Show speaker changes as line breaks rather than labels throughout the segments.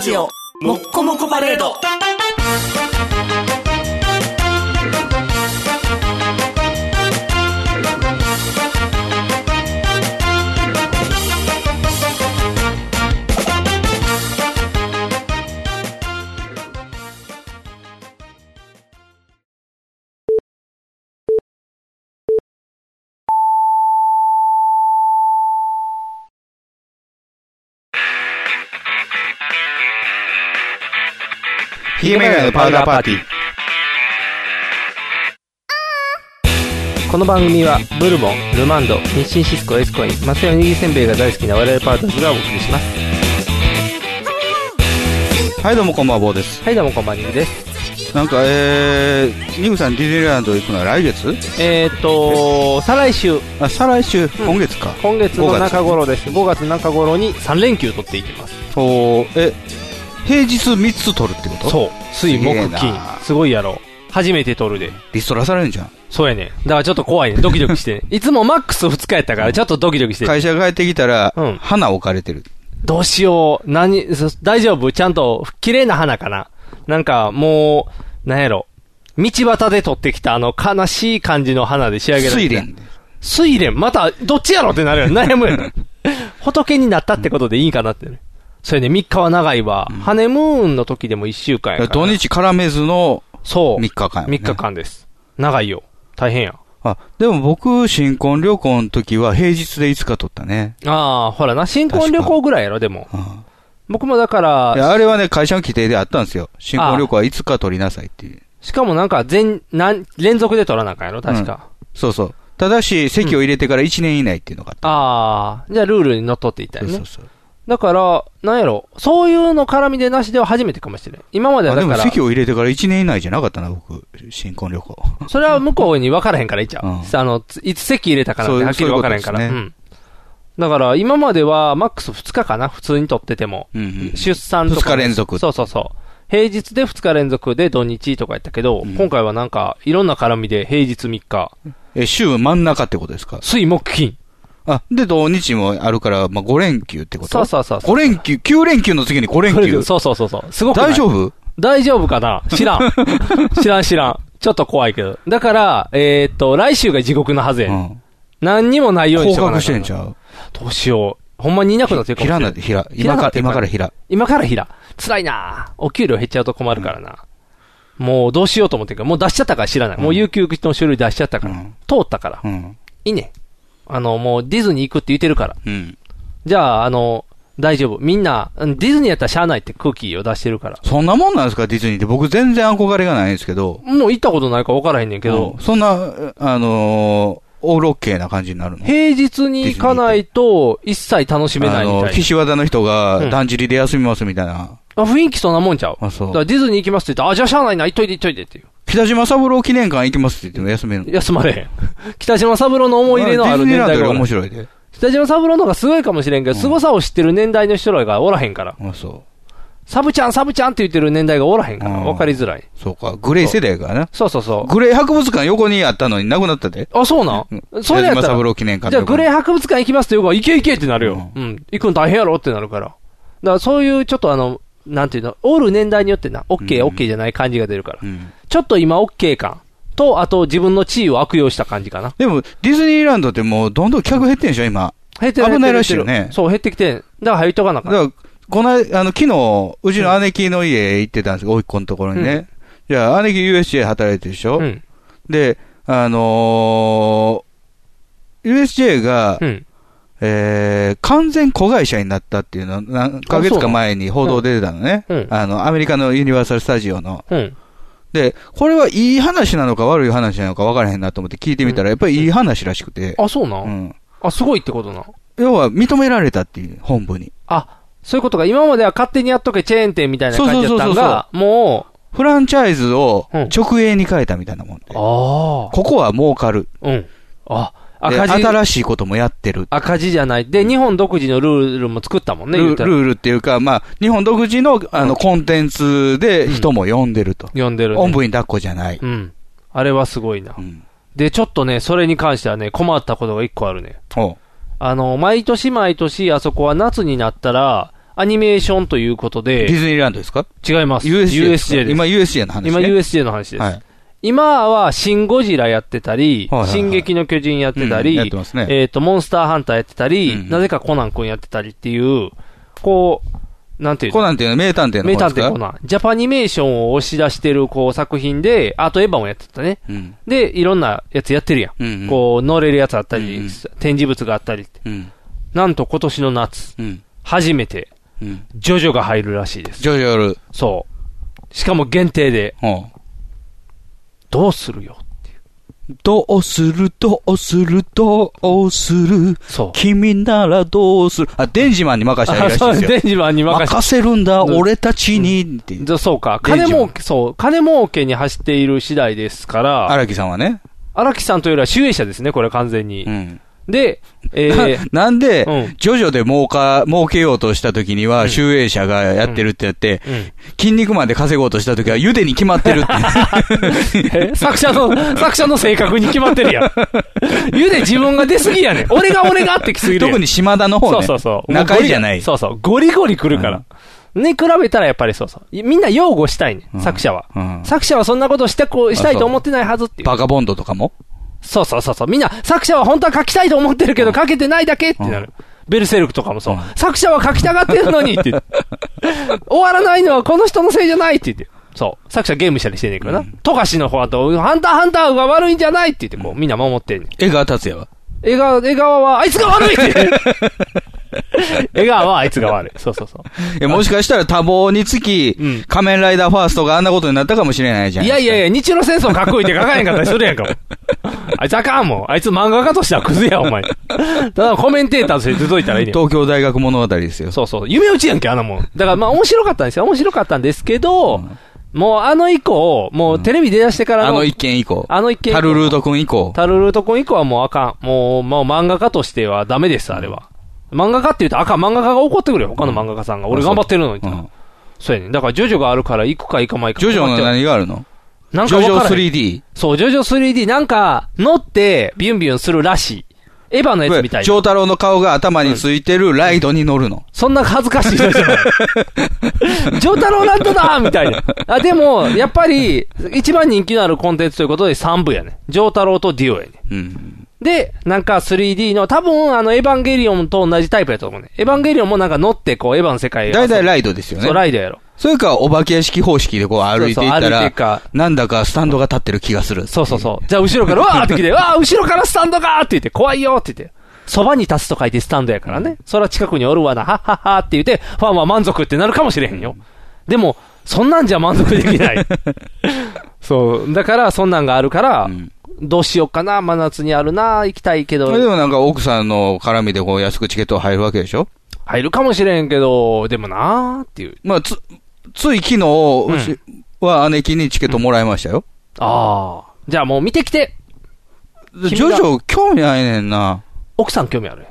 ジオもっこもこパレード
ひげメガネのパウダーパーティー。
この番組はブルボンルマンド日清シスコエスコイン松屋おにぎりせんべいが大好きな我々パートナーズがお送りします
はい、どうもこんばんは、坊です。
はいどうもこんばんはです
なんか、えー、ニグさんディズニーランド行くのは来月
えーっと再来週
あ、再来週、今月か。
今月の中頃です5月中頃に3連休取っていきます
そう、え、平日3つ取るってことう。
そう水
すげえ
木
な
金すごいやろ初めて取るで
リストラされるじゃん。
そうやねんだからちょっと怖いねドキドキ してねいつもマックス2日やったからちょっとドキドキして
会社帰ってきたら、
うん
花置かれてる。
どうしよう。何、そ大丈夫ちゃんと、綺麗な花かななんか、もう、なんやろ。道端で取ってきたあの悲しい感じの花で仕上げられ
睡
て。
蓮。
睡蓮また、どっちやろってなるよ。悩むよね。仏になったってことでいいかなってね。それね、3日は長いわ。ハネムーンの時でも1週間やから
土
な。
日絡めずの
そう。
3日間、
3日。間です。長いよ。大変や。
あ、でも僕、新婚旅行の時は平日で5日取ったね。
ああ、ほらな、新婚旅行ぐらいやろ、でも。
うん
僕もだから
い、やあれはね、会社の規定であったんですよ。新婚旅行は5日取りなさいっていう。
しかもなんか全、なん、連続で取らなあかんやろ確か。
そうそう。ただし、席を入れてから1年以内っていうのがあった。
ああ、じゃあルールにのっとっていったよね。
そうそうそう。
だから、なんやろ、そういうの絡みでなしでは初めてかもしれん。今までは
あ
だ
でも
から、
席を入れてから1年以内じゃなかったな、僕、新婚旅行。
それは向こうに分からへんからいいちゃう。
うん
あの、ついつ席入れたかなんて
そう
はっきり分からへんから。
そう
う
いうことで
ん。だから、今まではマックス2日かな、普通に取ってても。
うんうん
出産とか。
二日連続
そうそうそう。平日で2日連続で土日とかやったけど、
うん
今回はなんか、いろんな絡みで平日3日、
え、週真ん中ってことですか
水木金。
あ、で、土日もあるから、まあ、5連休ってこと
そうそうそうそう
5連休、9連休の次に5連休。
そうそうそうそう。すごくない
大丈夫
大丈夫かな知らん。 知らん知らん。ちょっと怖いけど。だから、えーっと、来週が地獄のはずやねん、
ん。
何にもないように
降
しとかな
格し
い
てんちゃう
どうしよう。ほんまにいなくなってるかもし
平
れな
ないで、平。
平
今
な
か
ん
ら、
て
今から平。
今から平。辛いなお給料減っちゃうと困るからな。もうどうしようと思ってるから、もう出しちゃったから知らない。もう有給の種類出しちゃったから。
うん
通ったから。
うん。
いいね。あの、もうディズニー行くって言ってるから。
うん。
じゃあ、あの、大丈夫。みんな、うんディズニーやったらしゃあないって空気を出してるから。
そんなもんなんですか、ディズニーって。僕全然憧れがないんですけど。
もう行ったことないから分からへんねんけど、
うんそんな、あのー、オールオッケーな感じになるの
平日に行かないと、一切楽しめない
あ
み
の、
たい
岸和田の人
う
が、
ん
だんじりで休みますみたいな。
な。あ雰囲気そんなもんちゃう。
あ、そ
だから
う。
ディズニー行きますって言って、あ、じゃあしゃあないな、行っといて行っといてっていう。
北島三郎記念館行きますって言っても休めるの
休まれへん。北島三郎の思い入れのある年
ディズニーラン
代
ド
が
が面白いで。
北島三郎の方がすごいかもしれんけど、
うん
凄さを知ってる年代の人らがおらへんから。
あ、そ
サブちゃん、サブちゃんって言ってる年代がおらへんから、
うん
わかりづらい。
う。そうか。グレイ世代からな。
そうそうそ
グレイ博物館横にあったのになくなったで。
う。あ、そうなん
うん
それやっ
北
た
島三
ら、
郎記念館
じゃあグレー
イ。
博物館行きますって言うから、行け行けってなるよ。
う
うん。行くの大変やろってなるから。だからそういうちょっとあの、なんていうの、おる年代によってな、オッケー
うん
オッケーじゃない感じが出るから
う。ん。
ちょっと今、オッケー感と、あと自分の地位を悪用した感じかな。
でも、ディズニーランドってもうどんどん客減ってんでしょ、今。
減ってる
危ないらしい
減ってる
よね
そう、減ってきてん。だから入っとかなあ
だ
か
か
ん。
ら、この間、あの、昨日、うちの姉貴の家行ってたんですよ、おいっ子のところにね。じゃあ、姉貴 USJ 働いてるでしょ
うん。
で、あのー、USJ が、
うん。
えー、完全子会社になったっていうの、何ヶ月か前に報道出てたのね。
うん。
あの、アメリカのユニバーサル・スタジオの。
うん。
で、これはいい話なのか悪い話なのか分からへんなと思って聞いてみたら、やっぱりいい話らしくて。
あ、そうな、
うん。
あ、すごいってことな。
要は、認められたっていう、本部に。
あ、そういうことか。今までは勝手にやっとけチェーン店みたいな感じだった
そ
ん
うそうそう
が、もう、
フランチャイズを
うん
直営に変えたみたいなもんで。こ
あ
こは儲かる。
あ。うん。あ、
で
赤字、
新しいこともやってる。
赤字じゃない。で、日本独自のルールも作ったもんね、言
ル
うた
ル
ら。
ールっていうか、まあ、日本独自の、あの、コンテンツで人も呼んでると。
呼んでる、
おん
ね。
ぶに抱っこじゃない。
うん。あれはすごいな
う。ん。
で、ちょっとね、それに関してはね、困ったことが一個あるね。
おう
あの、毎年毎年、あそこは夏になったら、アニメーションということ
ディ
で、
ズニーランドですか
違います。
?USJ ですか。
USJ です。
今 USJ の話ね。
今 USJ の話です。
はい。
今は、シン・ゴジラやってたり、
はいはいはい
進撃の巨人やってたり、
うんやってますね
えっ、と、モンスターハンターやってたり、
うん
なぜかコナン君やってたりっていう、こう、なんていう
コ
の
ナンっていうのは名探偵の方
名
で
探
すか
偵コナン。ジャパニメーションを押し出してる、こう、作品で、あとエヴァもやってたね。
うん。
で、いろんなやつやってるやん。
うんうん
こう、乗れるやつあったり、
うんうん
展示物があったりって。
うん。
なんと今年の夏、
うん。
初めて、
うん。
ジョジョが入るらしいです。
ジョジョル。
そう。しかも限定で、
ほ
どうするよ。
うどうするどうするどうする
そう。
君ならどうするあ、デンジマンに任せたらいいらしい
そう、
ですよ。
電磁版に任せ
任せるんだ、
うん
俺たちにっていう。
じゃそうか。
電磁
金
版
儲け、そう。金儲けに走っている次第ですから、
荒木さんはね。
荒木さんというよりは集英者ですね、これは完全に。
うん。
で、え ー
なんで、
うん
ジョジョで儲か、儲けようとした時に
う
は、
ん
集英社がやってるってやって、
うん
筋肉マンで稼ごうとした時は、茹でに決まってる って。
え 作者の、作者の性格に決まってるやん。 ゆで自分が出過ぎやねん。俺が俺がってきすぎるやん。
特に島田の方ね。
そうそうそう。
仲居じゃない。
そうそう。ゴリゴリ来るから。ね、比べたらやっぱりそうそう。いみんな擁護したいね、
うん
ん、作者は。
うん
作者はそんなことしてこう、したいと思ってないはずっていう。
バカボンドとかも。
そうそうそうそう。みんな、作者は本当は書きたいと思ってるけど、書けてないだけってなる。ベルセルクとかもそう
うん。
作者は書きたがってるのにって言って。 終わらないのはこの人のせいじゃないって言って。そう。作者ゲームしたりしてんねんけどな。富樫の方と、ハンターハンターが悪いんじゃないって言って、こう、みんな守ってんねん。
江川達也は。
江川、江川は、あいつが悪い って。江川はあいつが悪い。そうそうそう。
え、もしかしたら多忙につき、
うん
仮面ライダーファーストがあんなことになったかもしれないじゃん。
いやいやいや、日露戦争かっこいいって書かへんかったりするやんかも。 あいつあかんもん。あいつ漫画家としてはクズや、お前。ただコメンテーターとして出といたらいいねん。
東京大学物語ですよ。
そうそう。夢打ちやんけ、あのもん。だからまあ面白かったんですよ。面白かったんですけど、もうあの以降、もうテレビ出だしてから
あ
の、
の一件以降。
あの一件以降
タルルート君以降。
タルルートコン以降はもうあかん。もう、もう漫画家としてはダメです、あれは。漫画家って言うとあかん、漫画家が怒ってくるよ、他の漫画家さんが。俺頑張ってるのにって
うん
そうやねんだからジョジョがあるから行くか行かないか。
ジョジョの
な
何があるの
なん
ジ
か
ョ
分
ジョ
からへん
3D。
そう、ジョジョ 3D なんか乗ってビュンビュンするらしい。エヴァのやつみたいな
長太郎の顔が頭についてるライドに乗るの。
そんな恥ずかしい人じゃ ない。ジョタロなんとだみたいな。あ、でも、やっぱり、一番人気のあるコンテンツということで3部やね。ジョタロとデュオやね。
うん。
で、なんか 3D の、多分あの、エヴァンゲリオンと同じタイプやと思うね。エヴァンゲリオンもなんか乗って、こう、エヴァの世界へ。
だいたいライドですよね。
そう、ライドやろ。
それか、お化け屋敷方式でこう歩いていった
そうそう歩いて
ら
いくか、
なんだかスタンドが立ってる気がする。
そうそうそう。じゃあ、後ろ から、わーって来て、わー、後ろからスタンドがーって言って、怖いよって言って。そばに立つと書いてスタンドやからね。そら近くにおるわな、はっはっはって言って、ファンは満足ってなるかもしれへんよ。でも、そんなんじゃ満足できない。 そう。だから、そんなんがあるから、
ん
どうしようかな、真夏にあるな、行きたいけ
それ
ど、
でもなんか奥さんの絡みでこう安くチケット入るわけでしょ
入るかもしれへんけど、でもなーっていう。
まあ、つ、つい昨日、うちは姉貴にチケットもらいましたよ。
ああ。じゃあもう見てきて、
でジ
君
ョ
が
ジョ興味ないねんな。
奥さん興味ある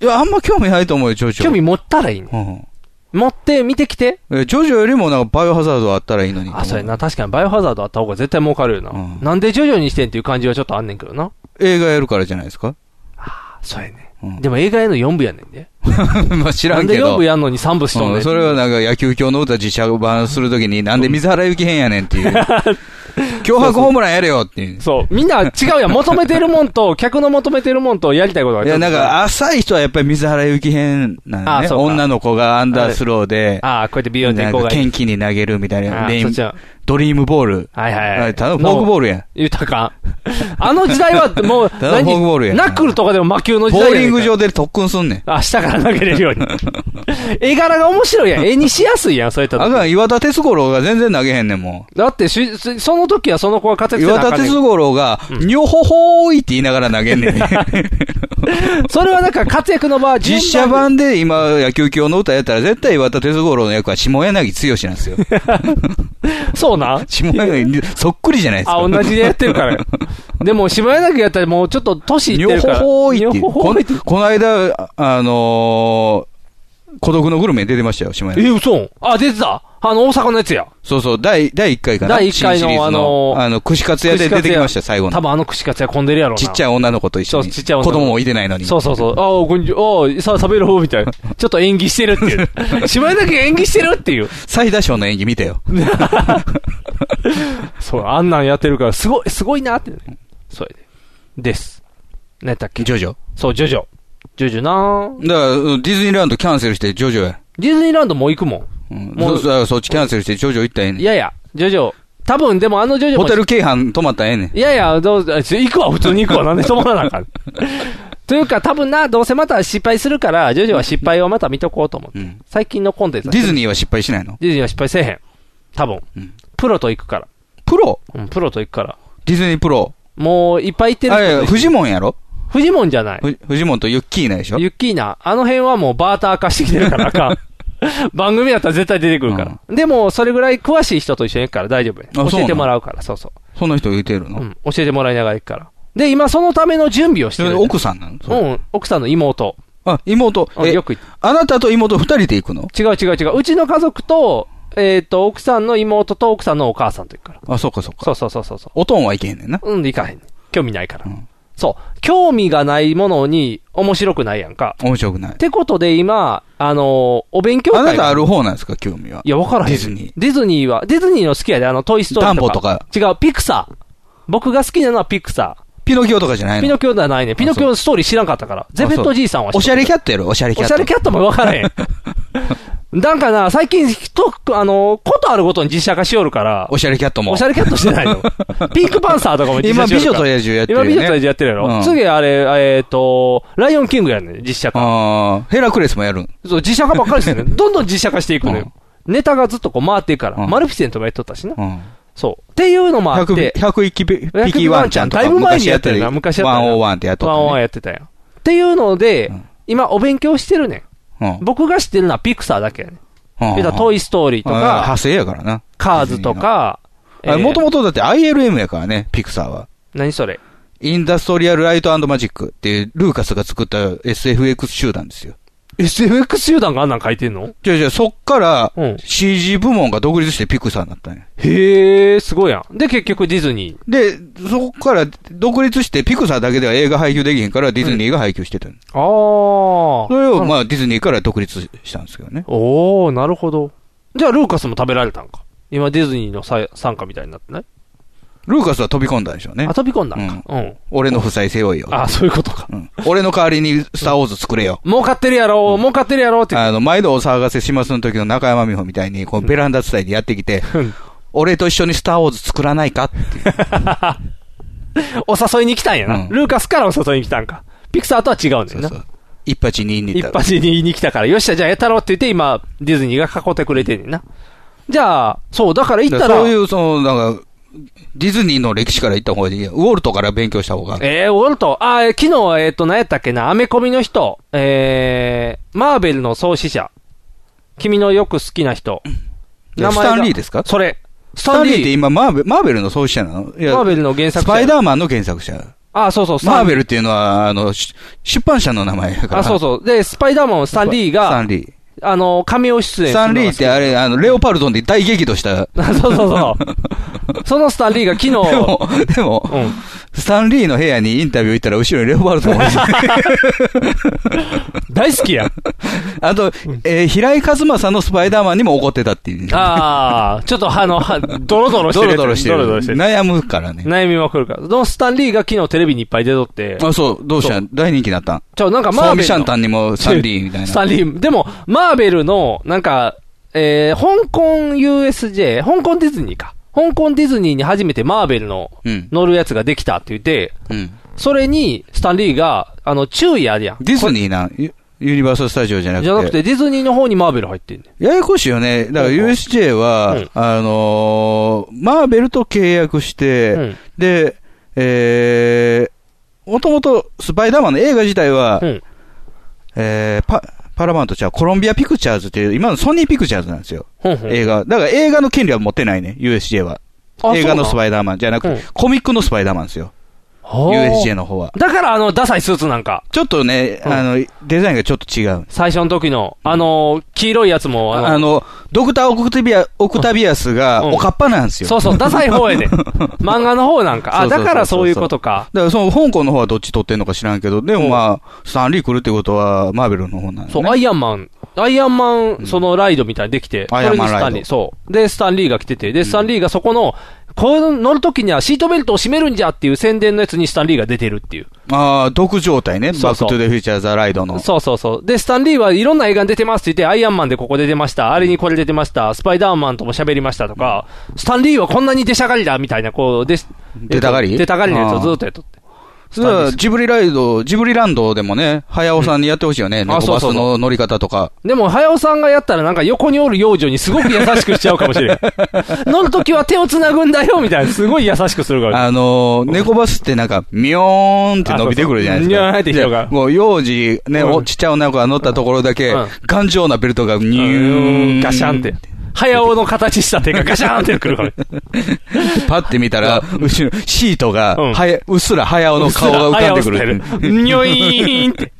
いや、あんま興味ないと思うよ、ジョジョ。
興味持ったらいいね。
うん。
持って、見てきて。
えジョジョよりもなんかバイオハザードあったらいいのに。
あ、そうやな。確かにバイオハザードあった方が絶対儲かるよな。
うん
なんで徐々にしてんっていう感じはちょっとあんねんけどな。
映画やるからじゃないですか。
あそうやね。
うん
でも映画への4部やねんで。
まあ知
な
ら
ん
ん
で
け
4
ど。
部やんのに3部しと
う
んねん。
んそれはなんか野球教の歌自社版するときに、なんで水原ゆきへんやねんっていう。 脅迫ホームランやれよっていう。
そう。みんな違うやん。求めてるもん と、客の求めてるもんとやりたいことが
い
ちょ
や、
っと
なんか、浅い人はやっぱり水原ゆき編なんだ
あ
ね。
そうか
女の子がアンダースローで、
ああ、こうやってビヨンって
ないん
こう
か、
がいい。
剣気に投げるみたいな。
あ
レイ
そっ
ン
ちは
ドリームボール。
はいはい
あ
は
れ
い。
ただのフォークボールやん。
言うたかん。あの時代はも う、
ただのフォークボールや
何ナックルとかでも魔球の時
ボ
代や
ー
ね
リ
ん
ン
か
グ場で特訓すんねん。
あ、下から投げれるよ うに。絵柄が面白いやん。絵にしやすいやん、そういった
あ
時
かん、岩田哲五郎が全然投げへんねんも
だってし、しその時はその子が活
ん。
躍して
岩
なあ
田
かんねん
哲五郎が、にょほほーいって言いながら投げんね ん。
それはなんか活躍の場は順
実
番
写版で今、野球教の歌やったら絶対岩田哲五郎の役は下柳剛なん ですよ。
そうな。
下柳に、そっくりじゃないですか。
あ、同じでやってるから。 でも、島柳やったらもうちょっと年いって
両
るから。
方多いっていう。
両方
こ
多い
んこの間、ああのー孤独のグルメに出てましたよ、島根。
え、嘘あ、出てたあの、大阪のやつや。
そうそう、第、第1回かな。
第一回の
新シリーズ
あのー
あの、串カツ屋で出てきました、最後
多
の。
分あの串カツ屋混んでるやろうな。
ちっちゃい女の子と一緒
そう
に。
ちっちゃい女の
子
子
供もいてないのに。
そうそうそう。ああ、こんにちは。あーさあ、喋ろう、みたいな。ちょっと演技してるって いう。島根だけ演技してるっていう。
最大賞の演技見てよ。
そう、あんなんやってるから、すごい、すごいなって、それで。です。何やったっけ
ジョジョ。
そう、ジョジョ。ジョジョなぁ
だから、うんディズニーランドキャンセルして、ジョジョや。
ディズニーランドもう行くも
うん、そう
も
うそう、そっちキャンセルして、ジョジョ行ったらええ
ん。
ね
いやいや、ジョジョ。多分、でもあのジョジ
ん。
ョも
ホテル京阪泊まったらええねん。
いやいや、どう、あちょ行くわ、普通に行くわ。なんで止 まらなあかん。というか、多分な、どうせまた失敗するから、ジョジョは失敗をまた見とこうと思って。
うん
最近のコンテンツ
ディズ
ニ
ニーは失敗しないの
ー。ディズニーは失敗せえへん。多分。
うん
プロと行くから。
プロ
うん、プロと行くから。
ディズニープロ。
もう、いっぱい行ってる
あ
人
れ、
で
フジモンやろ
フジモンじゃない。
フフジモンとユッキーナでしょ
ユッキーナ。あの辺はもうバーター化してきてるから あかん。番組だったら絶対出てくるから。でも、それぐらい詳しい人と一緒に行くから大丈夫や
あそうなの
教えてもらうから、そうそう。
その人言ってるの、
うん、教えてもらいながら行くから。で、今そのための準備をし
そ
て
れ
る。
奥さんなの、
う
それ
ん、奥さんの妹。
あ、妹。
うん
え
よ、く行っ
あなたと妹二人で行くの
違う違う違う。うちの家族と、えっ、と、奥さんの妹と奥さんのお母さんと行くから。
あ、そうかそうか。
そうそうそうそうそ
おとんはいけへんねんな。
う。うん、行かへん。興味ないから。
うん
そう。興味がないものに面白くないやんか。
面白くない
っ。てことで今、あのーお勉強会
あ
が
なたある方なんですか、興味は。
いや、わからへん。
ディズニー。
ディズニーは、ディズニーの好きやで、あの、トイストーリーとか。違う、ピクサー。僕が好きなのはピクサ
ピノキオとかじゃな
ー。
い
ピノ
の
キオではないね。ピノキオのストーリー知らんかったから。ゼペットじいさんは知っ
おしゃれキ
ャッ
ャットやろおしゃれキ
お
ャッ
し
ト。
ゃれキャットもわからへん。 なんかな、最近、と、あの、ことあるごとに実写化しよるから、
おしゃれキャットも。
おしゃれキャットしてないの。 ピンクパンサーとかも実
今、
写しよ
美女
るから
と野獣やってる
今、
よ、ね。
美女と野獣やってるや
う
ろ。
ん
次、あれ、えっと、ライオンキングやね実写化。
ああ、ヘラクレスもやるん。
そう、実写化ばっかりし てるね。どんどん実写化していくのよ。ネタがずっとこう回っていくから。
うん
マルフィセントもやっとったしな。
うん。
そう。っていうのもあっ
100
て
匹、100匹
100
ピキワンちゃんとか。
だいぶ前にやってるな昔やったな
101ってやっと
ワ
った
ンワン
ね
やってたよ。っていうので、
うん
今お勉強してるね
うん
ん。僕が知ってるのはピクサーだけやねん。
うん。
言うたらトイ・ストーリーと
あー
か
派、生やからな。
カーズとか、
もと
も
もとだって ILM やからね、ピクサーは。
何それ
インダストリアル・ライト・アンド・マジックっていう、ルーカスが作った SFX 集団ですよ。
?SFX 集団があんなん書いてんの
じゃあじゃあそっから
うん
CG 部門が独立してピクサーになったんや。
へえ、すごいやん。で、結局ディズニー。
で、そこから独立してピクサーだけでは映画配給できへんからディズニーが配給してたの、そ
あ
れを
あ。
まあディズニーから独立したんですけどね。
おー、なるほど。じゃあ、ルーカスも食べられたんか。今、ディズニーのさ参加みたいになってない
ルーカスは飛び込んだんでしょうね
あ、。飛び込んだんか。うん。
俺の負債背負いよ。
あ、そういうことか。
うん俺の代わりにスター・ウォーズ作れよ。
儲かってるやろ、儲かってるやろって言っ
あの、毎度お騒がせしますの時の中山美穂みたいに、こうベランダ伝いにやってきて、
うん
俺と一緒にスター・ウォーズ作らないかって
て、お誘いに来たんやな。
うん
ルーカスからお誘いに来たんか。ピクサーとは違うねん
そう
な。
そう。一八二二
一発に言いに来たから、よっしゃ、じゃあやったろって言って、今、ディズニーが囲ってくれてんねんな。じゃあ、そう、だから行ったら、
そういう、その、なんか、ディズニーの歴史から行った方がいいよ。ウォルトから勉強した方が。
えー、ウォルト、あー、えー昨日、えっ、と、何やったっけな、アメコミの人、えー、マーベルの創始者、君のよく好きな人、
いやスタンリーですか
それ、ス
スタ
タン
ン
リ
リ
ー
ーって今、マーベル、マーベルの創始者なのいや
マーベルの原作
ス
者
パイダーマンの原作者。
あー、そうそう、スタン
マーベルっていうのは、あの、し出版社の名前やから。
あ、そう
う。
そう。で、スパイダーマンのスタンリー
スタ
が
ン、リー。
あの、亀を出演
ス
す
タ
るのが好
ン
き
リーってあれ、あの、レオパルドンで大激怒した。
あ そうそうそう。そのスタンリーが昨
で
日、
も、でも、
うん。
スタンリーの部屋にインタビュー行ったら後ろにレオパル ドンがいて
大好きやん。
あと、えー平井一正のスパイダーマンにも怒ってたっていう。
ああ、ちょっとあの、はドロドロし て
ド
る
ロドロ
やつ。
してる。
ドロドロしてる。
悩むからね。
悩みまくるから。そのスタンリーが昨日テレビにいっぱい出とって、
あ、そう、どうしたん大人気になったん
ちょ、なんか
マ
マー
ー
ベ
ビシャ
ル
ン タ
の、
ンにもサンリーみたいな。
スタンリー、でも、マーベルの、なんか、えー、香港 USJ、香港ディズニーか。香港ディズニーに初めてマーベルの
うん。
乗るやつができたって言って、
うん。
それに、スタンリーが、あの、注意あるやん。
ディズニーな、ユユニバーサル・スタジオじゃなくて。
じゃなくて、ディズニーの方にマーベル入ってんねん
ややこしいよね。だから
うん
USJ は、
うん
あのーマーベルと契約して、
うん
で、えー、もともとスパイダーマンの映画自体は、
うん。
えー、パ、パラマウントちゃう、コロンビアピクチャーズっていう、今のソニーピクチャーズなんですよ。
ほんほん。
映画。だから映画の権利は持ってないね、USJ は。
あ
映画の
そ
ス
うなん
パイダーマンじゃなくて、
うん
コミックのスパイダーマンですよ。
あほう
USJ の方は。
だからあの、ダサいスーツなんか。
ちょっとね、
うん
あの、デザインがちょっと違う。
最初の時の、あの、黄色いやつも、あの
あの、ドクターオクタビア、オクタビアスが、
うん
おかっぱなんですよ。
そうそう、ダサい 方やで。漫画の方なんか。
そう
あ、
そうそう
だ
そう
からそういうことか。
だからその香港の方はどっち撮ってんのか知らんけど、でもまあ、スタンリー来るってことは、マーベルの方なんで、ね。
そう、アイアンマン。アイアンマン、そのライドみたいにできて、
アイアンマン
それにスタン
ラ
リ
イド
ー、そう。で、スタンリーが来てて、で、スタンリーがそこの、こう乗るときにはシートベルトを締めるんじゃっていう宣伝のやつにスタンリーが出てるっていう。
ああ、毒状態ね。
そうそう
バックトゥデフューチャーザライドの。
そうそうそう。で、スタンリーはいろんな映画に出てますって言って、アイアンマンでここ出てました、あれにこれ出てました、スパイダーマンとも喋りましたとか、スタンリーはこんなに出しゃがりだみたいな、こう、で、
出たがり
出たがりのやつをずっとやっとって。
そうだジブリライド、ジブリランドでもね、早尾さんにやってほしいよね。
ん
ネ
あ
コ
そう
バ
そう
ス
そ
の乗り方とか。
でも、早尾さんがやったらなんか横におる幼女にすごく優しくしちゃうかもしれん。 乗るときは手を繋ぐんだよみたいな、すごい優しくするから。
あのー、ネコバスってなんか、ミョーンって伸びてくるじゃないですか。
あそうそうニョーンって人が
でもう幼児、ね、
うん
おちっちゃい女の子が乗ったところだけ
うん、
頑丈なベルトがニュー
うー
ン。
んガシャンって。。早尾の形した手がガシャンってくるから。
パッて見たら、後ろ、シートが、
うん
はや、うっすら早尾の顔が浮かんでくる。
早尾スタイルにょいーんって。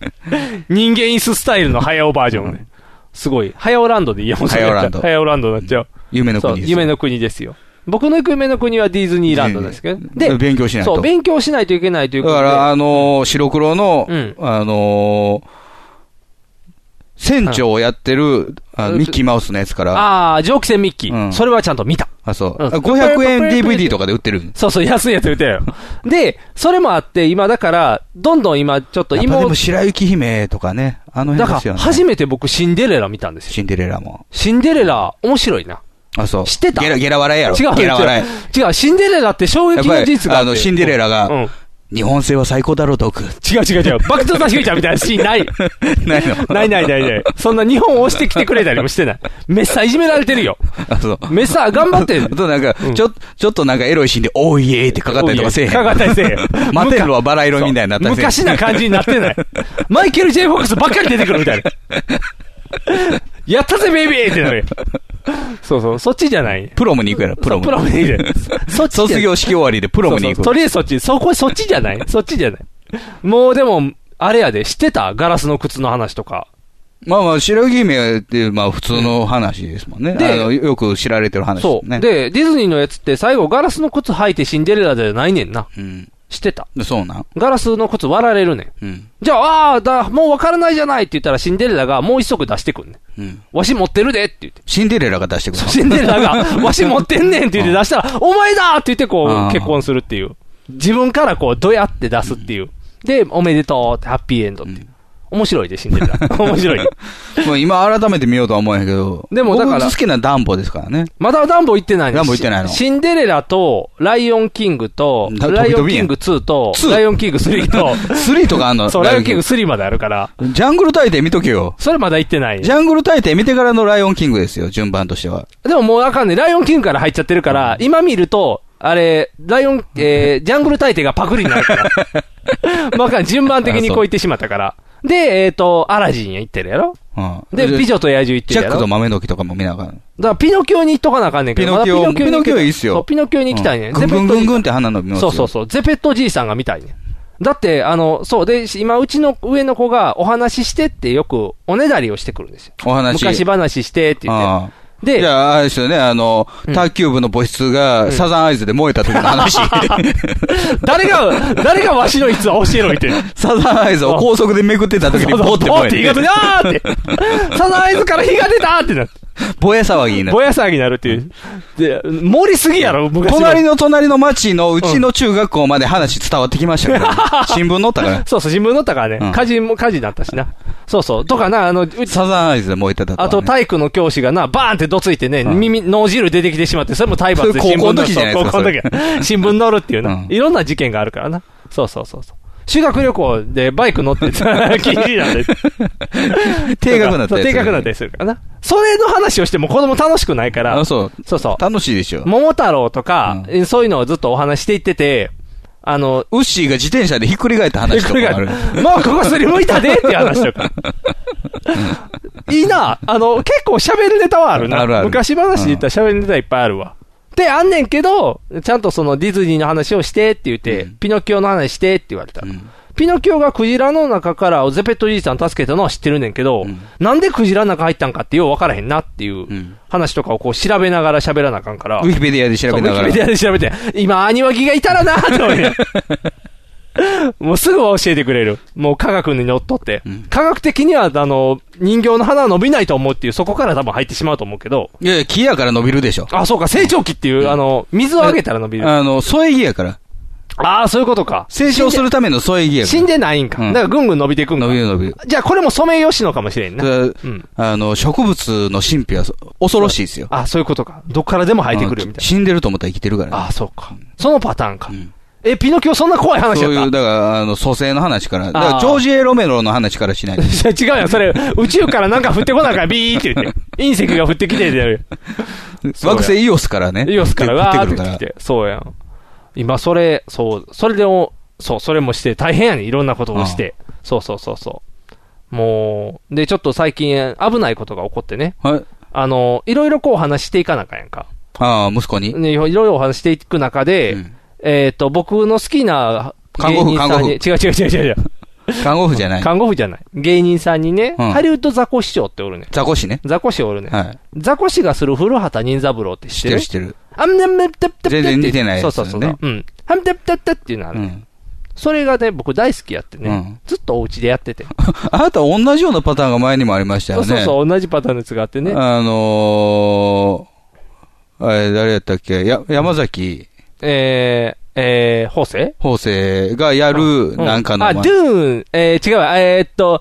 人間椅子スタイルの早尾バージョンね。すごい。早尾ランドでいいやもん
早尾ランド
早尾ランドになっちゃう。
夢の
そ
国
う、
です。
夢の国ですよ。僕の行く夢の国はディズニーランドですけど。で、
勉強しないと。
そう、勉強しないといけないというこ
だ
と
か
で。
ら、あのー白黒の、
うん
あのー船長をやってる、あ
うん
ミッキーマウスのやつから、あ
ああ、蒸気船ミッキー、
うん
それはちゃんと見た。
そう、
うん
あ500円 DVD とかで売ってる。
そうそう、安いやつ見 たよ。で、それもあって、今だから、どんどん今、ちょっと
やっぱで
妹
も、白雪姫とかね、あの
だ
辺で
か
すよ
ら、
ね。
初めて僕、シンデレラ見たんですよ。
シンデレラも。
シンデレラ、面白いな。
あ、そう。
知ってた
ゲラ、ゲラ笑いやろ。
違う、
ゲラ笑い。
違う、違うシンデレラって衝
やっ
撃
ぱ
の事
り
実、が
あ
って
の、シンデレラが、
うん。
日本製は最高だろ、毒。
違う違う違う。バックトゥーザフューチャーみたいなシーン な
な
い。
いの。
ないないないない。そんな日本を押してきてくれたりもしてない。メッサーいじめられてるよ。
あ、そう。
メッサー頑張って
あ
る。
となんか、ちょ、ちょっとなんかエロいシーンで、おいえーってかかったりとかせえへん。
かかったりせえへん
マテンロはバラ色みたいになったりせえへん
昔な感じになってない。マイケル・ J ・フォックスばっかり出てくるみたいな。やったぜ、ベイビーってなるよ。そうそう、そっちじゃない。
プロムに行くやろ、プロム。
プロムでいいじゃない。そっちじゃない
卒業式終わりでプロムに行く。
そうそうとりあえずそっち、そこ、そっちじ ゃないそっちじゃない。もうでも、あれやで、知ってたガラスの靴の話とか。
まあまあ、白雪姫って、まあ普通の話ですもんね。
で
あのよく知られてる話で
そ
す
う。
ね。、
で、ディズニーのやつって最後ガラスの靴履いてシンデレラじゃないねんな。
うん。
知ってた。
でそうなん。
ガラスの靴割られるねん。
うん。
じゃあ、ああー、だ、もうわからないじゃないって言ったらシンデレラがもう一足出してくんねん。
うん。
わし持ってるでって言って。
シンデレラが出してくるの。
シンデレラ が、わし持ってんねんって言って出したら、お前だって言ってこ
あ
う、
ー
結婚するっていう。自分からこう、どやって出すっていう。で、おめでとうって、ハッピーエンドっていう。面白いで、シンデレラ。 面白い。
もう今改めて見ようとは思うんやけど。
でもだから
僕好きなダンボですからね。
まだダンボ行ってないんです
ダンボ行ってないの
シンデレラと、ライオンキングと、
だ
ライオンキング2と、ライオンキング3と、
スリーとかあんの
そう、ライオンキング3まであるから、
ジャングル大帝見とけよ。
それまだ行ってない。
ジ
で
ャングル大帝見てからのライオンキングですよ、順番としては。
ももうあかんね。ライオンキングから入っちゃってるから、今見ると、あれ、ライオ ン、えー、ジャングル大帝がパクリになるから。まああかん、順番的にこう行ってしまったから。で、えっ、と、アラジン行ってるやろ
うん。
で、美女と野獣行っ
チ
てる
ャッ
や
ク
ろ
と豆の木とかも見ながら。
だからピノキオに行っとかなあかんねんけど。まだ
ピノキオピ
に行け
ノキオいいっすよ
そう、ピノキオに行きたいね。
うんぐんぐんぐんって花の見
そうそうそう、ゼペットじいさんが見たいね。だって、あの、そう、で、し今、うちの上の子がお話ししてってよくおねだりをしてくるんですよ。
う。お話。
昔話してって言っ
ああ
て。
じ
で、
ゃあ、あれですよね、あの、
うん
卓球部の母室が、
ん
サザンアイズで燃えた時の 話。
誰が、誰がわしのいつは教えろいって。
サザンアイズを高速でめくってた時に、ボーって
ボ
燃
ーって言い
え
方
て
で、あーって。サザンアイズから火が出たーってなって。
ぼや騒ぎになる
ぼ。や騒ぎになるっていう。で、盛りすぎやろ、昔は
隣の隣の町のうちの中学校まで話伝わって きましたから、新聞載ったから。
そうそう、新聞載ったから
う
ね。
ん
火事も火事になったしな。そうそう。とかな、あの、うち
サザンアイズで燃えてた
あと、
ね、
体育の教師がな、バーンってどついてね、
うん
耳、脳汁出てきてしまって、それも体罰で
それ
新
高校
聞
の時じゃないですか
そう高校 の時新聞載るっていうな
う。ん
いろんな事件があるからな。そうそうそうそう。修学旅行でバイク乗っ てた、禁止なんで。
定額だった
そ
や
う
つ。
定額だったりするからな。それの話をしても子供楽しくないから。
あ、そう。
そうそう。
楽しいでしょ。
桃太郎とか、
う
そういうのをずっとお話していってて、あの、
ウッシーが自転車でひっくり返った話とかもある。
もうここすりむいたでっていう話とか。 いいな。あの、結構喋るネタはあるな。
あるある
昔話で言ったら喋るネタいっぱいあるわ。ってあんねんけど、ちゃんとそのディズニーの話をしてって言って、
うん
ピノキオの話してって言われた。
うん
ピノキオがクジラの中からゼペットじいさん助けたのは知ってるねんけど、
うん
なんでクジラの中入ったんかってよう分からへんなっていう
うん
話とかをこう調べながら喋らなあかんから。
ウィキペディアで調べなが
そうウィキペディア
ら。
で調べて、今、アニワギがいたらなと 思って。もうすぐ教えてくれる。もう科学にのっとって。
うん
科学的には、あの、人形の花は伸びないと思うっていう、そこから多分入ってしまうと思うけど、
いやいや、木やから伸びるでしょ。
あ、そうか、成長期っていう、あの、水をあげたら伸びる。あ
あの、添え木やから。
あー、そういうことか。
成長するための添え木やか
死んで。死んでないんか。
うん
だからぐんぐん伸びていくんか。
伸びる伸びる。
じゃあ、これもソメイヨシノかもしれんな。
だ
う
か
ん。
らあの、植物の神秘はそ恐ろしいですよ。
あ、そういうことか。どっからでも生えてくるよ
う
み
ん
たい
死んでると思ったら生きてるからね
な。あー、そうか。そのパターンか
うん。
え、ピノキオそんな怖い話
そ
や
うい
っ
う、
た。
だから、あの、蘇生の話から。だから、ジョージ・エロメロの話からしない
違うよ、それ、宇宙からなんか降ってこないから、ビーって言って、隕石が降ってきてってやる。そう や
惑星イオスからね。
イオスから、わー
降
って降ってきて。そうやん。今、それ、そう、それでも、そう、それもして、大変やねんいろんなことをして。そうそうそうそう。もう、で、ちょっと最近、危ないことが起こってね。
はい。
あの、いろいろこう話していかなあかんやんか。
ああ、息子に。
ねいろいろお話していく中で、
うん
えっ、と、僕の好きな
看護婦
さんに、違う違う違う違う違う。
看護婦じゃない。
看護婦じゃない。芸人さんにね、
うん
ハリウッドザコシショウっておるねん。
ザコシね。
ザコシおるねん。
はい。
ザコシがする古畑任三郎って知っ
知
て
って
る
る知ってる。
あんねんめってってって
全然似てないやつ
そう
ね
そうそう。うん。はんてってってっていうのあ
う
る、ね
ん。
それがね、僕大好きやってね。
うん
ずっとお家でやってて。
あなた同じようなパターンが前にもありました
そ
よ
う
ね。
そうそう、同じパターンのやつがあってね。
あのー、あれ、誰やったっけや、山崎
えー、えー、法政
法生がやる、なんかの、
あ、ドゥーン、えー、違うわ、えー、っと、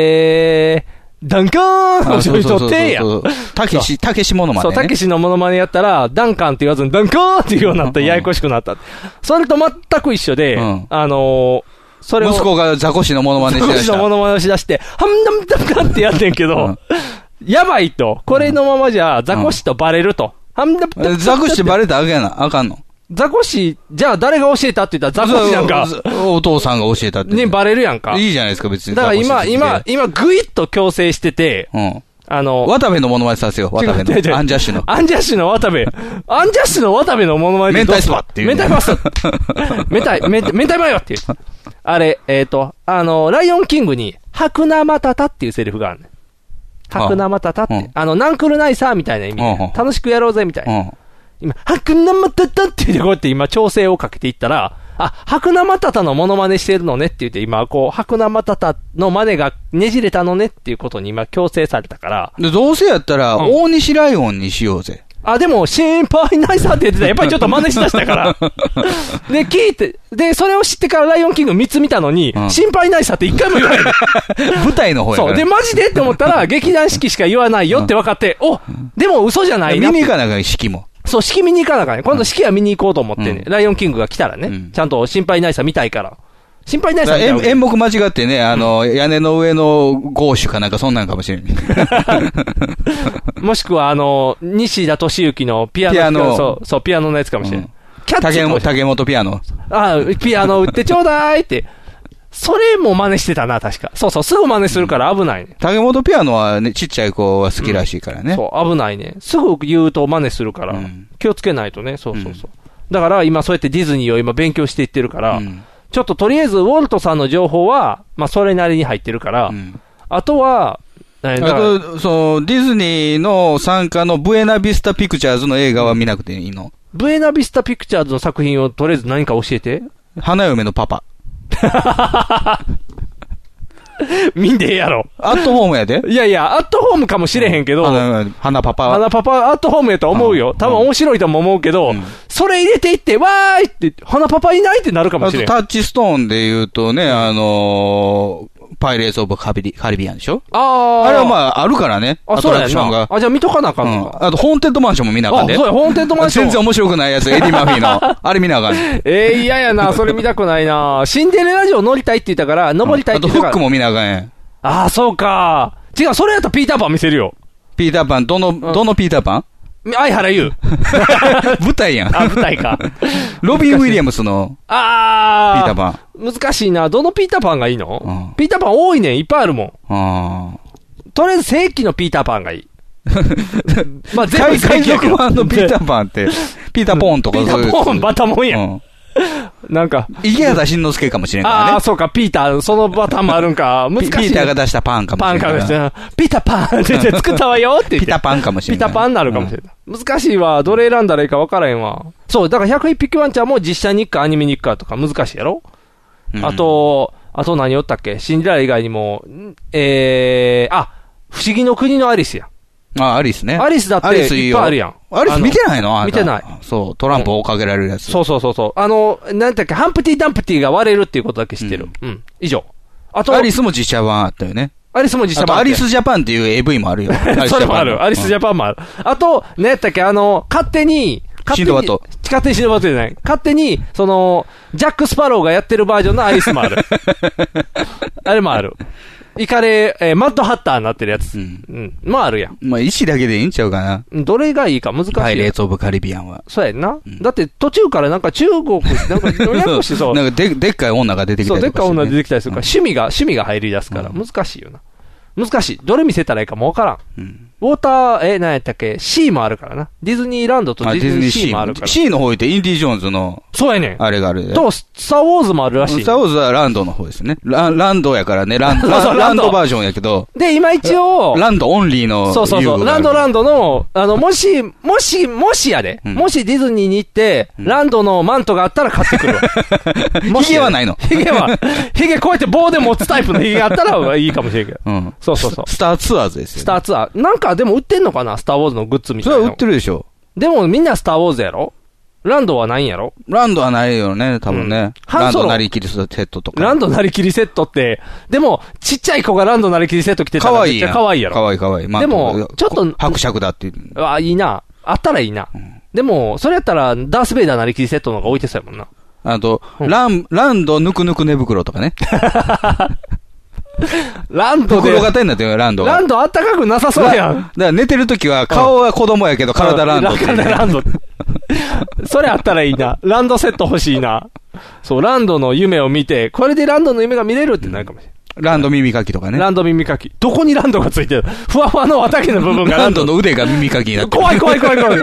えー、ダンカーンの人とってやん。
たけし、たけしものまね。
そう、たけしのモノマネやったら、ダンカンって言わずに、ダンカーンっていうようになって、
うん
ややこしくなった。それと全く一緒で、
うん
あのー、それを、
息子がザコシのものまねして
少
らし
したのモノマネをしだして、ハンダムダムダムってやってんけど、やばいと、これのままじゃ、ザコシとバレると。ハンダムダムダム
ザコシってバレたらあかんな、あかんの。
ザコシ、じゃあ誰が教えたって言ったら、ザコシなんか、
おお父さんが教えたって。
にバレるやんか。
いいじゃないですか、別に。
だから今、
ザ
今
コ、シ
今、ぐいっと強制してて、
好きで。
あ
うん。
の、
渡部のものまねさせよう、渡部
違う違う違う
の。アンジャッシュの。
アンジャッシュの渡部。アンジャッシュの渡部のモノマネでどうする
明太スパっていうね
明太パスタ。明太、明太、明太マヨっていう。あれ、えっ、と、あの、ライオンキングに、白生マタタっていうセリフがあるねん。白生マタタって、
うん
あの、ナンクルナイサーみたいな意味で、
うんうん
楽しくやろうぜみたいな。
うん。
今、白生マタタって言って、こうやって今調整をかけていったら、あ、白生マタタのモノマネしてるのねって言って、今、こう、白生マタタのマネがねじれたのねっていうことに今強制されたから、
で、どうせやったら、
うん
大西ライオンにしようぜ。
あ、でも、心配ないさって言ってた。やっぱりちょっと真似しだし たから。で、聞いて、で、それを知ってからライオンキング3つ見たのに、
うん
心配ないさって一回も言わ ない。
舞台の方やか
そう。
ら。
で、マジでって思ったら、劇団四季しか言わないよって分かって、おでも嘘じゃない
見
な。
に行かなきゃ、式も。
そう、式見に行かなあかんね。今度式は見に行こうと思ってね。
う
ライオンキングが来たらね、
うん
ちゃんと心配ないさ見たいから。心配ないさ
だ
見
から
たい
演
わ
演目
け
間違ってね、あの、屋根の上のゴーシュかなんかそんなんかもしれ ん。
もしくは、あの、西田敏行のピアノ
ピアノ
そう、そう、ピアノのやつかもしれない。
うん
キャッチ
竹
かもしれない
竹本ピアノ。
ああ、ピアノ売ってちょうだいって。それも真似してたな、確か。そうそう、すぐ真似するから危ないね。
竹本ピアノはね、ちっちゃい子は好きらしいからね。
そう、危ないね。すぐ言うと真似するから、
うん
気をつけないとね、そうそうそう。だから今そうやってディズニーを今勉強していってるから、
うん
ちょっととりあえずウォルトさんの情報は、まあそれなりに入ってるから、
うん
あとは、えーだ
あ
から
と、その、ディズニーの参加のブエナビスタピクチャーズの映画は見なくていいの。
ブエナビスタピクチャーズの作品をとりあえず何か教えて。
花嫁のパパ。
見んでええやろ。
アットホームやで。
いやいや、アットホームかもしれへんけど、
花嫁花パパ
あ
は。
のパパアットホームやと思うよ。
うん
多分面白いとも思うけど、
うん
それ入れていって、わーいって、花パパいないってなるかも
あ
し
と
れん。
タッチストーンで言うとね、あのーパイレーツ・オブ・カビリカリビアンでしょ
あー
あれはまあ、あるからね。
あ、
ア
そ
ト
う
ラ
や
クション
な
が。。
あ、じゃあ見とかなあか
うん
の
ん
か。
あと、ホーンテッドマンションも見なあか
あ、
んで。
そうや、ホーンテッドマンション。
全然面白くないやつ、エディ・マフィーの。あれ見なあかんね。
えー、嫌やな、それ見たくないな。シンデレラ城乗りたいって言ったから、登りたいっ
あ
て
と、
言っ
フ
たか
ッ
ら。
クも見なあかんやん。
あー、そうか。違う、それやったらピーターパン見せるよ。
ピーターパン、どの、どのピーターパン
相原優。
舞台やん。
あ、舞台 か。
ロビン・ウィリアムスのピ
あー。
ーターパン。
難しいな。どのピーターパンがいいの、
うん
ピーターパン多いねん。いっぱいあるもん。
あ
とりあえず正規のピーターパンがいい。まあ、全
海
部
海
やけ
賊
ど
版のピーターパンっ て、ピーターポーンとか
ピーターポーン、バタモンや。
うんん。
なんか、
池畑慎之介かもしれんからね。
ああ、そうか、ピーター、そのパターンもあるん か。難しい
ピ
ね。
ピーターが出したパンかも
パ
しれ
ン
ん
か
から
もしれない。ピーターパンって言って作ったわよって言っ て。
ピタパンかもしれん
ピタパンになるかもしれない。難しいわ。どれ選んだらいいか分からへんわ。そう、だから101匹ワンちゃんも実写に1回アニメに1回とか難しいやろ、
うん
あ、と、あと何おったっけシンデレラ以外にも、んえー、あ、不思議の国のアリスや。
あ、アリスね。
アリスだって
アリスいいよ
いっぱいあるやん
アリ
あ
ス
の
見てないのあ
見てない。
そう、トランプ追っかけられるやつ。
そうそうそうそう。あの、なんだっけ、ハンプティ・ダンプティが割れるっていうことだけ知ってる。うん。以上。あと、
アリスも実写版あったよね。
アリスも実
あと、
写版あ
ア
って
リスジャパンっていう AV もあるよ。
それもある。アリスジャ
パ
パンもある。あと、何やったっけ、あの、勝手に、勝手に
シンドバッド
勝手にシンドバットじゃない。勝手に、その、ジャック・スパローがやってるバージョンのアリスも ある。あれもある。イカレ、えーマッドハッターになってるやつ。う
うんん。
もあるやん。
ン。まあ、石だけでいいんちゃうかな。
どれがいいか難しいやん。
パイレーツ・オブ・カリビアンは。
そうやんな。
ん
だって途中からなんか中国、なんか予約してそ う。
なんかで、でっかい女が出てきた
そう、
り
でっ
とか
かい女出てきたりするから、
し
趣味が、趣味が入り出すから、
うん
難しいよな。難しい。どれ見せたらいいかもわからん。
てね。うん
ウォーター、え、何やったっけ ?C もあるからな。ディズニーランドと
あ
デ
デ
ィ
ィ
ズ
ズ
ニ
ニ
ー
ー
C
C
もあ
も
るから。
シーの方行って、インディ・ジョーンズの、
そうやねん。
あれがあるで。
と、ススターウォーズもあるらしい
スタ。ー・ウォーズはランドの方ですね。ランランドやからね、ラン
そう
ラ
そう
ン
ラ
ラ
ン
ン
ド
ドバージョンやけど、
で、今一応、
ランドオンリーの
そうそうそう、ランドラ
ン
ンドの、あの、もし、もし、もしやで、
うん
もしディズニーに行って、ランドのマントがあったら買ってくるわ。 もし
ヒゲはないの
ヒゲは、ヒゲこうやって棒で持つタイプのヒゲがあったらいいかもしれんけど。
うん。
そうそうそう
ススターツアーズですよ、ね。
スターツアー。なんかでも売ってんのかなスターウォーズのグッズみ
そ
たい
れは
なの。
売ってるでしょ。
でもみんなスターウォーズやろランドはないんやろ
ランドはないよね、多分ね。
うんハン
ラン
ソロ
ドなりきりするテッドとか。
ランドなりきりセットって、でも、ちっちゃい子がランドなりきりセット着てた
からわ
め
い
っ
い
ち
や
ゃ
ん。
可愛いや
か
ろ。
わいいかわいい。
でも
こ
ちょっと
伯爵だっていう。
あいいな。あったらいいな。でも、それやったら、ダース・ベイダーなりきりセットの方が置いてそうやもんな。
あと、
うん
ラン、ランドぬくぬく寝袋とか ね。
ランドで、
袋型になってるよ、ランドが。
ランドあったかくなさそうや
ラ
ん。
だから寝てるときは顔は子供やけど体ランドっていうね。
体ランド。 それあったらいいな。ランドセット欲しいな。そう、ランドの夢を見て、これでランドの夢が見れるってなるかもしれない。
ランド耳かきとかね。
ランド耳かき。どこにランドがついてるふわふわの綿毛の部分が
ランドの腕が耳かきになってる
怖い怖い怖い怖い。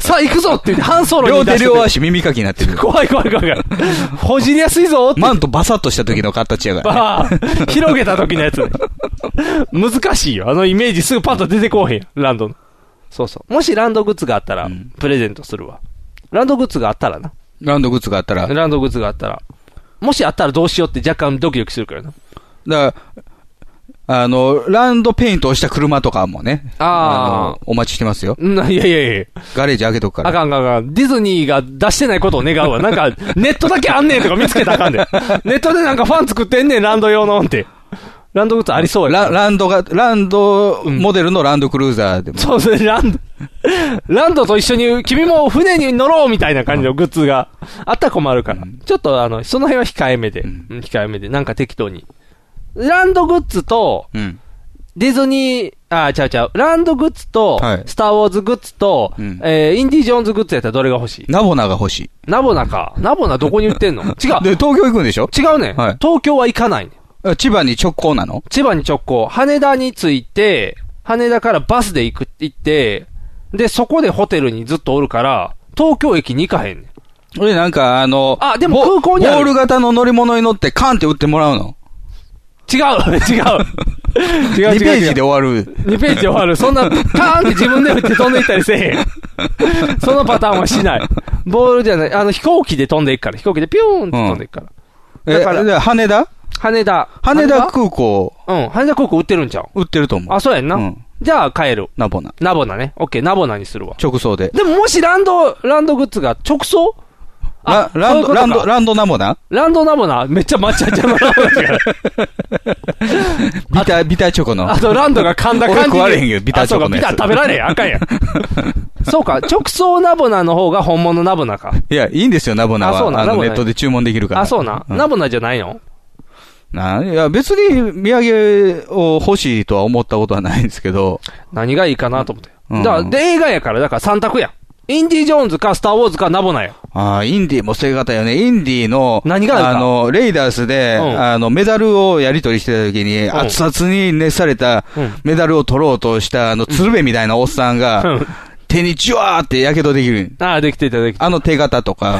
さあ行くぞって言って、半ソロ
両
に出
手
して
両足耳かきになってる。
怖い怖い怖い怖い。ほじりやすいぞって。
マントバサッとした時の形やからね。
バー広げた時のやつね。難しいよ。あのイメージすぐパッと出てこうへんやんランドの。そうそう。もしランドグッズがあったら
うん、
プレゼントするわ。ランドグッズがあったらな。
ランドグッズがあったら。だか
ランドグッズがあったら。もしあったらどうしようって若干ドキドキするからな。
ら、あの、ランドペイントをした車とかもね。
あー
のお待ちしてますよ。
うんいやいやいや
ガレージ開けとくか
あ
ら。
かんあかんあかん。ディズニーが出してないことを願う わ。なんか、ネットだけあんねんとか見つけたらあかんで。ネットでなんかファン作ってんねん、ランド用のって。ラン ドグッズありそうや
ラランドが、ランドモデルのランドクルーザーでも。
そうですね、ランド。ランドと一緒に、君も船に乗ろうみたいな感じのグッズがあったら困るから。ちょっとあの、その辺は控えめで。
うん
うん控えめで。なんか適当に。ランドグッズと、
うん。
ディズニー、あ、ちゃうちゃう。ランドグッズと、
はい
スターウォーズグッズと、
うん
えーインディ・ージョーンズグッズやったらどれが欲しい
ナボナが欲しい。
ナボナか。ナボナどこに売ってん の違う。
で、東京行くんでしょ
違うね、
はい
東京は行かないね。
あ千葉に直行なの
千葉に直行。羽田に着いて、羽田からバスで行く、行って、で、そこでホテルにずっとおるから、東京駅に行かへんねん。
で、なんか、あの、
あでも
ボ
空港にある
ボール型の乗り物に乗ってカンって打ってもらうの。
違 う違
2ペ
う違う違う違う
ージで終わる。
2ページ終わる。そんな、カーンって自分で打って飛んでいったりせえへん。そのパターンはしない。ボールじゃない。あの、飛行機で飛んでいくから。飛行機でピューンって飛んでいくから。
え、
だから
で羽田
羽田。
羽田空港、
うん。羽田空港売ってるんちゃう
売ってると思う。
あ、そうやんな。
うん
じゃあ帰る。
ナボナ。
ナボナね。オッケー、ナボナにするわ。
直送で。
でももしランド、ランドグッズが直送
ラランド、ランド、
ランド、
ランドナボナ
ランドナボナ、めっちゃ抹茶 茶のランド違う
ビター、ビターチョコの。
あとランドが噛んだ感じで。
俺食われへんけどビターチョコのやつ
あそうか、ビター食べられへん。あかんや ん。そうか、直送ナボナの方が本物ナボナか。
いや、いいんですよ、ナボナ
あそう
は。
なん
あ
ナボ
の、
ナ
ネットで注文できるから。
あ、そうな。
うん
ナボナじゃないの
なんいや、別に、土産を欲しいとは思ったことはないんですけど、
何がいいかなと思って。
うん
だから、で、映画やから、だから三択やん。インディ・ジョーンズか、スター・ウォーズか、ナボなんや。
ああ、インディーも正方よね。インディーの、
何がなん
あ
か
の、レイダースで、
うん
あの、メダルをやり取りしてた時に、
ん
熱々に熱された
うん
メダルを取ろうとした、あの、鶴瓶みたいなおっさん
う
が
ん、
手にジュワーって火傷できる。
ああ、できていただき
あの手形とか、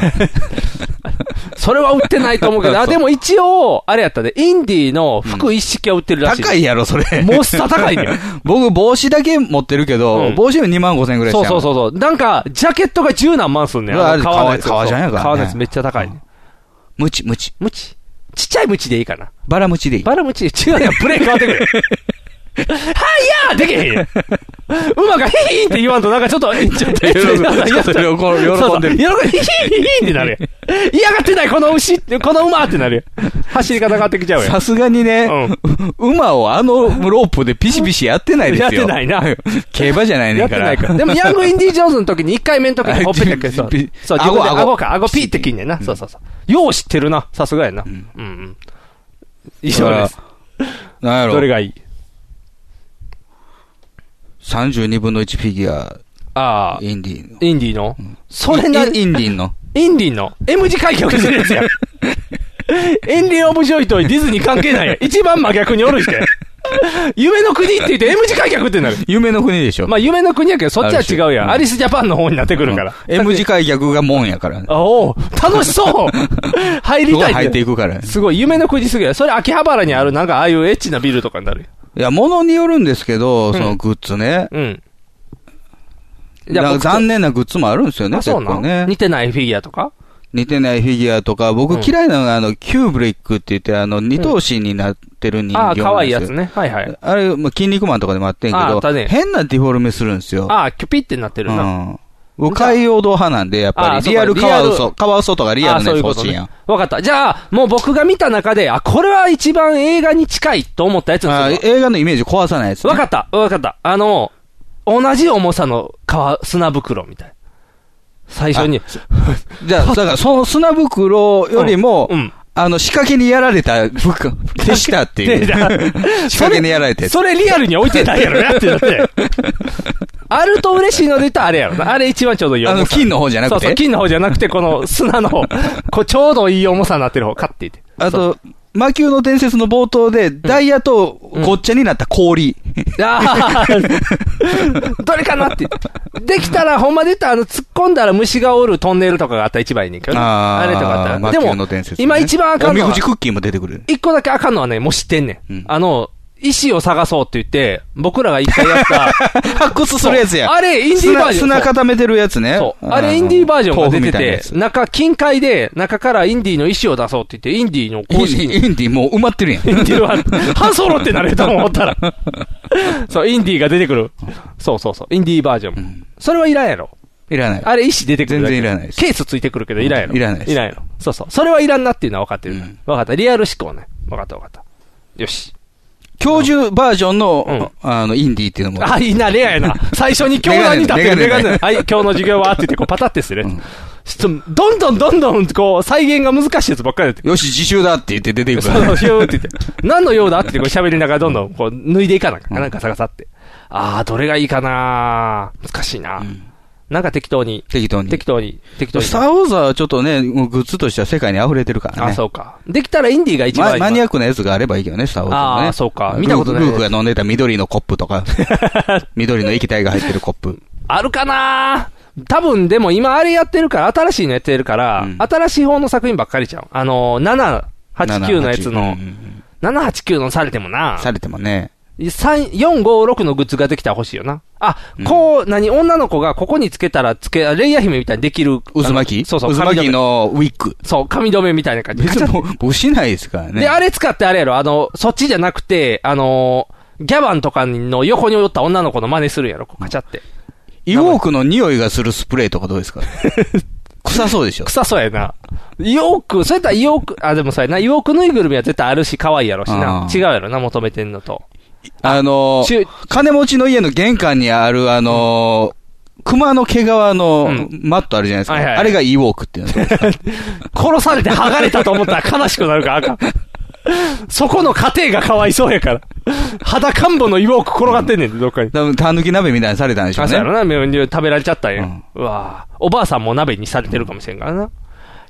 それは売ってないと 思うけど、あ、でも一応、あれやったで、インディーの服一式は売ってる らしい。
高いやろ、それ。
モンスター高 いね。
僕、帽子だけ持ってるけど、
うん
帽子は2万5千円ぐらいし
そう
ちゃ
そう
う。
そうそう。なんか、ジャケットが十何万すんねん。
うわ
あの革のや
あれ
つ。
革じゃんやからね
革のやつめっちゃ高いね。
ムチ、ムチ。
ムチ。ちっちゃいムチでいいかな。
バラムチでいい。
バラムチ、違うやん、プレイ変わって くる。はいやーでけへんやん。馬がヒヒーンって言わんと、なんかちょっと、ちょっと
喜ぶ ちょっと喜ぶ喜んでる
喜んでる。ヒヒーンヒヒーンってなるやん。嫌がってない、この牛って、この馬ってなるやん。走り方変わってきちゃうやん。
さすがにね、 馬をあのロープでピシピシやってないですよ。
やってないな。
競馬じゃないね
や
ん
っ
か
て
ら。
ないから。でも、ヤング・インディ・ジョーンズの時に、1回目の時に、ほっぺた けそう
ピッピッ。
そう、自
顎
分で
顎
顎か、顎ピーって切んねんな。そうそうそう。よう知ってるな。さすがやな。うんうん。以上です。
なんやろ。
どれがいい
32分の1フィギュア、
ああ、
インディーの。
インディのそれな、
インインディーの。
インディの M 字開脚するや つや。エンディオブジョイとディズニー関係ないや。一番真逆におるして。夢の国って言って M 字開脚ってなる。
夢の国でしょ。
まあ夢の国やけど、そっちは違うや
ある種うん
ん。アリスジャパンの方になってくるから。
うん M 字開脚がもんやからね。
あおう楽しそう入り
すご
た
い
い
入ってい
く。
くからね。
すごい、夢の国すぎる。それ秋葉原にある、なんかああいうエッチなビルとかになる。
いや、ものによるんですけど、
ん
そのグッズね。
うん。いや
なんか残念なグッズもあるんですよね、
あ、
結
そうな
構
ん、
ね。
似てないフィギュアとか
似てないフィギュアとか、
うん
僕嫌いなのが、あの、キューブリックって言って、あの、二頭身になってる人形なん
ああ、
ですよ。
可愛いやつね。はいはい。
あれ、まあ、筋肉マンとかでもあってんけ
ああっ
ど
た、ね
変なディフォルメするんですよ。
ああ、キュピってなってるな。
うん。僕、海洋堂派なんで、やっ
あ
ぱ
あ
り、
そう
リ
か
アルカワウソ、カワウソとかリア
あ
ル
ー
な
そうい
や
う
つ欲
こと
しい
ね
やん。。
わかった。じゃあ、もう僕が見た中で、あ、これは一番映画に近いと思ったやつ
あ
なん
あ
です
映画のイメージ壊さないやつ、
よ。
ね。
わかった。わかった。あの、同じ重さの川、砂袋みたいな。最初に。
じゃあ、だから、その砂袋よりも、
うん。
あの、仕掛けにやられた、ぶか、手下 っていう。
手下
仕掛けにやられて。
それリアルに置いてないやろなってな って。あると嬉しいので言ったらあれやろな。あれ一番ちょうどいい
あ
重
の、
さ。
金の方じゃな
そう
く
そう、
て。
金の方じゃなくて、こ の砂の方。こうちょうどいい重さになってる方、買っていて。
あと、魔球の伝説の冒頭で、ダイヤとごっちゃになった氷。
ああ、 どれかなって。できたら、ほんまで言ったら、あの、突っ込んだら虫がおるトンネルとかがあったら一番いいねんけどね。
あー
れとかあった
魔
ら。で
球
も
の伝説、ね、
今一番あかんの
おみ
は
くじ、クッキーも出てくる。
一個だけあかんのはね、もう知ってんねん。
うん
あの、石を探そうって言って、僕らが一 回やった、
発掘するやつや。
あれ、インディーバージョン。
砂砂固めてるやつね。
そう。
の
あれ、インディーバージョンが出て
豆
て
腐、み
中、近海で、中からインディーの石を出そうって言って、インディーの
たいなや
公
つ
式
インディ
に
ーインディーもう埋まってるやん。
インディーは、半ソロってなれると思ったら。そう、インディーが出てくる。そうそうそう、インディーバージョン。それはいらんやろ。
いらない。
あれ、石出てくるだけ。
全然いらないです
ケースついてくるけど、いらんやろ。
いらないです
いらんやろ。そうそう。それはいらんなっていうのは分かってる。
うん
分かった。リアル思考ね。分かった分かった。よし。
教授バージョンの、
う
あの、インディーっていうのも。
あ、いいな、レアやな。最初に教団に立ってるメ
メ
ガ
ガ
ネ
ネ。
はい、今日の授業はって言って、こう、パタってするやつ。ちょっとどんどんどんどん、こう、再現が難しいやつばっかりやって。
よし、自習だって言って出ていく
そ
か
う
ら。
ヒューって言って。何の用だってこう喋りながらどんどんこう脱いでいかなあかんなんか探さって。ああ、どれがいいかな難しいな、
うん
なんか適当に、
適当に。
適当に、適当に。
スター・ウォーズはちょっとね、もうグッズとしては世界に溢れてるからね。
あ、そうか。できたらインディーが一番
マ
いい。
マニアックなやつがあればいいけどね、スター・ウォーズはね。
あーそうか
ルー
見たことない
ルークが飲んでた緑のコップとか、緑の液体が入ってるコップ。
あるかな多分でも今あれやってるから、新しいのやってるから、
うん
新しい方の作品ばっかりじゃん。あのー、789のやつ
うんう
の
ん、うん
789のされてもな、
されてもね。
3 4、5、6のグッズができたら欲しいよな。あ、こう、何、女の子がここにつけたらつけ、レイヤー姫みたいにできる。
渦巻き
そうそう、
渦
髪
巻き
留め。
のウィッグ。
そう、髪留めみたいな感じ。
別
ガチャ
に
ッ
もう、僕しないですからね。
で、あれ使ってあれやろ、あの、そっちじゃなくて、あのー、ギャバンとかの横におった女の子の真似するやろ、こうカチャって。
イウォークの匂いがするスプレーとかどうですか臭そうでしょ
臭そうやな。よく、それやったらよく、あ、でもそうやな、よくぬいぐるみは絶対あるし、可愛いやろしな
あ。ー
違うやろな、求めてんのと。
あの
ちゅ
ー、金持ちの家の玄関にある、あのー、熊の毛皮の
うん
マットあるじゃないですか。
はいはい
あれがイウォークっていう の。
殺されて剥がれたと思ったら悲しくなるからあかん。そこの家庭がかわいそうやから。裸んぼの岩奥転がってんねんで、どっかに。
多分、たぬき鍋みたいにされたんでしょう
あ、そうやろ
ね。
な、メロンデュー食べられちゃったんや。
う
うんわぁおばあさんも鍋にされてるかもしれんからな。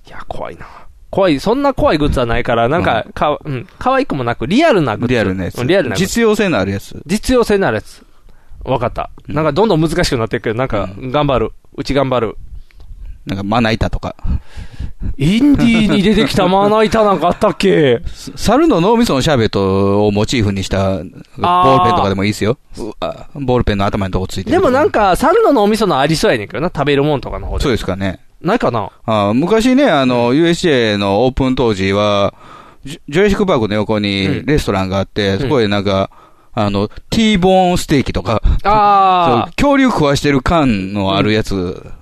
いや、怖いな。怖い、そんな怖いグッズはないから、なんか、か、うん、可愛くもなく、リアルなグッズ。
リアルなや
う
つ。
んリアルなグッズ。
実用性のあるやつ。
実用性のあるやつ。わかった。
うん
なんか、どんどん難しくなってるけど、なんか、頑張る。うち頑張る。
なんか、まな板とか。
インディーに出てきたまな板なんかあったっけ
猿の脳みそのシャーベットをモチーフにしたボールペンとかでもいいですよ。うあボールペンの頭にとこついてる
でもなん、か、猿の脳みそのありそうやねんけどな、食べるもんとかの方で。
そうですかね。
ないかな
あ昔ね、あの、USJ のオープン当時は、ジュジュレシックパークの横
う
に
ん
レストランがあって、
ん
そこでなんか、あの、T ボーンステーキとか、
あ
そう
あ、
恐竜食わしてる缶のあるやつ、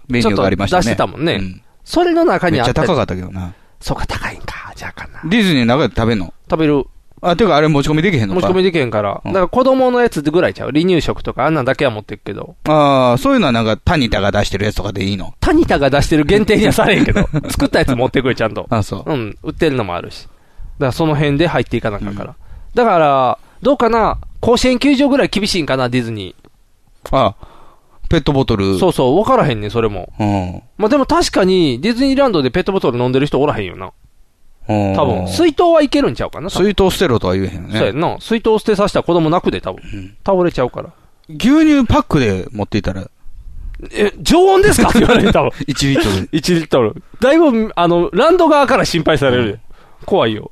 メニューがありましたね。
ちょっと出してたもんね
うん
それの中
め
に
っ
あ
ち
っ
ゃ
たやつ
高かったけどな。
そうか、高いんか。じゃあかな。
ディズニーの中で食べんの
食べる。
あ、ていうかあれ持ち込みできへんの
持
か
ち込みできへんから。
うん
だから子供のやつぐらいちゃう。離乳食とかあんなんだけは持ってくけど。
ああ、そういうのはなんかタニタが出してるやつとかでいいの
タニタが出してる限定にはされへん けど。作ったやつ持ってくれ、ちゃんと。
あそう。
うん。売ってるのもあるし。だからその辺で入っていかなあかんから。だから、どうかな甲子園球場ぐらい厳しいんかな、ディズニ
あ、ペットボトル。
ー。そうそう、わからへんねん、それも。
うん。
まあ、でも確かに、ディズニーランドでペットボトル飲んでる人おらへんよな。
うん。
多分。水筒はいけるんちゃうかな。多分
水筒捨てろとは言えへんよ
そう
ね。
やんな。水筒捨てさせたら子供泣くで、多分。倒れちゃうから。
牛乳パックで持っていたら、
え、常温ですかって言われる、多 分。
1リットル。
1リットル。だいぶ、あの、ランド側から心配される。怖いよ。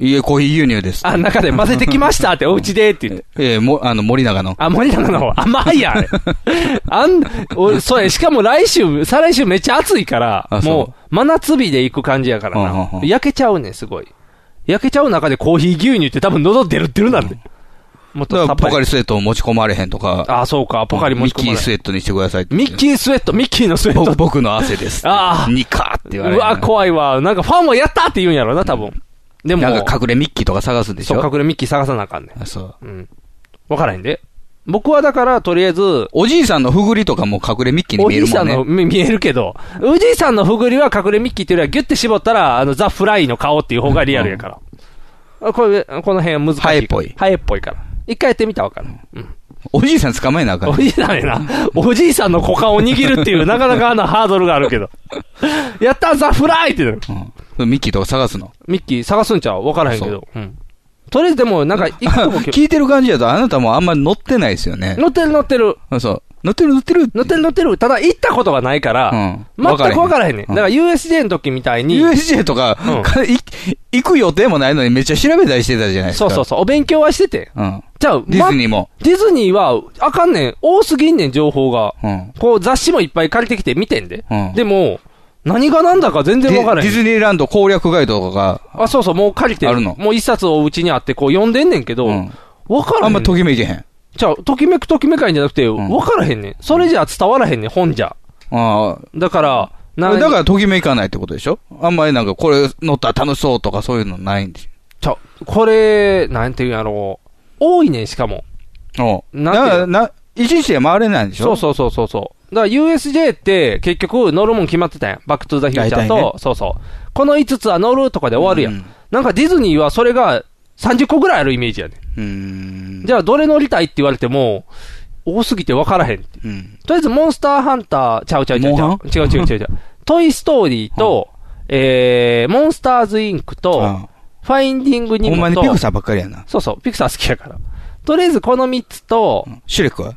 いえ、コーヒー牛乳です。
あ、中で混ぜてきましたって、お家でって言って。
ええ、も、あの、森永の。
あ、森永の方、 甘いやん、あれ。あん、おそうや、しかも来週、再来週めっちゃ暑いから
あ、そう
もう、真夏日で行く感じやから
うんうん
な
う。ん
焼けちゃうねん、すごい。焼けちゃう中でコーヒー牛乳って多分喉出るってるなんで。もっ
だか
とさ
ら
っぱ
ポカ
り
リ。スエットを持ち込まれへんとか、
あ、そうか、ポカリも
ミ
し
ッキ
込
ー
ま
ス
れ
エットにしてくださいって。
ミッキースウェット、ミッキーのスウェット
ぼ。 僕の汗です。
ああ
ニカーって言われ
う
る。
わ、怖いわ。なんかファンはやったって言うんやろな、多分。でも、
なんか隠れミッキーとか探すんでし
そう、
ょ
隠れミッキー探さなあかんね
あそう。
ん。うん。わからへんで。僕はだから、とりあえず、
おじいさんのふぐりとかも隠れミッキーに
お
見え
じい
るも
さ
ん
ん
ね。
の、み見えるけど、おじいさんのふぐりは隠れミッキーっていうよりは、ギュッて絞ったら、あの、ザ・フライの顔っていう方がリアルやから。あこれ、この辺は難しい。
ハエっぽい
ハエっぽいから。一回やってみたらわかる。うん。
おじいさん捕まえなあか
お
ん。
じいさんやな。おじいさんの股間を握るっていう、なかなかあのハードルがあるけど。やったザ・フライってなる。
うんミッキーとか探すの。
ミッキー探すんちゃうわからへんけど。うん。とりあえずでも、なんか、行くとこ
聞いてる感じだと、あなたもあんまり乗ってないですよね。
乗ってる乗ってる。
あそう。乗ってる乗ってる。
乗ってる乗ってる。ただ、行ったことがないから、
うん
全く分からへんねん。
う
だ
ん
から USJ の時みたいに、
USJ とか、
うん
かい行く予定もないのにめっちゃ調べたりしてたじゃないです
そ
か。
うそうそう、お勉強はしてて。
うん。
じゃあ、
ディズニ
ー。
ーも。
ディズニーは、あかんねん。多すぎんねん、情報が。
うん。
こう、雑誌もいっぱい借りてきて見てんで。
うん
でも、何がなんだか全然分から
デ
へ
ィ
ん。
ズニーランド攻略ガイドとか
あ、そうそう、もう借りて
あるの
もう一冊お家にあって、こう読んでんねんけど、
が、う
分
ん。
からへん。
あんまときめいけへん。
じゃあ、ときめくときめかいんじゃなくて、
ん
分からへんねん。それじゃ伝わらへんねん、本じゃ。
ああ。
だから、な
だからときめいかないってことでしょあんまりなんかこれ乗ったら楽しそうとかそういうのないんで
ちゃうこれ、なんていうんやろう。多いねん、しかも。
おう
な
だ
んていう
か
の
ら、な、一日で回れないんでし
そ
ょ
うそうそうそうそう。だから USJ って結局乗るもん決まってたやん。バックトゥザフューチャー
大
と、
体ね
そうそう。この5つは乗るとかで終わるやん。
うん
なんかディズニーはそれが30個ぐらいあるイメージやね
う。うーん。
ん。じゃあどれ乗りたいって言われても、多すぎて分からへんって。
うん。
とりあえずモンスターハンター、ちゃうちゃうちゃうちゃ
モン
う。違う違う違う違う。トイストーリーと、えー、モンスターズインクと、
あ
ファインディング
あ
ニ
ほんま
モ
に
と
ピ、クサーばっかりやな。
そうそう、ピクサー好きやから。とりあえずこの3つと、
シュレックは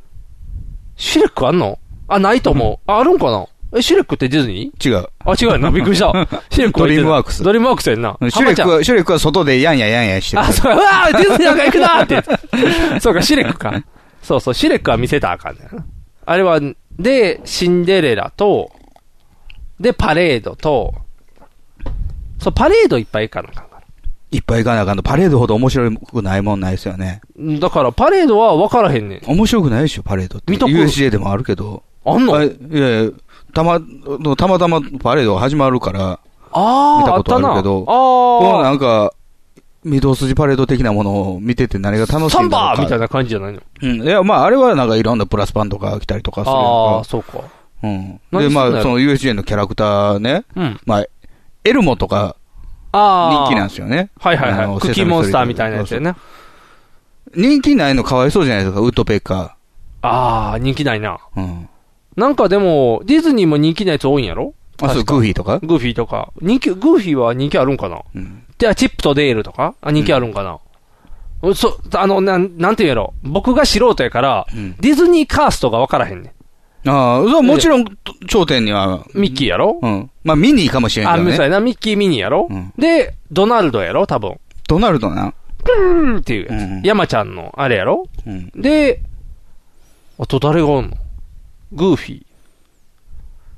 シュレックあんのあ、ない と思う。ああるんかなえ、シュレックってディズニー
違う。
あ、違うや んな。びっくりした。シュレック
ド
は言ってた
リームワークス
ドリームワークスやんな。
シュレック
浜
は、シュレックは外でやんややんやし
ち
て
ゃん
る。
あ、そう、うわーディズニーなんか行くなーって やつ。そうか、シュレックか。そうそう、シュレックは見せたらあかんねんな。あれは、で、シンデレラと、で、パレードと、そう、パレードいっぱい行かなあかんから
いっぱい行かなあかんと、パレードほど面白くないもんないですよね。
んだから、パレードは分からへんねん。
面白くないでしょ、パレードって。
見とく
USJ でもあるけど。
あんの
あ
あ
いやいや、たま、たまたまパレードが始まるから、
あ
見
ー、
た
あ
こと
った
ある
な。あ
けどこの
あ
なんか、御堂筋パレード的なものを見てて何が楽
ー、
しい
サ
ん
ン
だ
バ
ろう
ー
か。
みたいな感じじゃないの
うん。いや、まあ、あれはなんかいろんなプラスパンとか来たりとかする
ああ
のか。
ー、そうか。
うん。
何
で、
すんの
ま
やろ
あ、その USJ のキャラクターね。
うん。
まあ、エルモとか
ああ。
人気なんですよね。
はいはい
あ
は
の
い。クッキーモンスターみたいなやつや。
セサミストリーとかそうそう
ね。
人気ないのかわいそうじゃないですか、ウッドペッカ
ああ、人気ないな。
ー。うん。
なんかでも、ディズニーも人気なやつ多いんやろ
あ、そう、
確か
グーフィーとか
グーフィーとか。人気、グーフィーは人気あるんかな
うん。
じゃあ、チップとデールとかあ人気あるんかな、うそ、あの、なん、なんて言うんやろ。僕が素人やから、
うん
ディズニーカーストが分からへんね
ああ、そうもちろん、と頂点には、
ん。ミッキーやろ、
うん。まあ、ミニーかもしれん
あ、
けど
みた
ね。
いな、ミッキーミニーやろ、
うん
で、ドナルドやろ多分。
ドナルドな。
うんっていうやつ。
うんうん
山ちゃんの、あれやろ
うん。
で、あと誰がおんのグーフィー。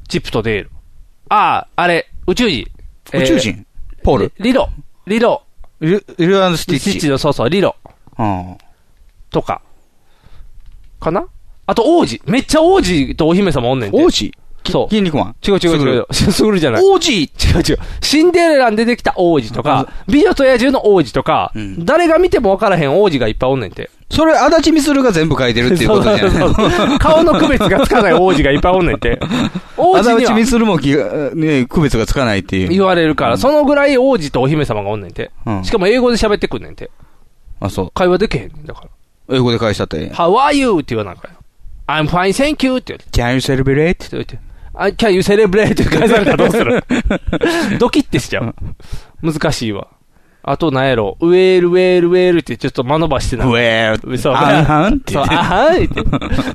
チップとデール。ああ、あれ、宇宙人。
宇宙人ポール。
リロ。リロ。
リリルアンドスティ
リチ
ッ
ッチ
チ。
の、そうそう、リロ。
うん。
とか。かなあと、王子。めっちゃ王子とお姫様おんねんて。
王子
そう。
筋肉マン
違う違う違う。すぐるじゃない。
王子
違う違う。シンデレラに出てきた王子とか、美女と野獣の王子とか、
うん
誰が見てもわからへん王子がいっぱいおんねんて。
それ、足立みするが全部書いてるっていうことじゃない
そうそうそう顔の区別がつかない王子がいっぱいおんね んて。王子
足
に
立み
は
するもぎ、ね、区別がつかないっていう。
言われるから、そのぐらい王子とお姫様がおんねんて。
うん
しかも英語で喋ってくんねんて。
あ、そ
会話できへんねん。だから。
う。英語で返したって。
How are you? って言わなあかんよ。I'm fine, thank you! って言われて
Can you celebrate?
ちょっと待って。あ、can you celebrate? って返されたらどう するドキッてしちゃう。難しいわ。あと、なんやろ。ウェール、ウェール、ウェールってちょっと間延ばしてな。
Where?
そう
あんはんって 言
そう
っ、て。
あは いって。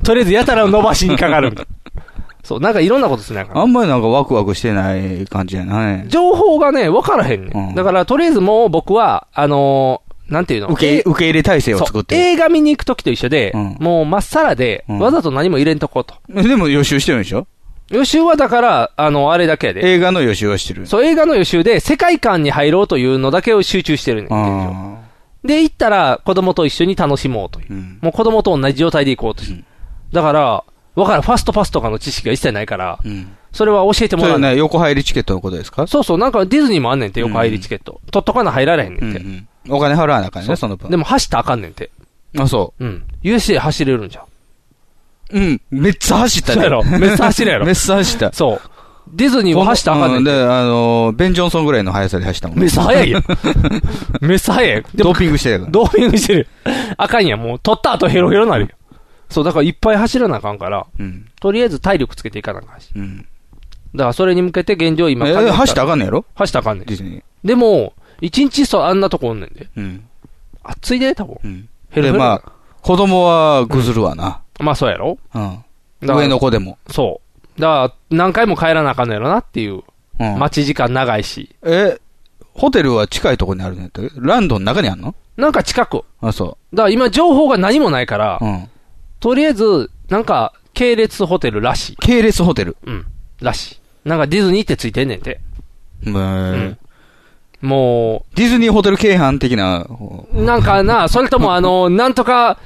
とりあえずやたら伸ばしにかかるみたいな。そう、なんかいろんなことしなあかん
あんまりなんかワクワクしてない感じやない。
情報がね、分からへんね、
うん
ん。だから、とりあえずもう僕は、あのーなんていうの
受け、受け入れ体制を
そ
作っ
う
て
映画見に行くときと一緒で、
うん
もうまっさらで、
うん
わざと何も入れんとこうと。
る。でも予習してるんでしょ
予習はだから、あの、あれだけやで。
映画の予習はしてる。
そう、映画の予習で世界観に入ろうというのだけを集中してるねん
あ
で、行ったら子供と一緒に楽しもうとい
ー
う。
うん
もう子供と同じ状態で行こうとし、
うん
だから、わからん、ファストパスとかの知識が一切ないから、
うん。
それは教えて
そ
もら
れ
わない。
ね、横入りチケットのことですか
そうそう、なんかディズニーもあんねんて、横入りチケット。取っとかな入られへんねんて。
うんうんお金払わなあかんね、その分。
でも走ったらあかんねんて。
も、あ、そ
うん。USJ 走れるんじゃん。
う。うん。めっちゃ走った
そうやろ。めっちゃ走るや ろ
めっ。ちゃ走った。
そう。ディズニーも走ったらあかんね
うんん
て。
で、あのー、ベン・ジョンソンぐらいの速さで走ったもん
めっちゃ速い やん。めっちゃ速いやん。で
ド
も、
ーピングしてたから。
ドーピングしてる。あかんやん、もう。取った後ヘロヘロなるよ。そう、だからいっぱい走らなあかんから、
うん。
とりあえず体力つけていかなあかんし。
うん。
だからそれに向けて現状今、
え
考えら
走ったらあかんねやろ
走ったらあかんねん
ディ。ズニー。
でも、一日そうあんなとこおんねんで。
うん。
暑いで、多分。
うん。
ヘロヘ
で、
ロ。
まあ、子供はぐずるわな。
まあそうやろ
うん。
だから
上の子でも。
そう。だから、何回も帰らなあかんのやろなっていう。
うん。
待ち時間長いし。
え、ホテルは近いとこにあるねんてランドの中にあんの
なんか近く。
あ、そ
だから今情報が何もないから
う。、うん。
とりあえず、なんか、系列ホテルらしい。
系列ホテル。
うん。らしい。なんかディズニーってついてんねんて。
う
うんん。も
ディズニーホテル京阪的な。ほ
う、なん かな、それともあの、なんとか、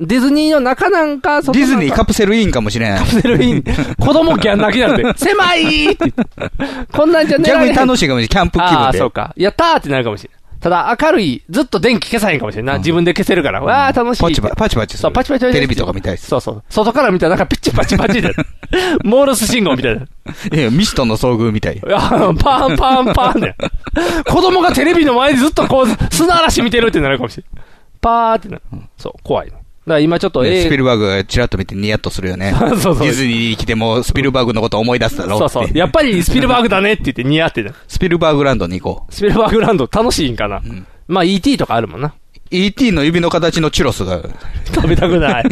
ディズニーの中なんか、
ディズニーカ
カ
プセルインかもしれない。
プセルイン、子供ギャン泣きな んで、狭いって言ってこんなんじゃねえ
逆に楽しいかもしれない。キャンプ気
あ
分
あー、
で。
そうか。やったーってなるかもしれない。ただ、明るい、ずっと電気消さへんかもしれんな。自分で消せるから。わあ、楽しい。
パチパチ、パチパチする。
そう、パチパチパチ。
テレビとか見たいです。
そうそう。外から見たらなんかピッチパチ パチで。モールス信号みたいな。
いや、ミストの遭遇みたい。
あパンパンパンで。子供がテレビの前でずっとこう、砂嵐見てるってなるかもしれん。パーってなる。そう、怖いね。だから今ちょっと
ね
映
ス
画
ピルバーグがチラッと見てニヤッとするよね。
そう そうそう
ディズニーに来てもスピルバーグのこと思い出すだろ
そうう
って
そう。やっぱりスピルバーグだねって言って似合ってた。
スピルバーグランドに行こう。
スピルバーグランド楽しいんかな。
ん
まあ ET とかあるもんな。
ET の指の形のチュロスが、
食べた くない。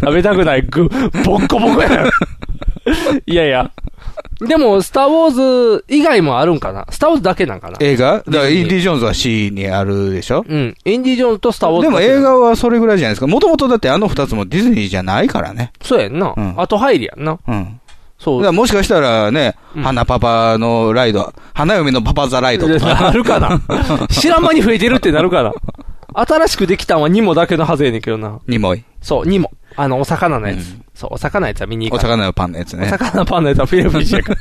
食べたくない。ぐ、ボッコボコやな。いやいや。でも、スター・ウォーズ以外もあるんかな。スター・ウォーズだけなんかな。
映画だから
ディズニー
インディ・ジョーンズは C にあるでしょ
うん。インディ・ジョーンズとスター・ウォー
で
ズだ
も
け
映画はそれぐらいじゃないですか。もともとだってあの二つもディズニーじゃないからね。
そうやんな。
うん
あと入りやんな。
うん。
そ
だ
う
か。らもしかしたらね、
うん
花パパのライド、花嫁のパパザライドとか。
なる かな知らん間に増えてるってなるかな新しくできたんはニモだけのはずやねんけどな。
にもい。
そう、ニモ。あの、お魚のやつ。そう、お魚のやつは見に行
お
くから。
魚のパンのやつ
お
ね。
魚のパンのやつはフィレフィッシュ やから。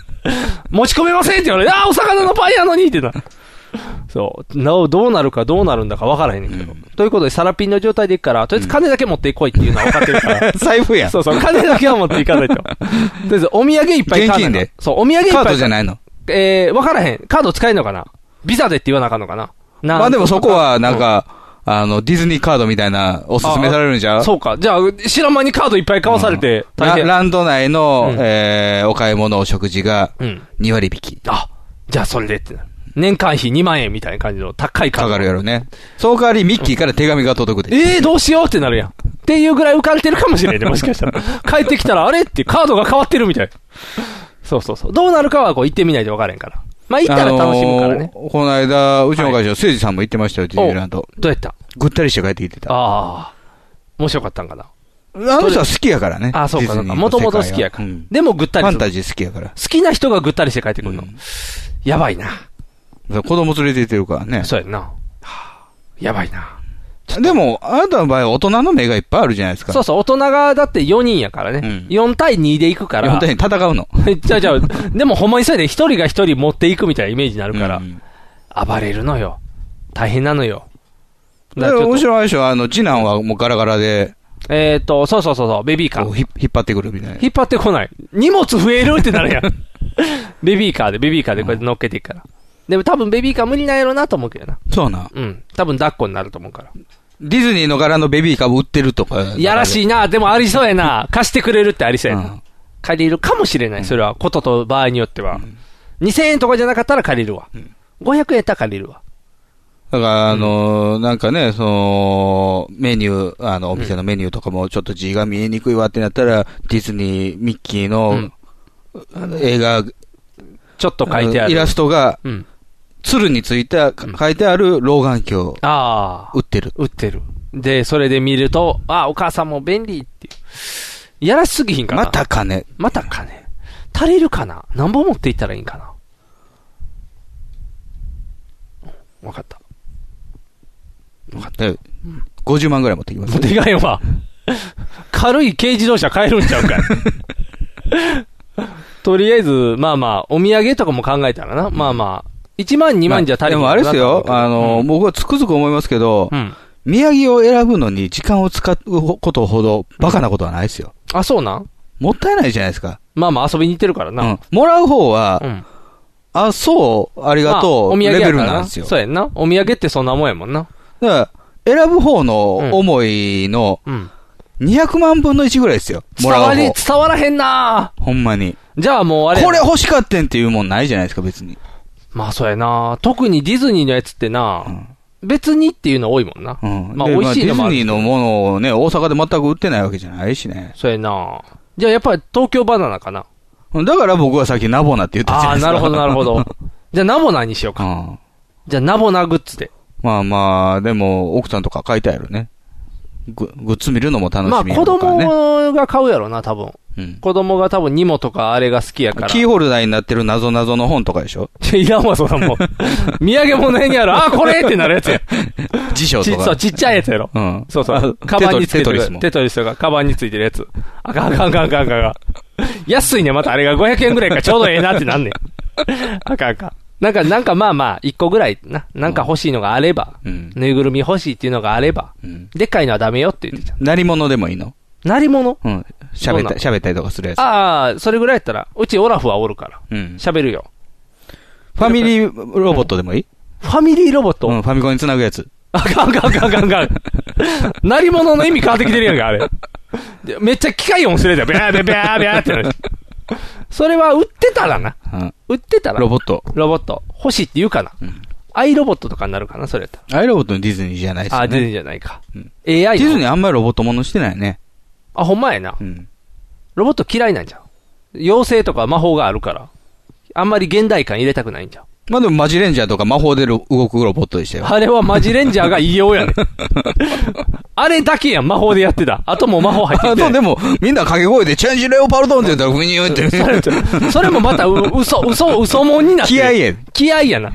持ち込めませんって言われて、ああ、お魚のパンやのにってな。そう。なお、どうなるかどうなるんだか分からへんねんけど。ということで、サラピンの状態でいくから、とりあえず金だけ持ってこいっていうのは分かって るから。
財布やん。
そうそう、金だけは持っていかない と。とりあえず、お土産いっぱい買わなあか
現
ん
金で
そう、お土産いっぱい
カ
買
ードじゃ
い
ないの。
えー、わからへん。カード使えんのかなビザでって言わなあかんのかなな
まあでもそこは、なんか、あの、ディズニーカードみたいな、おすすめされるんじゃう
そうか。じゃあ、知らん間にカードいっぱい買わされて、大
ラ
変。
ランド内の、
うん
えーお買い物、お食事が
うん。
2割引き。
あ、じゃあそれでってな。年間費2万円みたいな感じの高いカー
か
ド。
かるやろね。その代わりミッキーから手紙が届くで。
ええー、どうしようってなるやん。っていうぐらい浮かれてるかもしれ んね、もしかしたら。帰ってきたら、あれってカードが変わってるみたい。そうそうそう。どうなるかはこう行ってみないと分からへんから。まあ行ったら楽しむからね。
あのーこの間、うちの会社、せいじさんも行ってましたよ、ディズニーランド。
どうやった
ぐったりして帰ってきてた。あ
ああ。面白かったんかな。
の人は好きやからね。
ああ、そうか、そうか。もともと好きやから。
うん
でもぐった
フ
り
ァ
す
ン
る。
タジー好きやから。
好きな人がぐったりして帰ってくるの。
うん
やばいな。
子供連れて行ってるからね。
そうやんな。はあやばいな。
でも、あなたの場合、大人の目がいっぱいあるじゃないですか。
そうそう、大人がだって4人やから
う
ね
ん。
4対2で行くから。
本当に戦うの。
じゃあじゃあ、でもほんまにそうやで、一人が一人持っていくみたいなイメージになるから
う、ん
暴れるのよ。大変なのよ。
だ
だ
から
か
ら
ちょ
面
っと
白いでしょ、あの、次男はもうガラガラで、
えっと、そうそうそうそう、ベビーカ
こ
ー
う。ひ引っ張ってくるみたいな。
引っ張ってこない。荷物増えるってなるやん。ベビーカーで、ベビーカーでこうやって乗っけていくから。でも多分ベビーカー無理なんやろなと思うけどな。
そうなん。
うん。多分抱っこになると思うから。
ディズニーの柄のベビー株売ってるとか。
いやらし
い。
いな、でもありそうやな。貸してくれるってありそうや
う。
なん借りるかもしれない、それは。ことと場合によっては。2000円とかじゃなかったら借りるわ。500円やったら借りるわ。
だから、あのーなんかね、その、メニュー、あの、お店のメニューとかもちょっと字が見えにくいわってなったら、ディズニー、ミッキーの、映画、
ちょっと書いてある。
イラストが、
うん。
鶴についた、か
うん
書いてある老眼鏡、
ああ
売。ってる。
売ってる。で、それで見ると、ああ、お母さんも便利っていう。やらしすぎひんかな。
また金。
またかね。足りるかな何本持っていったらいいんかなうんわかった。
え50万ぐらい持ってきます
持っ。ていかへんわ。軽い軽自動車買えるんちゃう かい。とりあえず、まあまあ、お土産とかも考えたらな。まあまあ、1万、2万じゃ足り
で
へん
も
か
あ
な
れですよ、あのー、
うん
僕はつくづく思いますけど、
うん。
宮城を選ぶのに時間を使うことほど、バカなことはないですよ。
あ、そうなん
もったいないじゃないですか。
まあまあ遊びに行ってるから
う
な。
ん。もらう方は、
うん。
あ、そう、ありがと
まあ
う、
お土産
レ
や
ベ
か
ル
ら
なんですよ。
そうやんな。お土産ってそんなもんやもんな。
だから、選ぶ方の思いの
うん。
200万分の1ぐらいですよ。
伝
もら
わ
う
り、
方。
伝わらへんな
ほんまに。
じゃあもうあれ。
これ欲しかってんっていうもんないじゃないですか、別に。
まあそうやな特にディズニーのやつってな、
うん
別にっていうの多いもんな。
うん。
まあ
で
美味しいのもあ
まあ
る
ディズニーのものをね、大阪で全く売ってないわけじゃないしね。
そうやなじゃあやっぱり東京バナナかな。
だから僕はさっきナボナって言ったじゃ
あ
な
あ
い
ー、
ですか。
なるほど、なるほど。じゃあ、ナボナにしよ う
う
か。
ん。
じゃあ、ナボナグッズで。
まあまあ、でも、奥さんとか書いてあるね。ググッズ見るのも楽
まあ、
しみや
子
ろうからね。
供が買うやろな、多分。
うん
子供が多分、ニモとかあれが好きやから。
キーホルダーになってる謎々の本とかでしょ
いやいらんわ、そん なもん。土産物屋にある、あー、これってなるやつや。
辞書
ち
とか。
そう、ちっちゃいやつやろ。
うん。
そうそ
あ
う。カバンについて
テトリ
る
ス。も
テトリスとか、カバンについてるやつ。あかんあかんあかんあかんあかんあかん。安いね、またあれが500円ぐらいかちょうどええなってなんねん。あかんあかん。なんか、なんかまあまあ、一個ぐらいな。なんか欲しいのがあれば。
うん。
ぬいぐるみ欲しいっていうのがあれば。
うん。
でっかいのはダメよって言ってた。
何者でもいいの
なりもの
うん。
そ
喋
うな
っ
の
た、喋ったりとかするやつ。
ああ、それぐらいやったら、うちオラフはおるから。
うん。
喋るよ。
ファミリーロボットでもいい
ファミリーロボット、
うん、ファミコンにつなぐやつ。
あかんあかんあかんあかんあかん。なりものの意味変わってきてるやんか、あれ。でめっちゃ機械音するやつや。ビャービャービャービャーってなる。それは売ってたらな。
うん。
売ってたら。
ロボット。
ロボット。欲しいって言うかな。
ん
アイロボットとかになるかな、それやった
あれロボットのディズニーじゃないです
ら。
よ
あ、
ね。
ディズニーじゃないか。
うん
AI
ディズニ
ー
ーあんまりロボットものしてないね。
あ、ほんまやな
う。ん。
ロボット嫌いなんじゃん。妖精とか魔法があるから。あんまり現代感入れたくないんじゃん。
まあでもマジレンジャーとか魔法でろ動くロボットでしたよ。
あれはマジレンジャーが異 様やねんあれだけやん、魔法でやってた。あともう魔法入って
あ
きて
と
ない
でも、みんな掛け声で、チェンジレオパルドンって言ったら、ふにゅー
そ
って。
れそれもまたう、嘘、嘘、嘘もんになってる。
気合いや ん
気合いやな。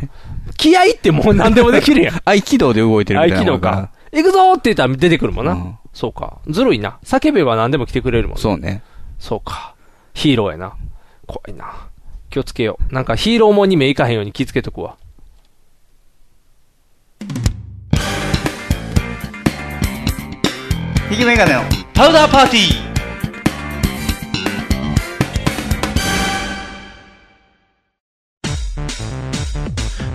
気合いってもう何でもできるやん。
合気道で動いてる
合
みた
気
いなも
道
んな
か。。行くぞーって言ったら出てくるもんな。
うん
そうか。ずるいな。叫べば何でも来てくれるもんな
そうね。
そうか。ヒーローやな。怖いな。気をつけよう。なんかヒーローもんに目いかへんように気つけとくわ。
引きメガネのパウダーパーティー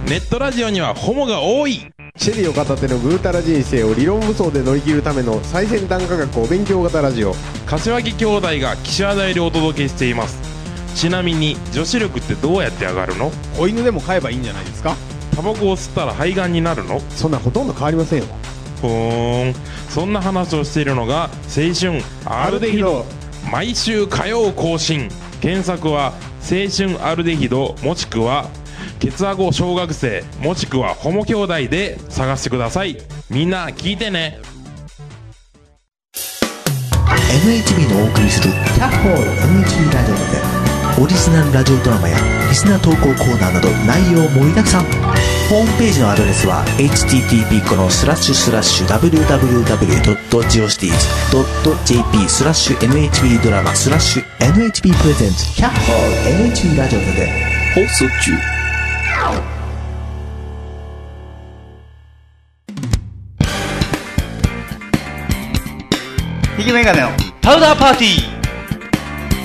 ネットラジオにはホモが多いシェリーを片手のぐうたら人生を理論武装で乗り切るための最先端科学お勉強型ラジオ
柏木兄弟が岸和田よりお届けしていますちなみに女子力ってどうやって上がるの
子犬でも飼えばいいんじゃないですか
タバコを吸ったら肺がんになるの
そんなんほとんど変わりませんよ
ふーんそんな話をしているのが青春アルデヒド毎週火曜更新検索は青春アルデヒドもしくはケツアゴ小学生もしくはホモ兄弟で探してくださいみんな聞いてね
NHB のお送りする「キャッホール NHB ラジオ」でオリジナルラジオドラマやリスナー投稿コーナーなど内容盛りだくさんホームページのアドレスは http このスラッシュスラッシュ www.geocities.jp スラッシュ NHB ドラマスラッシュ NHB プレゼンツキャッホール NHB ラジオで放送中
ひげメガネのパウダーパーティー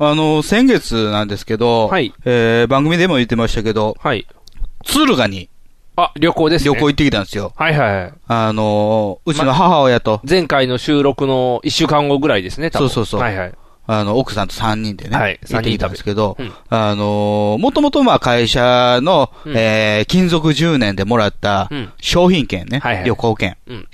あの、先月なんですけど、
はい
えー番組でも言ってましたけど、
はい。
敦賀に
あ、旅行ですね。
旅行行ってきたんですよ。
はいはいはい。
あの、うちの母親と、
前回の収録の1週間後ぐらいですね、多分
そうそうそう
はいはい。
あの、奥さんと3人でね、
はい
行ってきたんですけど、
三人旅
あの、もともとまあ会社の、
うん
えー勤続10年でもらった
うん
商品券ね、
はいはい
旅行券。
うん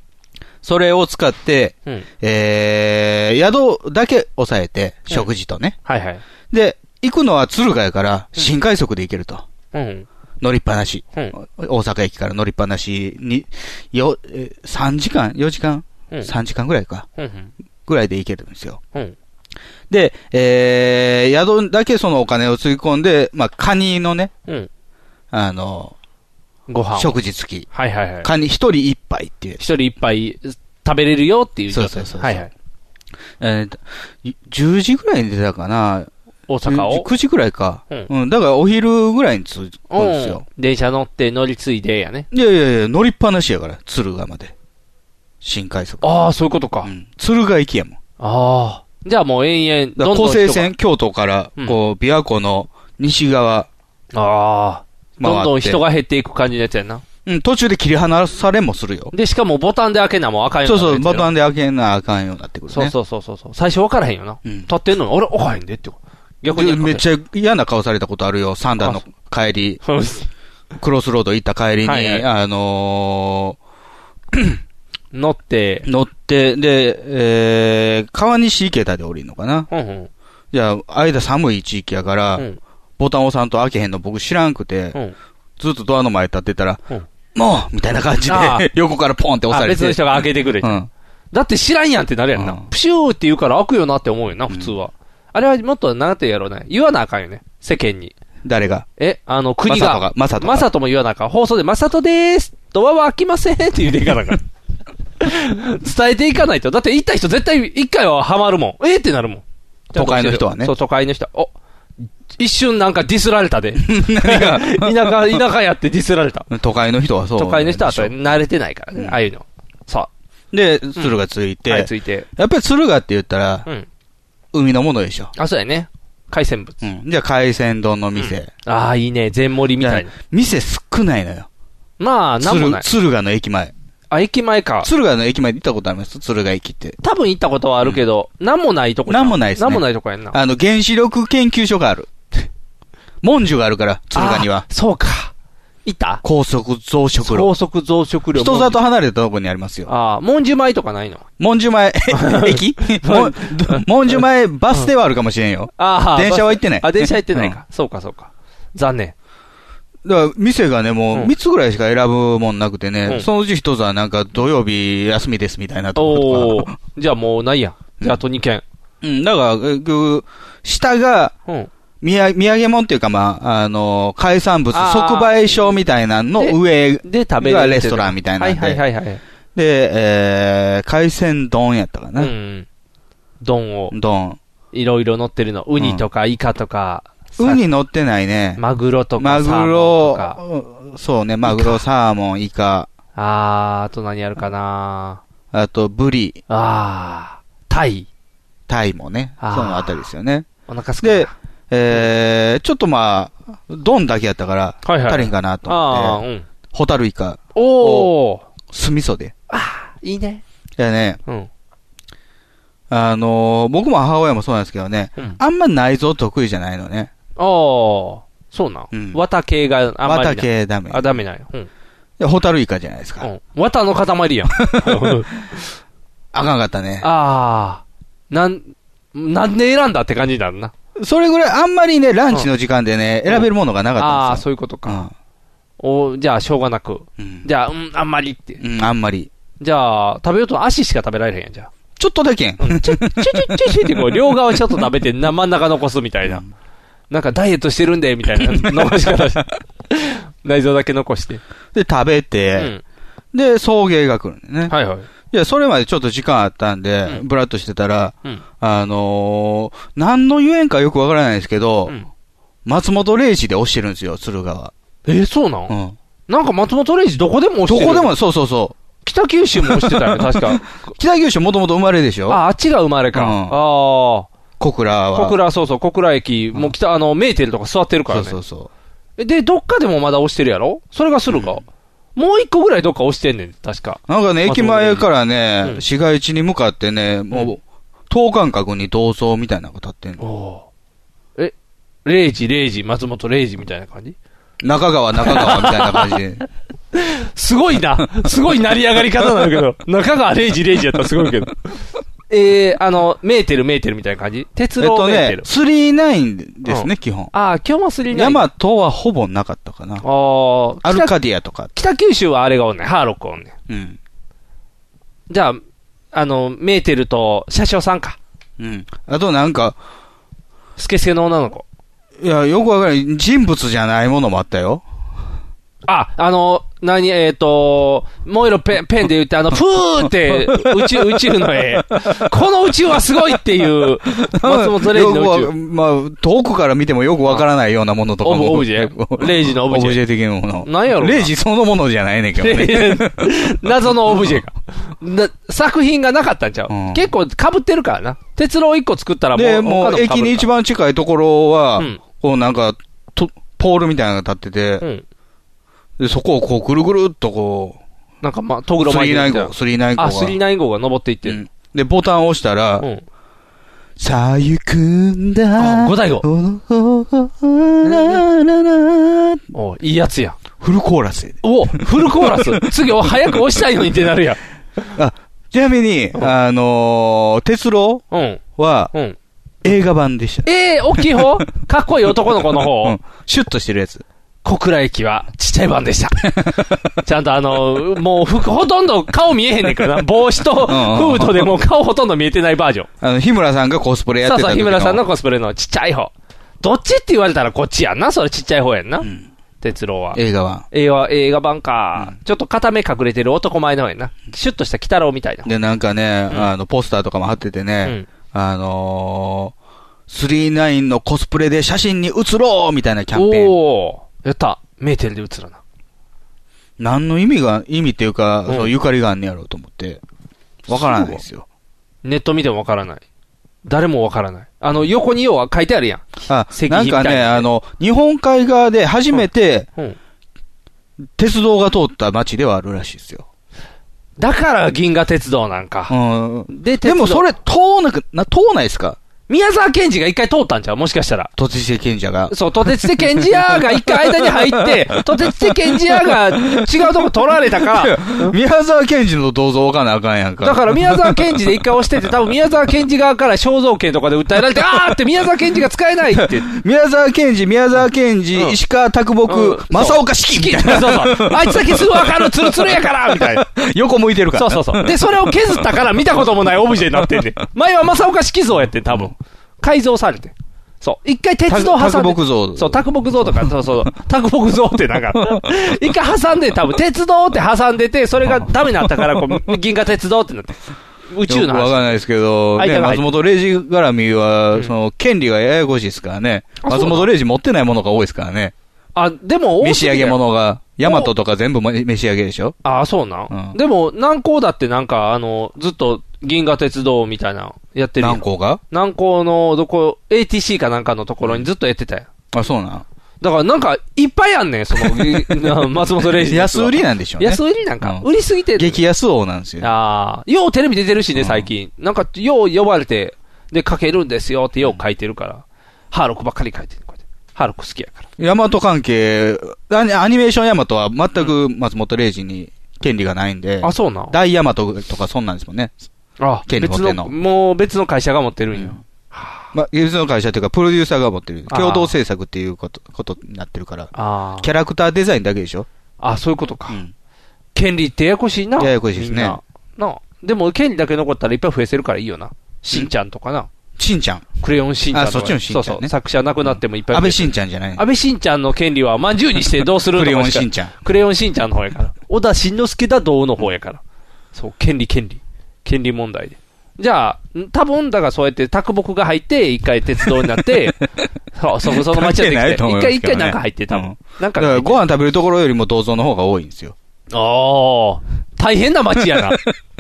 それを使って、
うん。
えー宿だけ抑えて、食事とね。
はいはい。
で、行くのは鶴ヶ谷から新快速で行けると。
うん。
乗りっぱなし。
うん
大阪駅から乗りっぱなしに、よ、えー3時間 ?4 時間、
うん。
?3 時間ぐらいか。
うん。
ぐらいで行けるんですよ。
うん。
で、えー、宿だけそのお金をつぎ込んで、まあ、カニのね、
うん。
あの、
ご飯を。
食事付き。
はいはいはい。
カニ一人一杯っていう。
一人一杯食べれるよっていう状態。
そうそうそうそう
はいはい。
えーと、い10時ぐらいに出たかな
大阪を。
9時ぐらいか。
うん
うん。だからお昼ぐらいに着くんですよ。
うん電車乗って乗り継いでやね。
いやいやいや、乗りっぱなしやから、敦賀まで。新快速。
ああ、そういうことか。
うん。敦賀行きやもん。
ああ。じゃあもう延々、
だか
ど
ら
んどん
高
人が
精。線、京都から
うん、
こう、琵琶湖の西側
ああ。
回って、
どんどん人が減っていく感じのやつやな。
うん、途中で切り離されもするよ。
で、しかもボタンで開けなもう赤い
そうそう、ボ
ン。
タンで開けなあかんようになってくるね。
そうそうそうそうそう。最初分からへんよな。
うん
立ってんのに、俺、おかへんでって。逆に
で。めっちゃ嫌な顔されたことあるよ。三段の帰り、
そうです
クロスロード行った帰りに、
はいはい
あの
乗って
ー、乗って、で、えー、川西池田で降りるのかな。
うんうん。
じゃあ、間寒い地域やから、
うん
ボタン押さんと開けへんの僕知らんくて、
うん。
ずっとドアの前立ってたら、
うん
もうみたいな感じで
ああ、
横からポンって押
あ、
されて。
別の人が開けてくれて
う。ん。
だって知らんやんってなるやんな。
うん
プシューって言うから開くよなって思うよな、普通は。あれはもっとなんて言うやろうね。言わなあかんよね。世間に。
誰が
え、あの、国が。
マサトがマサトが
マサトも言わなあかん。放送で、マサトでーす。ドアは開きませんって言うていかな あかん。伝えていかないと。だって行った人絶対一回はハマるもん。えーってなるもん。
都会の人はね
そう、都会の人は。お一瞬なんかディスられたで。田舎、 田舎やってディスられた。
都会の人はそう。
都会の人はそれ慣れてないからね、
うん
ああいうの。さ
で、鶴がつい
あ、
て、
はい、ついて。
やっぱり鶴がって言ったら
う、ん。
海のものでしょ。
あ、そうやね。海鮮物。
うん。じゃあ、海鮮丼の店。
ああ、いいね。全盛りみ
じゃ
た
あ
いな。
店少ないのよ。
まあ、なんも
鶴
ない。
鶴ヶの駅前。
あ、駅前か。
鶴ヶの駅前で行ったことあります鶴ヶ駅って。
多分行ったことはあるけど、なんもないとこや
なんもないっすね
なんもないとこやんな。
あの、原子力研究所が ある。文殊があるから、鶴ヶには
あ。。そうか。いた
高速増殖路。
高速増殖量。
人里離れたとこにありますよ。
ああ、文殊前とかないの。
文殊 前、駅もん文殊前バス停はあるかもしれんよ。
ああ、
電車は行ってない
あ、電車行ってないか。そうか、そうか。残念。
だから店がね、もう
うん
3つぐらいしか選ぶもんなくてね、
うん
そのうち1つはなんか土曜日休みですみたいなとこと
おお
か。。
じゃあもうないやん。じゃああと2件。
うん、だから、結局下が、
うん。
土産土産物っていうか、まあ、あの、海産物、
あー
即売所みたいなの上、
で、食べれるっていう。
レストランみたいなんで
はいはいはいはい。
で、えー、海鮮丼やったか
う
な。
ん。丼を。
丼。
いろいろ乗ってるの。ウニとかイカとか。
ウニ乗ってないね。
マグロとか。
マ
サー
グ
モンとか。
ロ、そうね、マグロ、サーモン、イカ、
あー、あと何やるかな
あと、ブリ、
あー、タイ。
タイもね、そ
あー
のあたりですよね。
お腹すくな
で、えー、ちょっとまあ、ドンだけやったから、
はいはい
足りんかなと
ああ、
思っ
う
て、
ん。
ホタルイカ、
おお
酢味噌で。
いいね。
いやね、
うん。
あのー僕も母親もそうなんですけどね、
うん
あんま内臓得意じゃないのね。
ああ、そうな
うん
ん。綿系があんまりな
綿
い。
系ダメ。
あ、ダメなんや。うん。
でホタルイカじゃないです
う
か。
ん。綿の 塊やん。
あかんかったね。
ああ、なん、なんで選んだって感じになるな。
それぐらい、あんまりね、ランチの時間でね、選べるものがな
あ
か
あ
っ
ー、
たんです
そういうこと
よ。
か。おじゃあ、しょうがなく。
うんうん
じゃあ、うん、あんまりって。
うん、あんまり。
じゃあ、食べようと足しか食べられへんやん、じゃあ。
ちょっとだけん。
うん、ちょ、ちょ、ちょ、ちょ、ちょってこう、両側ちょっと食べて、な真ん中残すみたいな。なんかダイエットしてるんで、みたいな残し方して。内臓だけ残して。
で、食べ
う
て、
ん。
で、送迎が来るんでね。
はいはい。
いや、それまでちょっと時間あったんで、
うん
ブラッとしてたら、
うん。
あのー何のゆえんかよくわからないですけど、
うん
松本零士で押してるんですよ、鶴川。
えーそうなん、
うん。
なんか松本零士どこでも押し
ど
てる。
こでも、そうそうそ
北九州も押してたよね、確か。
う。北九州もともと生まれでしょ
あ、あっちが生まれか。
うん
ああ。
小倉は。
小倉、そうそう、小倉駅、もう北、あの、メーテルとか座ってるからね。
そうそうそ
えで、どっかでもまだ押してるやろそれがするか、もう一個ぐらいどっか押してんねん、確か。
う。なんかね、
松本零士
駅前からね、
うん
市街地に向かってね、もう、等間隔に同窓みたいなのが立ってんの。
おえ、0時、0時、松本0時みたいな感じ
中川、中川みたいな感じ で。
すごいな。 すごい成り上がり方なんだけど。 中川0時、0時やったらすごいけど。 えー、あの、メーテル、メーテルみたいな感じ鉄
えっ
道
と
メーテ
ね
ル。、
39ですね、基本。
ああ、今日もスリーナ
ヤ
イン。あ
マトはほぼなかったかな。
ー
アル
北
カディアとか。
北九州はあれがおんねん。ハーロックおんねん。
うん。
じゃあ、あの、メーテルと車掌さんか。
うん。あとなんか、
スケスケの女の子。
いや、よくわからない。人物じゃないものもあったよ。
あ、あの、何、えっ、と、もう色ペン、ペンで言って、あの、ふーって、宇宙、宇宙の絵。この宇宙はすごいっていう、松本零士
よく
の
わ
宇宙。
まあ、遠くから見てもよくわからないようなものとか
オブ
も。
オブジェレイジのオブジェ
オブジェ的なもの。
なんやろうな
レイジそのものじゃないねんけどね。
謎のオブジェが。な作品がなかったんちゃう、
うん
結構被ってるからな。鉄郎一個作ったらもう、
で、もう駅に一
番。
番近いところは
うん、
こうなんか、とポールみたいなのが立って
う
て、
ん。
でそこをこうぐるぐるっとこ
なんかまあ、ト
う、
グロ巻いてるみたいな
395、395が。
あ、スリーナイン号が登っていって
う
る。
んで、ボタンを押したら
う、ん。
さあ行くんだ。
あ五代五おいいやつやん。
フルコーラスやで。
おフルコーラ ス。次、お早く押したいのにってなるやん。
ちなみに、あのー、鉄郎
うん。
は
うん。
映画版でした。
ええ大きい 方かっこいい男の子の方、
うんシュッとしてるやつ。
小倉駅はちっちゃい版でした。 ちゃんとあの、もう服ほとんど顔見えへん ねんからな。帽子とフードでもう顔ほとんど見えてないバージョン。
あの、日村さんがコスプレやっ
そう
てた
そう、
時
日村さんの
の
コスプレのちっちゃい方。どっちって言われたらこっちやんな。それちっちゃい方やんな。哲郎は。
映画版。
映画、映画版か、ちょっと片目隠れてる男前の方やんな。シュッとした鬼太郎みたいな。
で、なんかね、
うん
あの、ポスターとかも貼ってて
う
ね
ん、。
あのー、39のコスプレで写真に写ろうみたいなキャンペーン。
おー。やった。メーテルで映らな。
何の意味が、意味っていうか、
うん
そう、ゆかりがあんねやろうと思って、わからないですよ。
ネット見てもわからない。誰もわからない。あの、横に要は書いてあるやん。
あ、
石碑
なんか
みたい
ね、
なね
あの、日本海側で初めて
うん。
鉄道が通った街ではあるらしいですよ。
だから銀河鉄道なん
う
か。
ん。
で、鉄
でも
道
それ、通なく、な、通ないですか
宮沢賢治が一回通ったんちゃうもしかしたら。
都知事賢者が。
そう、とてつて賢治屋が一回間に入って、 とてつて賢治屋が違うとこ取られたか
い
ら
や、宮沢賢治の銅像置かなあかんやんか。
だから宮沢賢治で一回押してて、多分宮沢賢治側から肖像権とかで訴えられて、あーって宮沢賢治が使えないって。
宮沢賢治、宮沢賢治、
うん
石川啄木、
うん
正岡式みたいな。
そう そう。あいつだけすぐわかる、ツルツルやからみたいな。
横向いてるから。
そうそうそう。で、それを削ったから見たこともないオブジェになってんねん。 前は正岡式像やってん、多分。改造されて。そう。一回鉄道挟んで。
啄木像
そう、卓木 像とか、そうそう。卓木像ってなんか、一回挟んで、多分、鉄道って挟んでて、それがダメになったから、こう、銀河鉄道ってなって。宇宙
よ
の
くわか
話。
んないですけど、
間
ね、
が入
松
る
本零士絡みは、
うん
その、権利がややこしいですからね。
あそう
松
なの
本零士持ってないものが多いですからね。
あ、でも、
召し上げ
もの
物が。大和とか全部召し上げでしょ
ああ、そうなん。
うん
でも、南高だってなんか、あの、ずっと、銀河鉄道みたいなのやってるやん
南光が
南高の、どこ、ATC かなんかのところにずっとやってたよ。
あ、そうなん。
だからなんか、いっぱいあんねん、そ の、松本零士のやつ
安
は
売りなんでしょうね。
安売りなんか、
うん
売りすぎて。
激安王なんですよ。
ああ、ようテレビ出てるしね、
うん
最近。なんか、よう呼ばれて、で、書けるんですよってよう書いてるから。ハーロックばっかり書いてる。こうやってハーロック好きやから。
ヤマト関係、アニアニメーションヤマトは全く松本零士に権利がないんで、
あ、そうなん。
大ヤマトとかそんなんですもんね。
あ、
権利持
別
って
の
んの
もう別の会社が持ってるんよ。
まあ、技術の会社というか、プロデューサーが持ってる。
あー
共同制作っていうこと、ことになってるから。
あ
キャラクターデザインだけでしょ
あ。あ、そういうことか。
うん
権利ってややこしいな。
ややこしいですね
みんな。なあでも、権利だけ残ったらいっぱい増えせるからいいよな。しんちゃんとかな。
しんちゃん。
クレヨンしんちゃんとか。
あそっちのしんちゃんね
そうそう。作者なくなってもいっぱい増え
安
て
倍
る
しんちゃんじゃない
安倍晋ちゃんの権利はまんじゅうにしてどうする の
クレヨン
か
しんちゃん。
クレヨンしんちゃんの方 やから。小田慎之介だ、うの方やから。そう、権利、権利。権利問題で。じゃあ、ん多分だがそうやって卓木が入って、一回鉄道に なって、そう、そこその町やっ
関係
て
ないと
きて、
思います
一回
け
一
どね
回なんか入ってたも
うん
ん。なん
だ
か
から
入って
ご飯食べるところよりも銅像の方が多いんですよ。
ああ、大変な町やな。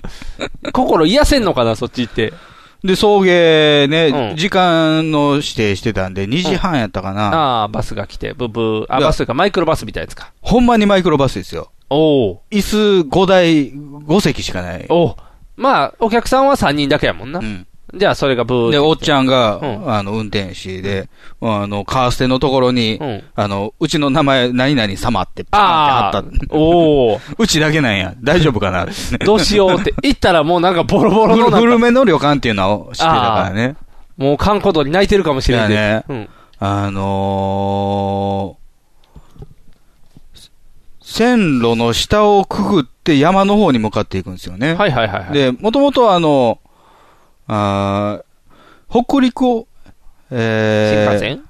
心癒せんのかな、そっち行って。
で、送迎ね、
うん
時間の指定してたんで、2時半やったかな。
ああ、バスが来て、ブブー。あ、
だ
バスというか、マイクロバスみたいなやつか。
ほんまにマイクロバスですよ。
おお。
椅子5台、5席しかない。
おうまあ、お客さんは3人だけやもんな
う。ん
じゃあ、それがブー
で、おっちゃんが、
うん
あの、運転士で、あの、カーステのところに、
うん
あの、うちの名前、何々様って、パ
あ
ーン
あ
って貼った。
おお、
うちだけなんや。大丈夫か な
どうしようって。行ったらもうなんかボロボロの
古
なん
古
か、
めの旅館っていうのを知ってたからね。
もう観光道に泣いてるかもしれん
いや
ね
ね。
うん。
あのー、線路の下をくぐって山の方に向かっていくんですよね。
はいはいはいはい。
で、もともとあの、あー北陸を、え
新
ー、
幹線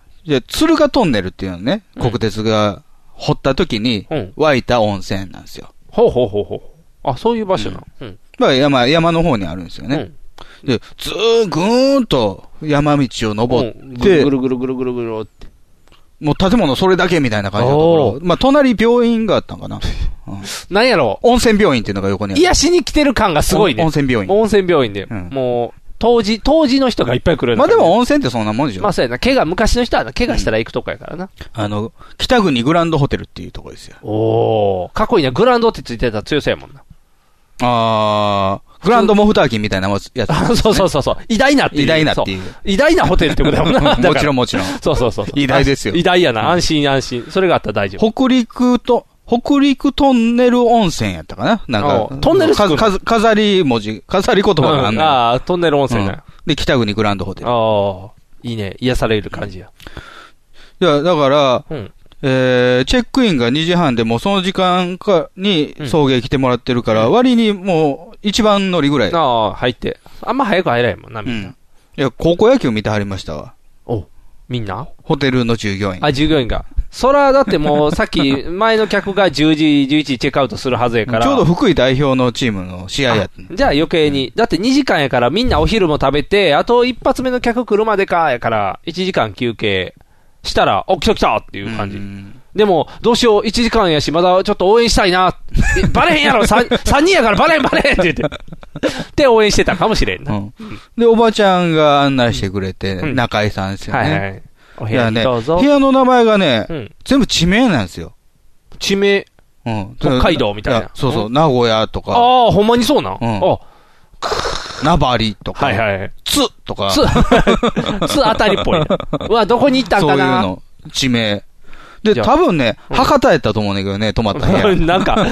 で、鶴ヶトンネルっていうのね、国鉄が掘った時に
うん
湧いた温泉なんですよ。
ほうほうほうほう。あ、そういう場所なの。うん。
まあ山、山の方にあるんですよね。で、ずーぐーんと山道を
うん。う
登っ
ん
て
ぐ、るぐるぐるぐるぐるぐるって。
もう建物それだけみたいな感じのところ
お。
まあ、隣病院があったんか な。うん
なんやろ
温泉病院っていうのが横にある。
癒しに来てる感がすごいね
温。泉病院。
温泉病院で。
うん
もう、当時、当時の人がいっぱい来るよう
ま
な
あでも、温泉ってそんなもんでしょ。
まあそうやな。怪我、昔の人はな怪我したら行くとこやからな。
あの、北国グランドホテルっていうところですよ。
おお。かっこいいな。グランドってついてたら強さやもんな。
あー、グランドモフターキンみたいなやつですね、
あそうそうそうそう。偉大なっていう。
偉大なっていう
そ。偉大なホテルってことだ もん な。
もちろん
ん。
もちろん。
そうそうそうそう。
偉大ですよ
偉大やな。安心安心。それがあったら大丈夫。
北陸と、北陸トンネル温泉やったかななんか
お、トンネル作る
かか飾り文字、飾り言葉があん
うん
のよ
ああ、トンネル温
う
泉
ん
だよ。
で、北国グランドホテル。
ああ、いいね。癒される感じや。
いや、だから、
うん。
えーチェックインが2時半でもうその時間かに
うん
送迎来てもらってるから、割にもう一番乗りぐらい。
ああ、入って。あんま早く入らへんもんな、
う
みんな。
ん。いや、高校野球見てはりましたわ。
おみんな
ホテルの従業員。
あ、従業員が。そら、だってもう、さっき、前の客が10時、11時チェックアウトするはずやから。
ちょうど福井代表のチームの試合やった。
じゃあ余計に。だって2時間やからみんなお昼も食べて、あと一発目の客来るまでか、やから、1時間休憩したら、お、来た来たっていう感じ。
うん
でも、どうしよう、1時間やし、まだちょっと応援したいな。 えバレへんやろ、3, 人やからバレへんバレへんっ て言って。って応援してたかもしれんな。
うんで、おばちゃんが案内してくれて、
うん
中井さんですよね。
はいはい。お部
いや
屋に
ね、
どうぞ。
部屋の名前がね、
うん。
全部地名なんですよ。
地名。
うん、
北海道みたいな
やそうそう、
う
名古屋とか、
ああ、ほんまにそうなん。
うん
あ
名張とか、
はいはい。
津とか、
つ、 つあたりっぽいな。うわ、どこに行ったん
そうい
か
う
な。
の、地名。で、
じゃあ
多分ね、
うん
博多やったと思うねんだけどね、泊まった 部屋。
なんか、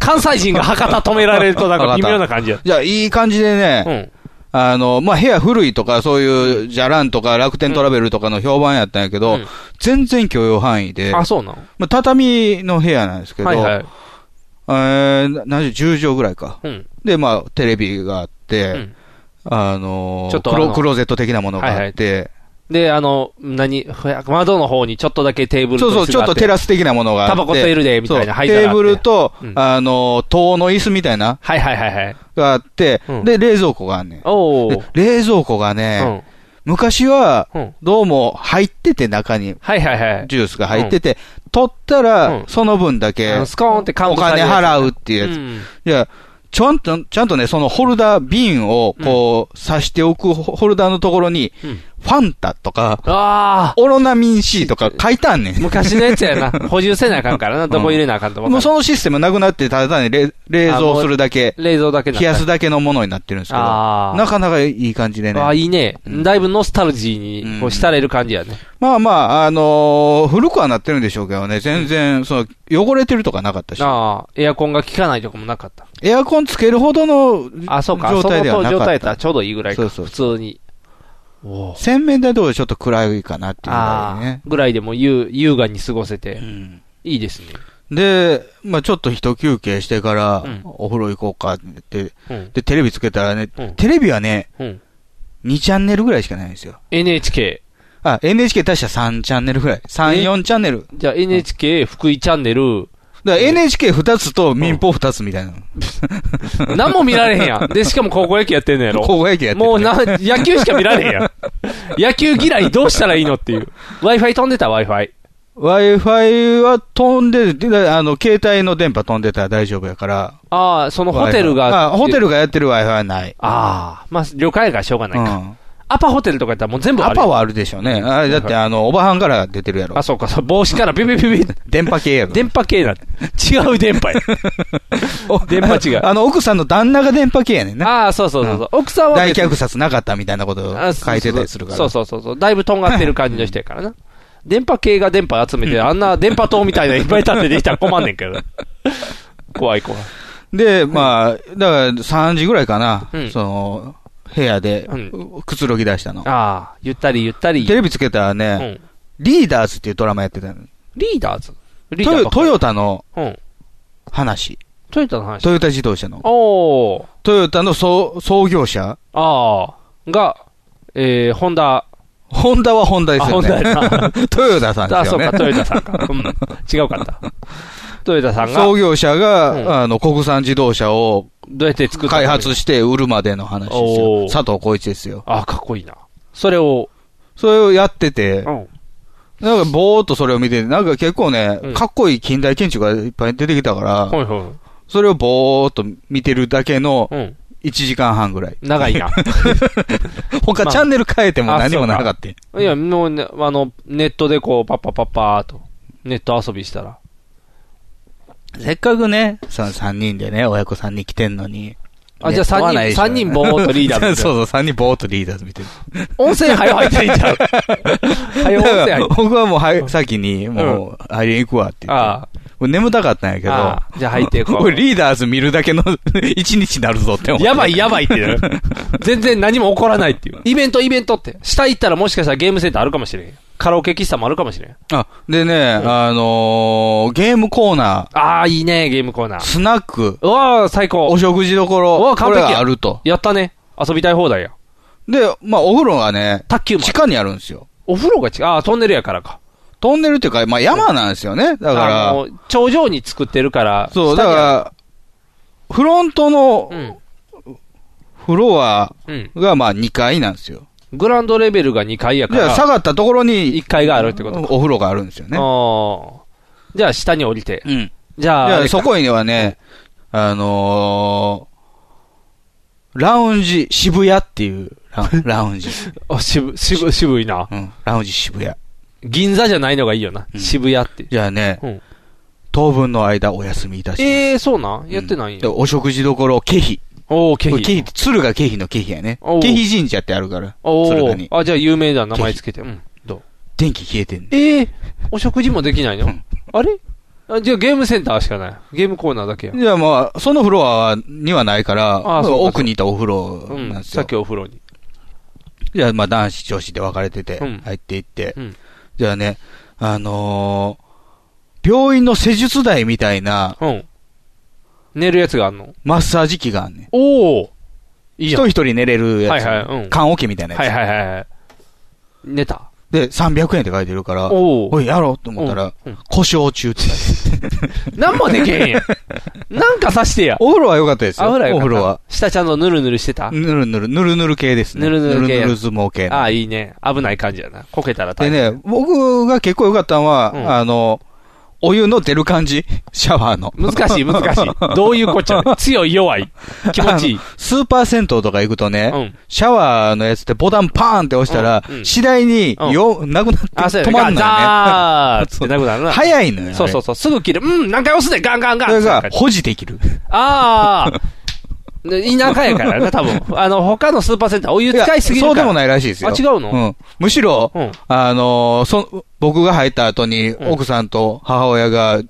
関西人が博多止められるとなんか微妙な感じや。
じゃあ、いい感じでね、
うん。
あの、まあ、部屋古いとか、そういう、じゃらんとか、楽天トラベルとかの評判やったんやけど、
うん
全然許容範囲で、
あ、そうなの
まあ、畳の部屋なんですけど、
はいはい。
えー、な何十10畳ぐらいか。
うん。
で、まあ、テレビがあって、
うん
あのー
ちょっと
ク
あ
ロ
の
クローゼット的なものがあって、
で、あの、何、ふや窓の方にちょっとだけテーブル
そうそう、ちょっとテ
ラ
ラス的なものがあって。
タバコ吸えるで、みたい
そ
な。灰
う
皿
テー
あって
ブル。と、
うん
あのー、塔の椅子みたいな、
はいはいはいはい。
があって、
うん
で、冷蔵庫があんねん。
お
で
ー。
冷蔵庫が
う
ね、
ん。
昔は、
うん。
どうも入ってて中に、
はいはいはい。
ジュースが入ってて、取ったら、
うん
その分だけ
あの、スコーンってカウ
お
ントされ
金
るやつ
払うっていうやつ。
う
い
ん
や、ちゃんと、ちゃんとね、そのホルダー、瓶を、こう、刺しておくホルダーのところに、
うん
ファンタとか、
ああ、
オロナミン C とか書いてあんねん。
昔のやつやな。 補充せなあかんからな。どこ入れなあかんと思
もうそのシステムなくなって、ただ単に冷冷
あも
蔵
う
するだけ、
冷蔵だけな
冷やすだけのものになってるんですけど、
あー
なかなかいい感じでね。
ああ、いいね。
うん
だいぶノスタルジーに、こ
う
う、
ん
浸れる感じやね。
まあまあ、あのー古くはなってるんでしょうけどね、全然、その、汚れてるとかなかったし、
ああ、エアコンが効かないとこもなかった。
エアコンつけるほどの
あ、そうか。
状態ではな
その状態
か
や
っ
ったら
た。
ちょうどいいぐらい
そ
か。
うそう
普通に。
洗面台どうでちょっと暗いかなっていうぐら
あ
い
あ
ね。、
ぐらいでも優優雅に過ごせて、
うん
いいですね。
で、まあちょっと一休憩してから
うん、
お風呂行こうかって、
うん。
で、テレビつけたらね
うん、
テレビはね、
うん。
2チャンネルぐらいしかないんですよ。
NHK。
あ、NHK 確か3チャンネルぐらい。
え
3、4チャンネル。
じゃあ NHK、福井チャンネ ル、
だから NHK2 つと民放2つみたいな。
何も見られへんやん。で、しかも高校野球やってんのやろ。
高校野球やってるね
もうな、野球しか見られへ んやん。野球嫌いどうしたらいいのっていう。Wi-Fi 飛んでた ?Wi-Fi。
Wi-Fi は飛んで、であの、携帯の電波飛んでたら大丈夫やから。
ああ、そのホテル
Wi-Fi
が。
あ、ホテルがやってる Wi-Fi はない。
ああ、まあ、旅館やからしょうがないか。
うん
アパホテルとかやったらもう全部あ
ア
る。
パはあるでしょうね。あれだって、あの、おばはんから出てるやろ
あ、。そうか、そう、帽子からビビビ ビ。
電波系やろ。
電波系な。違う電波や。
お
電波違う
あの、奥さんの旦那が電波系やねんな。
ああ、そうそうそうそう。奥さんは
大
別に。
虐殺なかったみたいなことを
あ
書いてたりするから。
そうそうそうそう。だいぶとんがってる感じの人やからな。電波系が電波集めて、あんな電波塔みたいなのいっぱい立ってで きたら困んねんけど。怖い怖い。
で、まあ、だから3時ぐらいかな、
うん
その、部屋で
うん
くつろぎ出したの。
ああ、ゆったりゆったり。
テレビつけたら
う
ね、
ん。
リーダーズっていうドラマやってたの。
リーダーズリ
ト
ーダー
ヨ
と
トヨタの
うん。
話。
トヨタの話。
トヨタ自動車の。
おー。
トヨタの創創業者
ああ。が、えー、ホンダ。
ホンダはホンダですよね。
あホンダや
トヨタさん
あ、
です
そ
よ
う
ね
か、。トヨタさんか。うん。違うか った。トヨタさんが、
創業者が、
うん
あの、国産自動車を
どうやって作ったの
開発して売るまでの話です
お
よ。
ー
佐藤浩一ですよ。
ああ、かっこいいな。それを、
それをやってて、
うん。
なんかぼーっとそれを見て、なんか結構ね、
うん
かっこいい近代建築がいっぱい出てきたから、
ほいほい。
それをぼーっと見てるだけの
うん。
1時間半ぐらい。
長い な。
他
まあ
チャンネル変えても
あ
何もな
そう
か
か
った。
いや、もうね、あの、ネットでこう、パッパパッパーと、ネット遊びしたら。
せっかくね、その3人でね、親子さんに来てんのに。
あ、じゃあ
ね
3人、三人ぼーっとリーダー
そう
う。
そう、3人ぼーっとリーダーズ見てる。
音声早入ってんじゃん。
だか
早音声入
ら
って。
僕はもうはい、先に、もう、入りに行くわって言って。
あ
もう眠たかったんやけ
ああ
ど。
じゃあ入ってい こう
これリーダーズ見るだけの 一日になるぞって思
あ。
って。
や ばいやばいってなる。全然何も起こらないっていう。イベントイベントって。下行ったらもしかしたらゲームセンターあるかもしれん。カラオケ喫茶もあるかもしれん。
あ、でね、あのーゲームコーナ
ああ、いいね、ゲームコーナ
ー、
ー。
スナック、
うわあ、最
お
高。
食事どこ
う
ろこ
わ、完
れ
璧や
があると。
やったね。遊びたい放題や。
で、まあ、お風呂がね、
卓球も
地。下にあるんですよ。
お風呂が違う。ああ、トンネルやからか。
トンネルっていうか、まあ、山なんですよね。だ
あ
か
の、頂上に作ってるから。
ら、そう、だ
下にあ
から、フロントの
るうん。
フロア
うん。
が、まあ、2階なんですよ。
グランドレベルが2階やか
じゃあ、
ら、
下がったところに
1、階があるってことか。
お風呂があるんですよね。
あーじゃあ、下に降りて。
うん。
じゃあ
いや
あれか、
そこにはね、あのーラウンジ、渋谷っていうラ ウン、ラウンジ。
あ渋渋渋いな。
うん、ラウンジ渋谷。
銀座じゃないのがいいよな。
うん
渋谷って。
じゃあね、
うん
当分の間お休みいたします。
ええー、そうなんやってないん
で
や。
お食事どころ、経費。
おお、経
これ
費。
って鶴が経費の経費やね。
おう
経費神社ってあるから、
お
鶴
お
ヶに。
あ、じゃあ、有名だ。名前つけて。うん。どう
電気消えてんね。
ええー、お食事もできないの
うん
あれあじゃあ、ゲームセンターしかない。ゲームコーナーだけや。
じゃあまあ、そのフロアにはないから、
あそうか
奥にいたお風呂
う
なん
ん。
です
さっ
よ
き。お風呂に。
じゃあまあ男子女子で分かれてて
うん、
入っていって。
うん。
じゃあね、あのー病院の施術台みたいな
うん。寝るやつがあんの
マッサージ機があんねん。
おおいい
一
やん
人一人寝れるやつ。
はいはいうん
缶桶みたいなやつ。
はいはいはいはい。寝た。
で、300円って書いてるから、
お
お
お。
い、やろうと思ったら、
うん
故障中って書いてある。
なんもできへんや ん。なんかさしてや。
お風呂は良かったですよ。
あお風呂や
お風呂は。
下ちゃんとぬるぬるしてた
ぬるぬる、ぬるぬる系ですね。
ぬるぬる系
ぬるぬる相撲系。
ああ、いいね。危ない感じやな。こけたら大
で
変。
ね、僕が結構良かったのは、
うん
あの、お湯の出る感じ シャワーの。
難しい、難しい。 どういうこっちゃね。強い、弱い。気持ちいい
あの。スーパー銭湯とか行くとね、
うん
シャワーのやつってボタンパーンって押したら、
うんうん
次第によ、なくなって
あ、そうや
止
ね。
ま
ガ
ん
ン
のよ
ザー
ね。
ってなくなるな。
早いのよ、ね。
そうそうそう。すぐ切る。うん、何回押すね。ガンガンガン。
それが
なんか
保持できる。
ああ。で田舎やからね、多分。あの、他のスーパーセンター、お湯使いすぎる
そう
から。
でも
い。
ないらしいですよ。
あ違うの
ん。むしろ、
うん
あのーそ、僕が入った後に、
ん
奥さんと母親が、
うん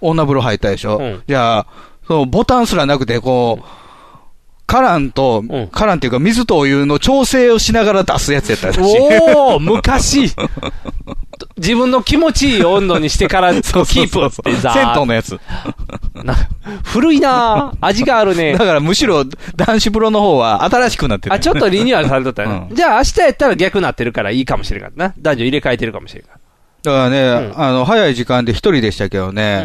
女風呂入ったでしょ。
うん
じゃあ、そのボタンすらなくて、こう、カランと、
うん
カランっていうか、水とお湯の調整をしながら出すやつやったらしい。
おー、昔。 自分の気持ちいい温度にしてから、キープってさ。
銭湯のやつ。
な古 いなぁ味があるね
だ。からむしろ男子風呂の方は新しくなってる。
あ、ちょっとリニューアルされとったね。
うん
じゃあ明日やったら逆になってるからいいかもしれんからな。男女入れ替えてるかもしれんか
だからね、
うん
あの、早い時間で一人でしたけど
ら。
ね、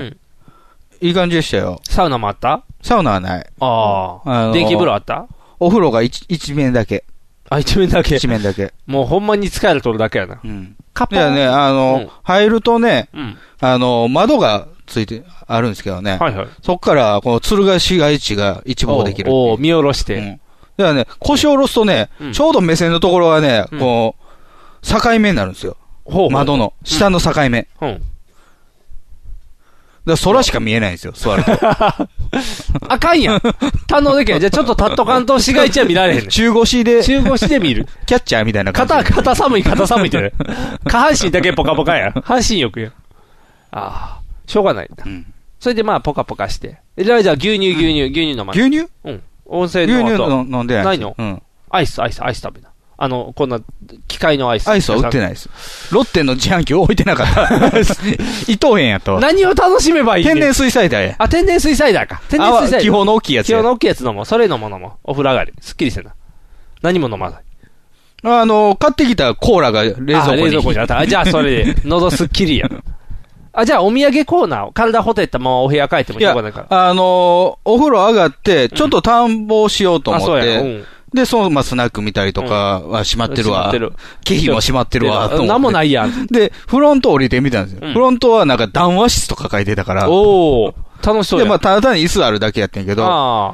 うん。
いい感じでしたよ。
サウナもあった
サウナはない。
あ
あ
あ。
の
電気風呂あった
お風呂が一一面だけ。
あ、一面だけ
一。面だけ。
もうほんまに使えるとるだけやな。
うん。
カッパ
だからね、あの、
うん
入るとね、
うん。
あの、窓がついて、あるんですけどね。
はいはい。
そっから、この鶴ヶ市街地が一望できる。
おうおう見下ろし
う
て。
んだからね、腰を下ろすとね、
うん
ちょうど目線のところがね、
うん
こう、境目になるんですよ。
ほう
窓の。下の境目。だか
うん。
ら空しか見えないんですよ、座る と。
あかんやん。堪能できへん。じゃあちょっと立っとかんと市街地は見られへん ねん。
中腰で、キ
中腰で見る。
ャッチャーみたいな感じ。
肩、肩寒い、肩寒いっ てね。下半身だけポカポカやん。半身浴やん。ああ、しょうがない。
うん
それでまあ、ポカポカして。じゃあ、じゃあ、牛乳、牛乳、牛乳飲まない。
牛乳
うん。温
牛
泉
乳
の後
の飲んでないんですようん。
アイス、アイス、アイス食べな。あの、こんな、機械のアイス。
アイスは売ってない です。ロッテの自販機置いてなかった。伊藤園やったわ。
何を楽しめばいいねん
天然水彩だや。
あ、天然水サイダーか。天然水サイダー。
基本の大きいやつ
気
や
泡の大きいやつ飲もう。それ飲もう飲もう。お風呂上がり。すっきりせな。何も飲まない。
あの、買ってきたコーラが冷蔵庫
あ
に。
冷蔵庫にあった。あじゃあそ れで、喉すっきりや。あ、じゃあお土産コーナー、体ほてったままお部屋帰っても
い
しょ
や
うがないから、。
あの、お風呂上がって、ちょっと探訪しようと
あ、
思
そう
っ
やな。う
て、
ん。
で、その、まあ、スナック見たりとかは閉まってるわ
閉まってる。
経費も閉まってるわ、と思って
何もないやん。
で、フロント降りてみたんですよ。
うん
フロントはなんか談話室とか書いてたから、
おお楽しそう
で、
や。
まあ、ただ単に椅子あるだけやってんけど、
ああ。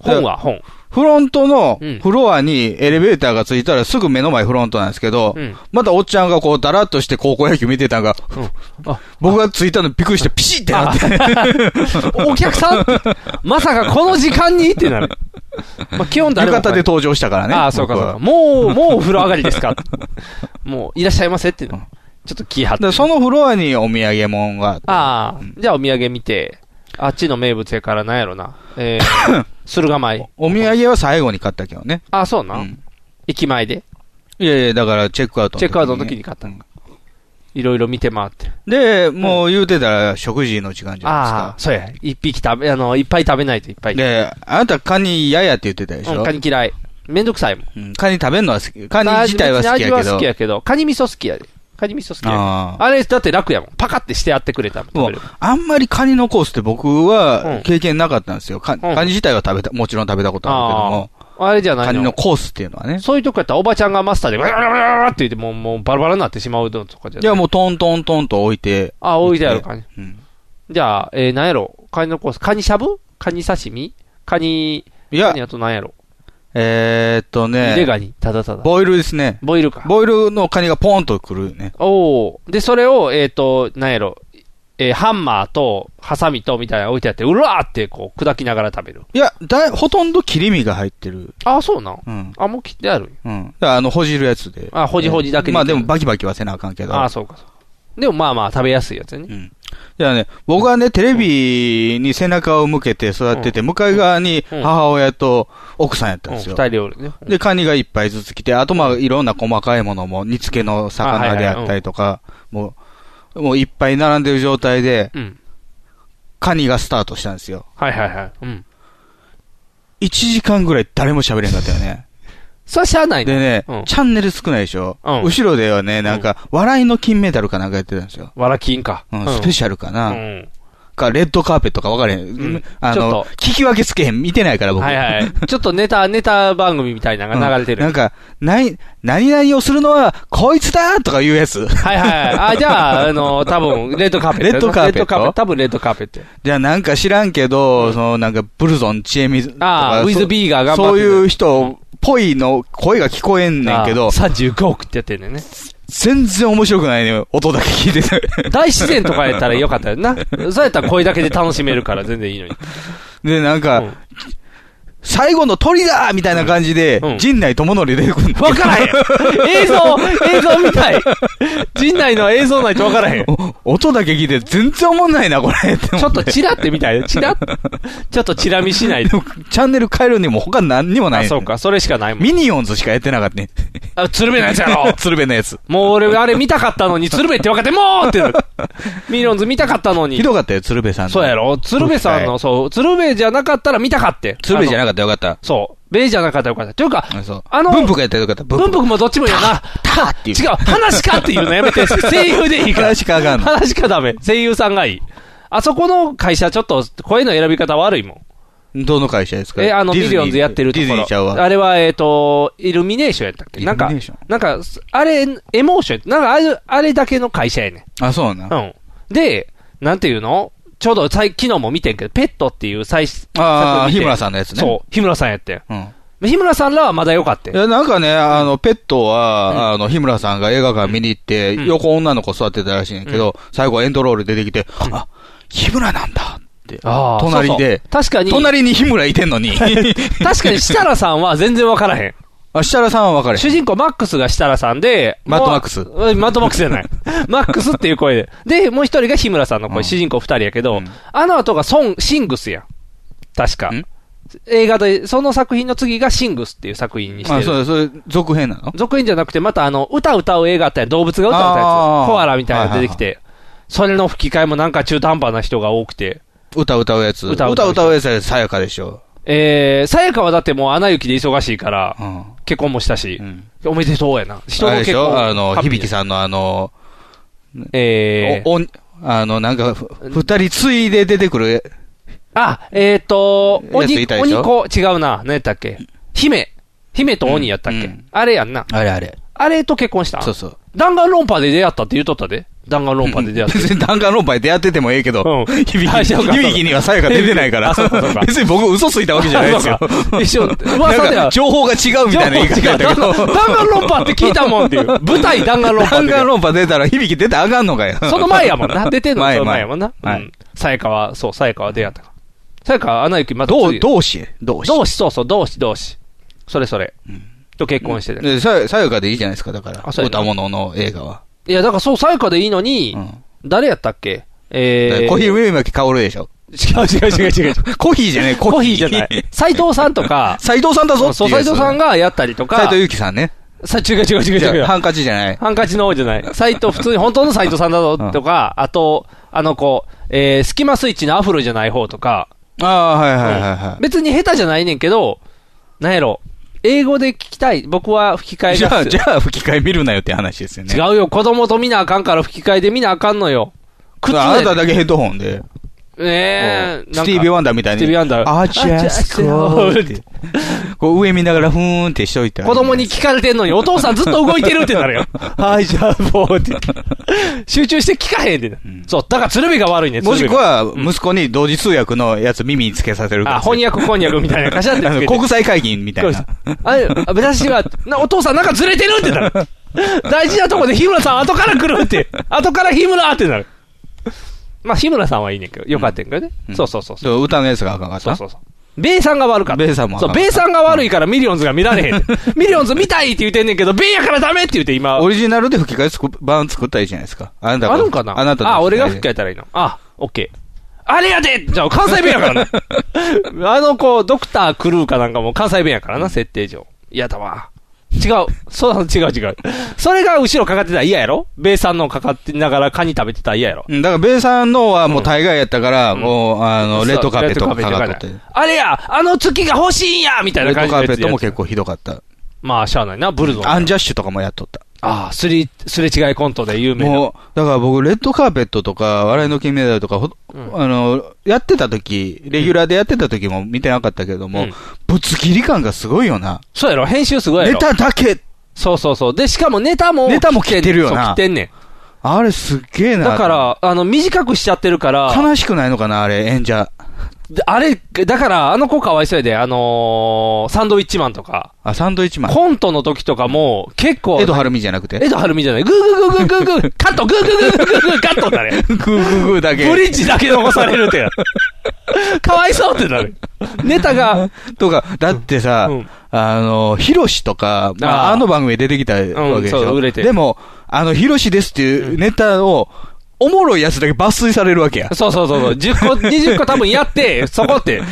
本は本。
フロントの
うん
フロアにエレベーターがついたらすぐ目の前フロントなんですけど、
うん
またおっちゃんがこうだらっとして高校野球見てたんが、
あ
僕がついたのびっくりしてピシってなって、
お客さんってまさかこの時間にってなる。まあ、基本
浴
誰も
衣で登場したからね。
ああ、そうかそうか。もう、もうお風呂上がりですか。 もう、いらっしゃいませっていうの。ちょっと気張
僕は
って
で。そのフロアにお土産物があって、
ああ、じゃあお土産見て、あっちの名物やからなんやろな。えー、駿河米。
お土産は最後に買ったけどね。
ああ、そうな。
うん
駅前で。
いやいや、だからチェックアウト
チェックアウトの時に買ったんか。いろいろ見て回って。
で、もう言うてたら食事の時間じゃないです
あ
か
あ、。そうや。一匹食べ、あの、いっぱい食べないといっぱい。
で、あなたカニ嫌やって言ってたでし
う
ょ、
ん、カニ嫌い。めんどくさいもん。
うんカニ食べるのは好き。カニ自体は好きや
味
け
は
ど。
好きやけど。カニ味噌好きやで。カニ味噌好きや
あ
あれ、だって楽やもん。パカってしてやってくれたもん。
も
食べ
う
る、
あんまりカニのコースって僕
う
は
ん
経験なかったんですよ。カ
ん
カニ自体は食べた、もちろん食べたことあるけども、
あれじゃない
カ
の
ニのコースっていうのはね。
そういうとこやったらおばちゃんがマスターで、わらわらわらわらって言って、もう、もうバラバラになってしまうのとかじゃ
い
ない
や、もうトントントンと置いて、
あ、置いてあるカニ。
うん
じゃあ、えー、何やろカニのコース。カニしゃぶカニ刺身カニ、
い
カ
や
ニ、あと何やろ
えーっと
ゆで
ね、
ガニ。ただただ。
ボイルですね。
ボイルか。
ボイルのカニがポーンとくるね。
おお。で、それを、えっ、ー、と、何やろえー、ハンマーと、ハサミと、みたいなの置いてあって、うらーって、こう、砕きながら食べる。
いや、だい、ほとんど切り身が入ってる。
あ、そうなん。
うん。
あ、もう切ってあるんや
うん。だからあの、ほじるやつで。
あほじほじだけで
まあでもバキバキはせなあかんけど。
あ、そうか、そうか。でも、まあまあ、食べやすいやつやね。
うん。じゃあね、僕はね、テレビに背中を向けて育ってて、向かい側に
うん
母親と奥さんやった
うんん、
ですよ。
二人でおるね。
で、カニが一杯ずつ来て、あとまあ、いろんな細かいものも、煮付けの魚であったりとか、もう、もういっぱい並んでる状態で、
うん。
カニがスタートしたんですよ。
はいはいはい。うん。
1時間ぐらい誰も喋れんかったよね。
それはしゃあないね。
でね、
うん
チャンネル少ないでしょ、
うん
後ろではね、なんか、笑いの金メダルかなんかやってたんですよ。
わらきんか。
うん、スペシャルかな、
うん。
か、レッドカーペットか分からへん。
ん
あ
ちょ
の
っと、
聞き分けつけへん。見てないから、僕。
はいはい。ちょっとネタ、ネタ番組みたいなのが流れてる。
うんなんか、何、何々をするのは、こいつだとかいうやつ。
はいはいはい。あ、じゃあ、あの、多分レッドカーペット。
レッドカーペット
レ多分レッドカーペット。
じゃあなんか知らんけど、そのなんかブルゾン、知恵水と
あ
か
あ、ウィズ・
そ
ビーガーが
そういう人っぽいの声が聞こえんねんけど、
35億ってやってるね。
全然面白くないね音だけ聞いてて。
大自然とかやったらよかったよな。そうやったら声だけで楽しめるから全然いいのに。
で、なんか、
うん
最後の鳥だみたいな感じで、
うん
陣内智則出てくるの
わからへん映像、映像見たい陣内の映像ないとわからへん。
お音だけ聞いて全然おもんないな、これ。ち
ちょっとチラってみたい。チラちょっとチラ見 しないと。
チャンネル変えるにも他何にもない
あ、
ねん。
そうか。それしかないもん。
ミニオンズしかやってなかったね。
あ、鶴瓶のやつやろ
鶴瓶のやつ。
もう俺、あれ見たかったのに、鶴瓶って分かって、もうって なる。ミロンズ見たかったの
ひ
に。
どかったよ、鶴瓶さんの。
そうやろ鶴瓶さ
は
んの、そう、鶴瓶じゃなかったら見たかって。
鶴瓶じゃな
か
か
っ
ったよかった。
た。そう。米じゃなかったらよかった。というか
あそう、
あの、
文福がやったらよかった。
文福もどっちもいいよな。
たっていう
違う、話かっていうのや めて。声優でいいから。
話かあかんの
話かダメ。声優さんがいい。あそこの会社ちょっと声の選び方悪いもん。
どの会社ですか
え、あの、ミリオンズやってると
ディズ
こ
ニーちゃう
ろ。
わ。
あれは、えっ、と、イルミネーションやったっけなん
イ
か
ルミネーション、
なんか、あれ、エモーションなんかああいう、あれだけの会社やねん。
あ、そうな。
うん。で、なんていうのちょうど最昨日も見てんけど、ペットっていう最新
ああ、日村
ん
さんのやつね。
そう、日村さんやってん。
う。ん。
日村さんらはまだよかった
い。や、なんかね、あの、ペットは、あの、日村さんが映画館見に行って、
ん
横女の子座ってたらしいんやけど、最後エンドロール出てきて、あ、日村なんだって。
あー
隣で
そうそう確かに、
隣に日村いてんのに。
確かに設楽さんは全然わからへん。
あ、設楽さんは分かれへん。
主人公マックスが設楽さんで、
マッド
もう
マックス
うんマッドマックスじ ゃない。マックスっていう声で。で、もう一人が日村さんの声、
うん
主人公二人やけど、
うん
あの後がソン、シングスやん。確か
ん。
映画で、その作品の次がシングスっていう作品にして
あ、
る。
そう、それ、続編なの
続編じゃなくて、またあの、歌歌う映画あったやん動物が歌うたや
あ
つ。
ー
コアラみたいなの出てきて、それの吹き替えもなんか中途半端な人が多くて。
歌歌うやつ。
歌
歌
歌う人
歌うやつはさやかでしょ。
えー、さやかはだってもうアナ雪で忙しいから
う、ん。
結婚もしたし
う、ん。
おめでとうやな。人
あ
の
れで
結
し
婚。
ょあの、
ハッピー
響さんのあの、
えー、
お、おん、あの、なんか、ふ二人ついで出てくる、
あ、えっ、ー、と、
やつ
鬼、
いたでしょ
鬼子、違うな。何やったっけ姫。姫と鬼やったっけ、
うんうん
あれやんな。
あれあ れ。
あれと結婚した
そうそう。
弾丸論破で出会ったって言うとったで。弾丸論破で出会った。
別に弾丸論破で出会っててもええけど、
うん
響きに
あそうか
響きにはさやか出てないから
あそうかそうか、
別に僕嘘ついたわけじゃないですよ
あそう。か一緒。噂
なん
では
か、。情報が違うみたいな言い方やったけど
弾、丸論破って聞いたも んっていう。舞台弾丸論破って
弾丸論破出たら響き出てあかんのかよ。
その前やもん な。出てんの
前
その前やもんな。
前
うん。さやかは、そう、さやかは出会ったから。さやかは、アナ雪また
ど
次
う、どうしどうし
同志、そうそう、同志、同志。それそれ。と結婚してて。
でささやかでいいじゃないですか、だから。
あそうやな
歌物の映画は。
いや、だからそう、さやかでいいのに、
うん
誰やったっけえー、
コーヒー上巻き薫でしょ。
違う違う違う違う。
コーヒーじゃねえ、、
コーヒーじゃない。。斎藤さんとか
斎藤さんだぞ
そう、斎藤さん
が。
がやったりと
斎
か
藤、由貴さんね。
さ違う違 う違う
じ
違う
ゃあ。ハンカチじゃ ない。
ハンカチの王じゃない。斎藤、普通に本当の斎藤さんだぞとか、あと、あの子、えー、スキマスイッチのアフロじゃない方とか、
ああ、はいはいはいはい。
別に下手じゃないねんけど、なんやろ、英語で聞きたい。僕は吹き替え
じゃ
が
あ、
必
じ
要。
ゃあ吹き替え見るなよって話ですよね。う。
違うよ、子供と見なあかんから吹き替えで見なあかんのよ。靴
あなただ
け。
けヘッドホンで。
えー、
スティービー・
ワン
ワンダーみたいに。
スティービーワンダー
あ、ジャスコーって。こう上見ながらふーんってしといたら。
子供に。聞かれてんのに、お父さんずっと動いてるってな るよ。はい、じゃあもうって。集中して聞かへんってな、そう、だから鶴瓶が悪いね
もしく
は、
は、息子に同時通訳のやつ耳につけさせるか
あ、翻訳こんにゃくみたいな感じだって
あ
つ
の
けて。
国際会議みたいな。
あれ、私は、なお父さんなんかずれてるってなる。大事なとこで日村さん後から来るって。後から日村ってなる。まあ、日村さんはいいねんけど、よかったんやけどね。
ん
そうそうそうそう。
そう歌のやつがあかんかった。
そうそうそう。ベイさんが悪かった。
ベイさんもあか
そ
ん
う、
かった
ベイさんが悪いからミリオンズが見られへんって。ミリオンズ見たいって言ってんねんけど、ベイやからダメって言って今、
オリジナルで吹き替えつく版作ったらいいじゃないですか。あなたが
あるんかな
あなた
あ、俺が吹き替
え。
えたらいいの。あ、オッケー。あれやでじゃあ関西弁やからね。 あの子、ドクタークルーかなんかも関西弁やからな、設定上。嫌だわ。違う。そうなの、違う違う。それが後ろかかってたら嫌やろ米さんのかかってながらカニ食べてたら嫌やろ
うんだから、ベイさんのはもう大概やったから、もう、あの、
そう
レッドカーペットが
レッ
か
ドカ
か
ー
っと
ペッ
っ
ト
て
が。あれやあの月が欲しいんやみたい
レッ
な感
ド
じ
カ
の
ー
やつ
ペ
や
ットも結構ひどかった。
まあ、しゃあないな、ブルゾン。
アンジャッシュとかもやっとった。
ああ、すれ、すれ違いコントで有名な。
もう、だから僕、レッドカーペットとか、笑いの金メダルとか、ほ
うん
あの、やってた時、レギュラーでやってた時も見てなかったけども、
うん
ぶつ切り感がすごいよな。
そうやろ編集すごいや
ネ
ろ
タだけ、
そうそうそう。で、しかもネタも。
ネタも切ってるよ
そう切
な
っ。てんねん。
あれすっげえな。
だか、ら、あの、短くしちゃってるから、
悲しくないのかな、あれ、演者。
であれ、だから、あの子かわいそうやで、あのーサンドウィッチマンとか、
あ、サンドイッチマン。
コントの時とかも、結構、
江戸晴海じゃなくて。
江戸晴美じゃない。グーグーグーグーグーグー、カット、グーグーグーグーグーグー、カットだね。
グーグーグーだけ。
ブリッジだけ残されるって。かわいそうってなる。ネタが、
とか、だってさ、
うん
あの、ヒロシとか、まあ、
あー
あの番組で出てきたわけでしょ。
うんそう売れて
でも、あの、ヒロシですっていうネタを、おもろいやつだけ抜粋されるわけや。
そうそうそうそう、10個、20個多分やって、そこって。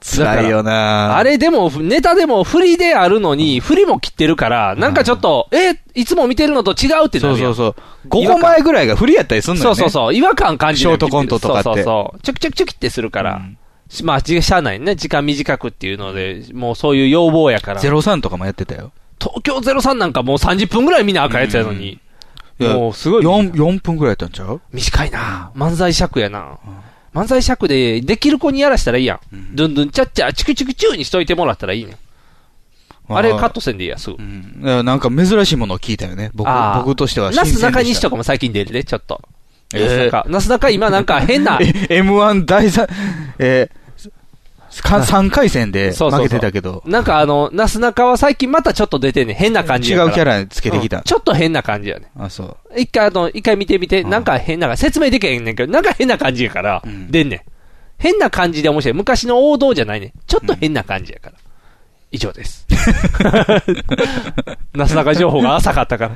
辛いよな
あれでも、ネタでも振りであるのに、振りも切ってるから、なんかちょっと、え、いつも見てるのと違うってな
そう
るや
そ
ん
うそう。5個前ぐらいが不利やったりすんのよ
そ
ね。
うそうそう、違和感感じる
ショートコントとかって
そうそうそう。チョキチョキチョキってするから。しまあ、じしゃあないね。時間短くっていうので、もうそういう要望やから。
ゼ
東
ロ三とかもやってたよ。
京03なんかもう30分ぐらいみんな赤いやつやのに。もうすごい
4、4分ぐらいやったんちゃう
短いな漫才尺やな、漫才尺で、できる子にやらしたらいいやん。どんどんちゃっちゃ、チクチクチューにしといてもらったらいいねん。あれカットせんでいいや、すぐ
う。ん。だからなんか珍しいものを聞いたよね。僕、
あー
僕としては新
な
鮮でし
す
た。
なかにしとかも最近出るね、ちょっと。
えー、
なすなか今なんか変な
え M1 第3、え3回戦で
そうそうそう
負けてたけど、
なんかあの、なすなかは最近またちょっと出てんねん変な感じ
違
やから。
うキャラつけてき
うん
た。
ちょっと変な感じやね。
あ、そう。
一回あの、一回見てみて、なんか変な、説明できへんねんけど、なんか変な感じやから
う、ん
出んねん。変な感じで面白い。昔の王道じゃないねん。ちょっと変な感じやから。以上です。 なすなか情報が浅かったか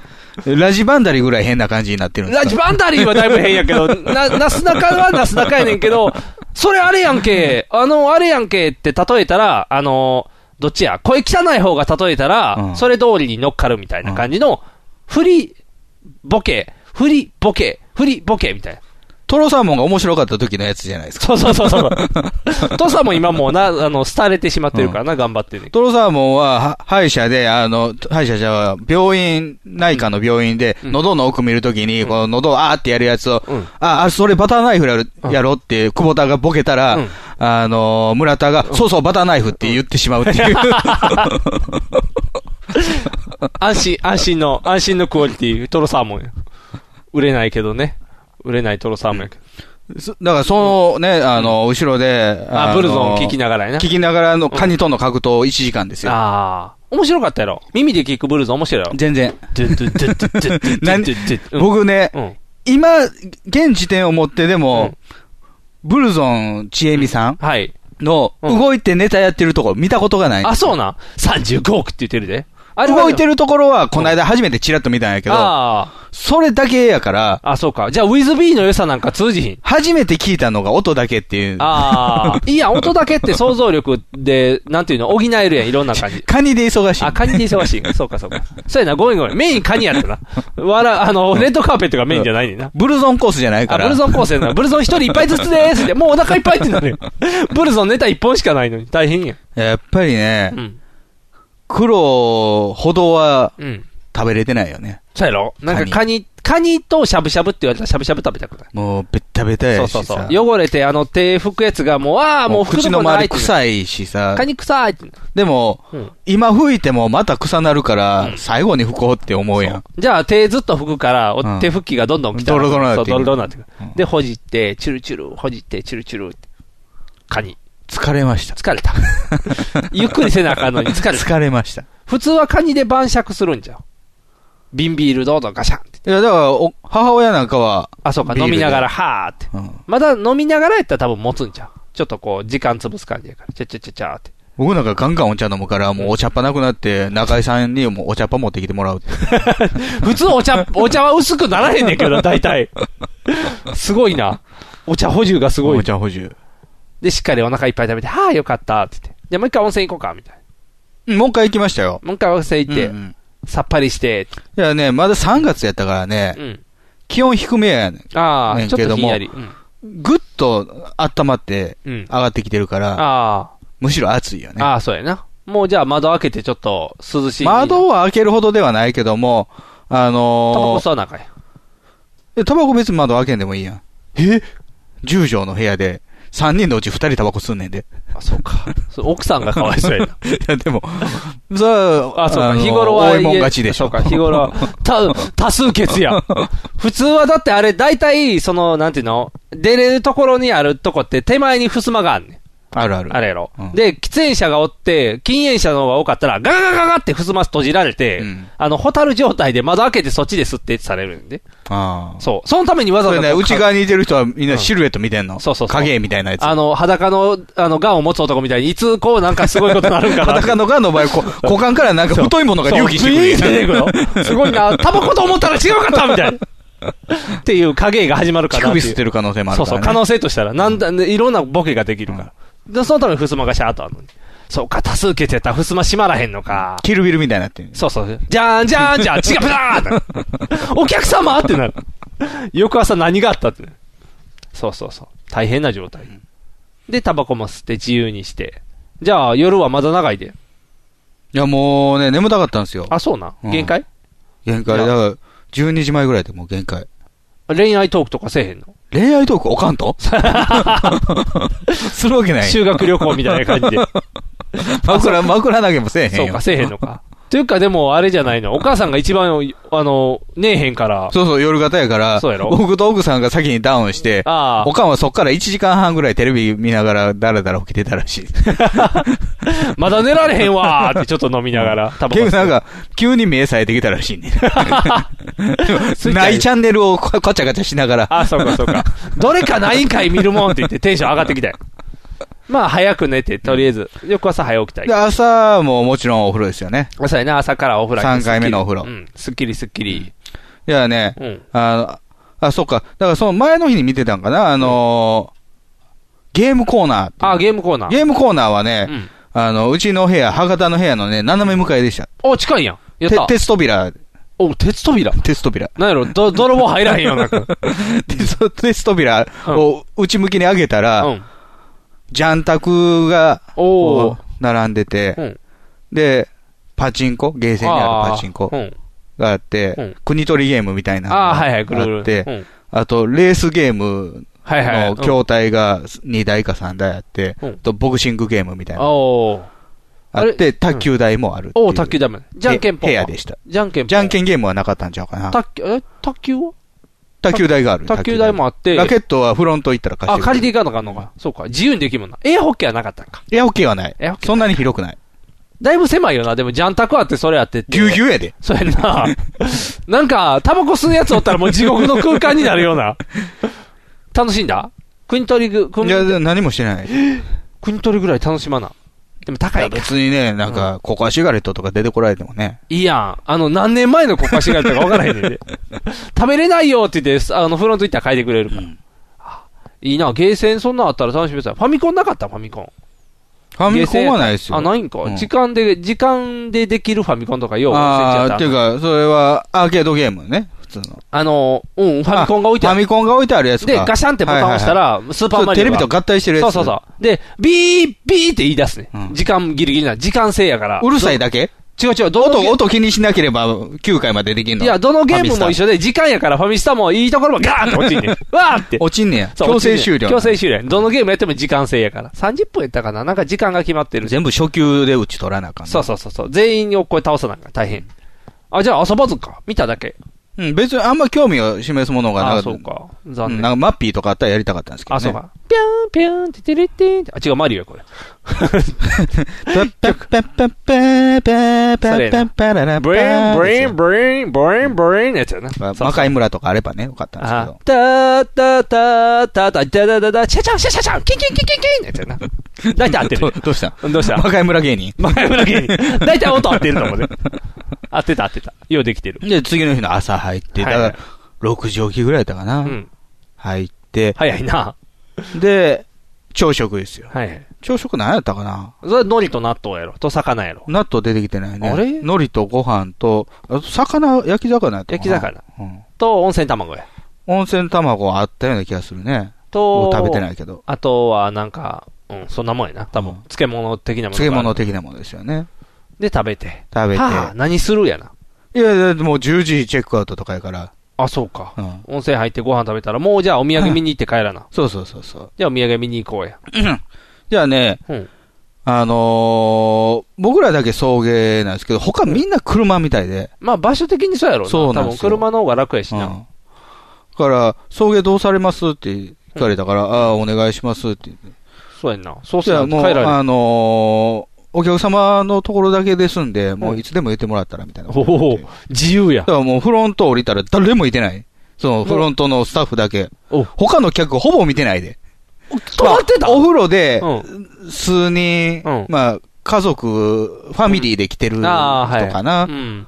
ら。
ラジバンダリぐらい変な感じになってるんです
ラ
か
ジバンダリーはだいぶ変やけど、な、なすなかはなすなかやねんけど、それあれやんけ、あの、あれやんけって例えたら、あの、どっちや、声汚い方が例えたら、
うん
それ通りに乗っかるみたいな感じの、振り、ボケ、振り、ボケ、振り、ボケみたいな。
トロサーモンが面白かった時のやつじゃないですか。
そうそうそ うそう。父さんも今もうな、あの、廃れてしまってるからな、頑張ってね。
トロサーモンはは歯医者で、あの、歯医者じゃ病院、内科の病院で、
うん
喉の奥見るときに、
ん
この喉をあーってやるやつを、
うん
あ、あ、それバターナイフやるやろって、久保田がボケたら、
うん
あの、村田が、そうそうバターナイフって言ってしまうっていう。
安心、安心の、安心のクオリティ、トロサーモンや。売れないけどね。売れないトロサーモンやけど。
そだから、そのね、あの、後ろで、
あ
の
ブルゾン聞きながらやな
聞きながらのカニとの格闘1時間ですよ。
ああ。面白かったやろ。耳で聞くブルーズ面白いやろ。
全然。
ドゥドゥドゥドゥドゥドゥ
なん
ドゥドゥドゥ
僕ね、
うん。
今、現時点をもってでも、ブルゾンちえみさん
はい。
の
うん
動いてネタやってるところ見たことがない。
あ、そうなん。35億って言ってるで。あ
動いて
る
るところは、この間初めてチラッと見たんやけど、
あ
それだけやから、
あ。あ、そうか。じゃあ、ウィズビーの良さなんか通じひん。
初めて聞いたのが音だけっていう。
ああ。 いいやん、音だけって想像力で、なんていうの、補えるやん、いろんな感じ。
カニで忙しい。
あ、カニで忙し い。そうか、そうか。そうやな、ごめんごめん。メインカニやったな。わら、あの、レッドカーペットがメインじゃないねんな。
ブルゾンコースじゃないか
あ、ブ
ら。
ルゾン構成な。ブルゾン一人いっぱいずつで ーすって。もうお腹いっぱいってなるよ。ブルゾンネタ一本しかないのに。大変やん。
やっぱりね
う、ん。
黒ほどは
うん。
食べれてないよね。
そうやろなんかカニ、カニとしゃぶしゃぶって言われたらしゃぶしゃぶ食べたくない。
もう、べったべた
そ
や
う
し
そ
さ。
うそう。汚れて、あの手拭くやつがもう、ああ、もう
口の周り
い。
臭いしさ
カ。ニ臭いって。
でも、
うん
今吹いてもまた臭なるから、
うん
最後に吹こうって思うやん。
じゃあ手ずっと拭くから、お
うん
手拭きがどんどん来た。
ドロドロにな
そ
っ
う
てい
ド
く
ロドロになってく
うん
る。で、ほじって、チュルチュル、ほじって、チュルチュルって。カニ。
疲れました。
疲れ た。ゆっくりせなあかんのに疲れた。
疲れました。い
普通はカニで晩酌するんじゃん。瓶ビールどうぞガシャンって。
や、だから、お母親なんかは、
あ、そうか、
ビー
飲
ルで
みながら、はーって。
うん
まだ飲みながらやったら多分持つんじゃん。ちょっとこう、時間潰す感じやから。ちゃちゃちゃちゃーって。
僕なんかガンガンお茶飲むから、もうお茶っぱなくなって、中井さんにもうお茶っぱ持ってきてもらうって。
普通 お茶、お茶は薄くならへんねんけど、大体。すごいな。お茶補充がすご
お
い。
茶補充。
で、しっかりお腹いっぱい食べて、はあ、よかった、って言って。じゃあもう一回温泉行こうか、みたいな。
うんもう一回行きましたよ。
もう一回温泉行って、
うんうん
さっぱりして、
いやね、まだ3月やったからね、
うん。
気温低めやねん。
あ
ね
あ、
ん
ちょっ
けど
と
も
ひんやり。うん。
ぐっと温まって
うん
上がってきてるから、
あ
むしろ暑いよ
あ、
ね。
ああ、そうやな。もうじゃあ窓開けてちょっと涼しい。
窓は開けるほどではないけども、あ
タバコ
の
吸わなあかんやん
ー、タバコ別に窓開けんでもいいやん。え ?10 畳の部屋で、3人のうち2人タバコ吸うねん で。
あ、そうか。そう奥さんがかわいそうやな。
いや、で も、それは
あ、そうか。
の
日頃は
多
家。
いもん勝ちでしょ。
そうか。日頃は、た、多数決や。普通はだってあれ、大体、その、なんていうの出れるところにあるとこって、手前に襖があんねん。
あるある。
あれやろ。
うん
で、喫煙者がおって、禁煙者の方が多かったら、ガガガガガって襖閉じられて、
うん
あの、ホタル状態で窓開けてそっちで吸ってされるんで。
ああ。
そう。そのためにわざ
そ
わ
れ
ざ。
ね、内側にいてる人はみんな
う
んシルエット見てんの。
そうそうそう
影みたいなやつ。
あの、裸の、あの、ガンを持つ男みたいに、いつ、こう、なんかすごいことになるんかな。
裸のガンの場合、こ股間からなんか太いものが隆起して
そうビーって
くる
出て。くのすごいな。タバコと思ったら違うかったみたいな。っていう影が始まるか
乳
ら。
首吸ってる可能性もあ
そ
る
う
か
そ
ら、
う、
ね。
可能性としたら、なんだ、いろんなボケができるから。で、そのために襖がシャーッとあるのに。そうか、多数決やったら襖閉まらへんのか。
キルビルみたいになってる。
そうそう。じゃんじゃんじゃん違う、ブラーンお客様ってなる。翌朝何があったってなる。そうそうそう。大変な状態。で、タバコも吸って自由にして。じゃあ、夜はまだ長いで。
いや、もうね、眠たかったんですよ。
あ、そうな。
うん
限界
限界。だから、12時前ぐらいでもう限界。
恋愛トークとかせえへんの
恋愛トークおかんとするわけない。
修学旅行みたいな感じで。
枕、枕投げもせえへんよ。
そうか、せえへんのか。というか、でも、あれじゃないの。お母さんが一番、あの、ねえへんから。
そうそう、夜型やから、
そうやろ
僕と奥さんが先にダウンして、
あ
おかんはそっから1時間半ぐらいテレビ見ながらだらだら起きてたらしい。
あ、まだ寝られへんわーってちょっと飲みなが ら、タバコ吸
結
って
構なんか、急に目さえてきたらしいね。
スイッチ 入る
ないチャンネルをこガちゃガちゃしながら。
あ、そうかそう か。どれかないんかい見るもんって言ってテンション上がってきたよ。まあ、早く寝て、とりあえず。翌朝早起きたい
で、。朝ももちろんお風呂ですよね。
朝やな、朝からお風呂入って
三回目のお風呂
うん。すっきりすっきり。
いやね、
うん。
あの、あ、そっか。だからその前の日に見てたんかな、あのーゲームコーナーっていう
あ、ゲームコーナー。
ゲームコーナーはね、
うん。
あの、うちの部屋、博多の部屋のね、斜め向かいでした。
お、近いやん。やった
て。鉄扉、
お、鉄扉。
鉄扉。
なんやろ、ど、泥棒入らへんよ、なんか。
でその 鉄扉を内向きに上げたら、
うん。
ジャンタクが、こ
おー。
う並んでて、
うん
で、パチンコ、ゲーセンにあるパチンコ
あーうん。
があっ
う
て
ん、
国取りゲームみたいなの
ああ、
が
はいはい、ぐるぐる。
あって
う、ん。
あと、レースゲーム
はいはい。
の筐体が2台か3台あって
うん、
とボクシングゲームみたいなの
おー。
あっ
あれ
て、卓球台もあるっていう。
おー、卓球ダメ。じゃんけんぽん。
部屋でした。
じゃんけんぽん。
じゃんけんゲームはなかったんちゃうかな。
卓球、え卓球は
卓球台がある。
卓球台もあって。
ラケットはフロント行ったら貸し
あ、
てくれる
借りていかなあかんのか。そうか。自由にできるもんな。エアホッケーはなかったんか。
いや、オッケーはない
エアホッ。ケー
そんなに広くない。
だいぶ狭いよな。でも、ジャンタクあって、それあってっ
ぎ
て。
ゅうぎゅうやで。
そうやん な。なんか、タバコ吸うやつおったらもう地獄の空間になるような。楽しんだ国取りぐ、
い
国
や、でも何もしてない。
国取りぐらい楽しまな。でも
い
高
や
いか。
別にね、なんか、ココアシガレットとか出てこられてもね。
いいやん。あの、何年前のココアシガレットか分からへんね んで。食べれないよって言って、あの、フロント行ったら変えてくれるから。あいいな、ゲーセンそんなんあったら楽しみですよ。ファミコンなかったファミコン。
ファミコンはないですよ。
あ、ないんか、
うん
時間で、時間でできるファミコンとかよう、
あーって
て
いうか、それはアーケードゲームね、普通の。
あの、うん、ファミコンが置いて
フ
あ
ァ
る。
ミコンが置いてあるやつか
で、ガシャンってボタン押した、
はい
ら、スーパ
はい
ー
は
マ
い
リ
テ
オ
レビ
が。
と合体してるやつ。
そうそうそう。で、ビー、ビーって言い出すね。
うん
時間ギリギリな。時間制やから。
うるさいだけ
違う違う、どの
音、
ゲ
音気にしなければ9回までできんの。
いや、どのゲームも一
緒。
緒で、時間やからファミスタもいいところもガーン って落ちんねん。わーって。
落ちんねや。
そう
強制終了。
強制終了。どのゲームやっても時間制やから。30分やったかななんか時間が決まってる。
全部初級で打ち取らなあかんな。
そうそうそうそう。全員をこれ倒さなきゃ大変。あ、じゃあ遊ばずか。見ただけ。
うん、別にあんま興味を示すものがなか
あ、
った。
そうか。
う
残
ん
念。
なんかマッピーとかあったらやりたかったんですけどね。
あ、そうか。ぴゃん、ぴゃん、ててれってん。あ、違う、マリオや、これ。
パッパッパッパッパーパーパーパーパララパ
ブレ
ー
ン、ブレン、ブレン、ブレン、ブレンのやつやな。
まあ
そう
魔界村とかあればね、よかったんですけ
あ
ど。
たたたたたたたたたシャシャシャシャシャキンキンキンキンキンのやつやな。大体合ってる
どどうした
ね。どうした
魔界村芸人。
魔界村芸人。大体音合ってると思うね。合ってた合ってた。ようできてる。
で、次の日の朝入って、だ
はい
か
はい
ら、6時起きぐらいだったか
う
な。
ん。
入って、
早いな。
で、朝食ですよ。
はいはい。
朝食何やったかな
それは海苔と納豆やろ。と魚やろ。
納豆出てきてないね。
あれ
海苔とご飯と、あと魚、焼き魚やった
焼
かな。
き魚。
うん。
と温泉卵や。
温泉卵あったような気がするね。
と、
食べてないけど。
あとは、なんか、うん、そんなもんやな、多分。
うん
漬物的なものがあ
漬
る。
物的なものですよね。
で食べて。
食べて。
はあ、何するやな。
いや、だってもう10時チェックアウトとかやから。
あ、そうか。
うん。
温泉入ってご飯食べたら、もうじゃあお土産見に行って帰らな。
そうそうそうそう。
じゃあお土産見に行こうや。
じゃあね、
うん。
あのー僕らだけ送迎なんですけど、他みんな車みたいで。
まあ場所的にそうやろうな。
そうなん
多
で
分
すよ
車の方が楽やし
うん。
な。
だから、送迎どうされますって聞かれたから、ああ、お願いしますって言って。
そうやんな。そうす
じ
り
ゃ
ゃ
あ
帰
もう、
られる。
あのーお客様のところだけですんで、もううんいつでも言ってもらったらみたいな。
おお、自由や
だ。からもうフロント降りたら誰もいてない。そのフロントのスタッフだけ。
お
他の客ほぼ見てないで。
止まって
ま
た、
あお風呂で、
うん。
数人、
うん
まあ、家族、ファミリーで来てる人
ああ、はい。
かな。
うん。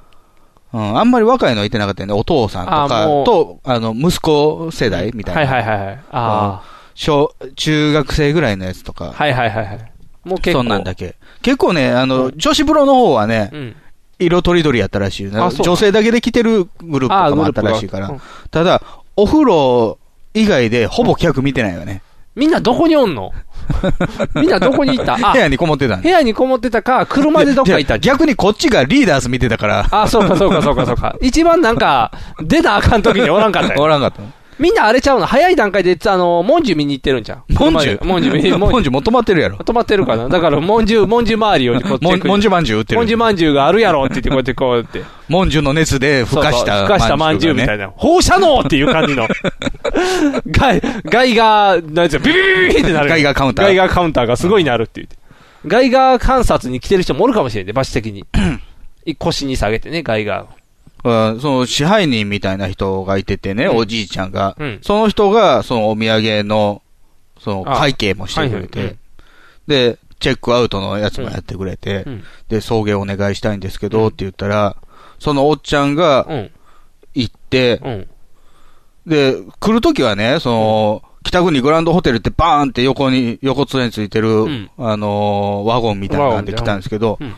うん、あんまり若いのいてなかったよね。お父さんと
あ
か
ーもう
と、あの、息子世代みたいな。
はいはいはいはい。あ
小、中学生ぐらいのやつとか。
あ。はいはいはいはい。もう結構。
そんなんだけ。結構ね、あの、女子風呂の方はね
う、ん。
色とりどりやったらしいよね
あそう
女性だけで来てるグループと
ああ、
か
グ
もあ
ル
っ
ープ
た
が
らしいから
うん。
ただ、お風呂以外でほぼ客見てないよね。
みんなどこに おんのみんなどこに行ったあ
部、屋にこもってたん
部
で。
屋にこもってたか、車でどっか行ったん
いや逆にこっちがリーダース見てたから、
あ、そうかそうかそうかそ うか。一番なんか、出なあかん時におらんかったよ
おらんかったの。
みんなあれちゃうの早い段階で、あの、モンジュ見に行ってるんじゃん。
モンジュ
モンジュ 見に、モン
モ
ジュ
ンジュもう止まってるやろ。
止まってるかなだから、モンジュ、モンジュ周りをこうチ
モ
ェ
ン
ック
モンジュまんじゅう売ってる。
モンジュまんじゅうがあるやろって言って、こうやってこうやって。
モンジュの熱でふかした。
ふかしたまんじゅうみたい
な。
な。放射能っていう感じの。ガイ、ガイガー、なんつうのビビビビビってなる。
ガイガーカウンター
ガイガーカウンターがすごいなるって言って。ガイガー観察に来てる人もおるかもしれんね、場所的に。腰に下げてね、ガイガーを。
うんその支配人みたいな人がいててね、
うん
おじいちゃんが、
うん
その人が、そのお土産の、その
あ
会計もしてくれて、
はいはいうん
で、チェックアウトのやつもやってくれて、
うん
で、送迎お願いしたいんですけど、
うん
って言ったら、そのおっちゃんが
うん。
行って、
うん。
で、来るときはね、その、北国グランドホテルってバーンって横に、横連れについてる、
ん
あのーワゴンみたいなんで来たんですけど、
うん、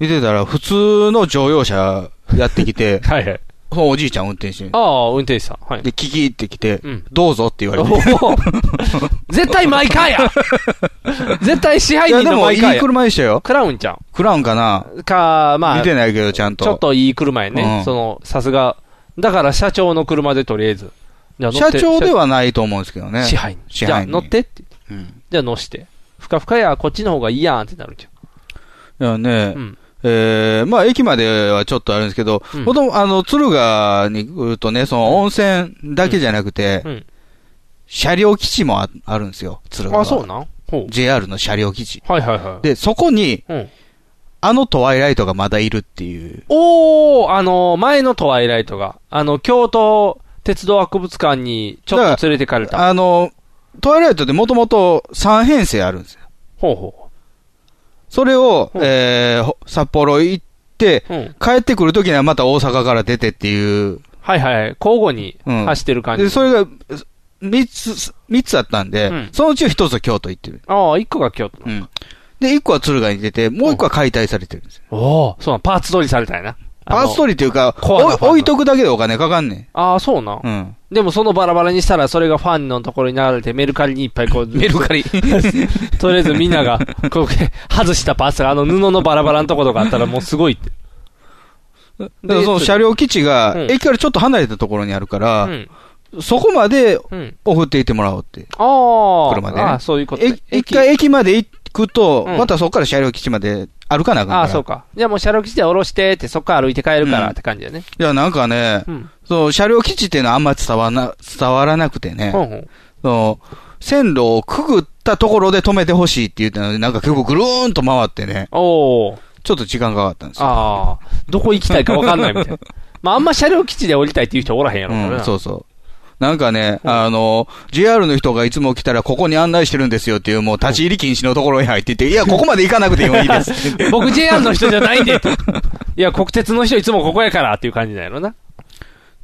見てたら普通の乗用車やってきて
はいはい。
そのおじいちゃん運転してる
ああ、運転手さん。はい。
で、キキって来て、
うん
どうぞって言われて。
おお絶対マイカーや絶対支配
いや、
人
で
の
も
マ
い
イカー
い
や。
車でしたよ。
クラウンちゃ
クラウンかな、
んか、まあ、
見てないけど、ちゃんと。
ちょっといい車やね。
うん
その、さすが。だから社長の車でとりあえず。じゃあ乗っ
社
て
長ではないと思うんですけどね。
支配人。
支
じゃあ
配人
乗ってって。
うん
じゃあ乗して。ふかふかや、こっちの方がいいやんってなるじ
いやね
ゃん。う、ん。
えー、まあ、駅まではちょっとあるんですけど、
うん
ほとんど、あの、敦賀に来るとね、その温泉だけじゃなくて、
うん。
車両基地もああるんですよ、敦賀は。
あ、そうなんほう。
JR の車両基地。
はいはいはい。
で、そこに、
うん。
あのトワイライトがまだいるっていう。
おー、あの、前のトワイライトが、あの、京都鉄道博物館にちょっと連れてかれた。
あの、トワイライトってもともと3編成あるんですよ。
ほうほ
それを、
うん
えーほ札幌行って、
う。うん。
帰ってくるときにはまた大阪から出てっていう。
はいはい。交互に
うん
走ってる感じ。
で、それが、三つ、三つあったんで、
うん
そのうち一つは京都行ってる。
ああ、一個が京都。
うん。で、一個は敦賀に出て、もう一個は解体されてるんですよ。
おお。そうなん、パーツ取りされたんやな。
パーストリ
リ
ーっていうか、
コアなファンが
お置いとくだけでお金かかんね
あのあー、そうなん
ん。。うん。
でもそのバラバラにしたら、それがファンのところに流れて、メルカリにいっぱいこう、 メルカリとりあえずみんなが、こう、外したパーツが、あの布のバラバラのところがあったら、もうすごいって。
だからその車両基地が、
うん
駅からちょっと離れたところにあるか
う
ら、
ん。
そこまで
うん。
送っていってもらおうって。
ああ。
車でね
ああ、そういうことね。
え一回駅まで行くと、
うん
またそこから車両基地まで歩かなあかんから。
ああ、そうか。じゃあもう車両基地で降ろしてって、そっから歩いて帰るから
うん
って感じだね。
いや、なんかね、
うん。
そう、車両基地っていうのはあんま伝わな、伝わらなくてね、
ほんほん。
その、線路をくぐったところで止めてほしいって言ってたので、なんか結構ぐるーんと回ってね、
おお。
ちょっと時間かかったんですよ。
ああ。どこ行きたいかわかんないみたいな。まああんま車両基地で降りたいっていう人おらへんやろから
う
な。
ん、そうそう。なんかね、あの、JR の人がいつも来たらここに案内してるんですよっていう、もう立ち入り禁止のところに入っ ていって、いや、ここまで行かなくてもいいですって言って。
僕 JR の人じゃないんでと。いや、国鉄の人いつもここやからっていう感じなんやろな。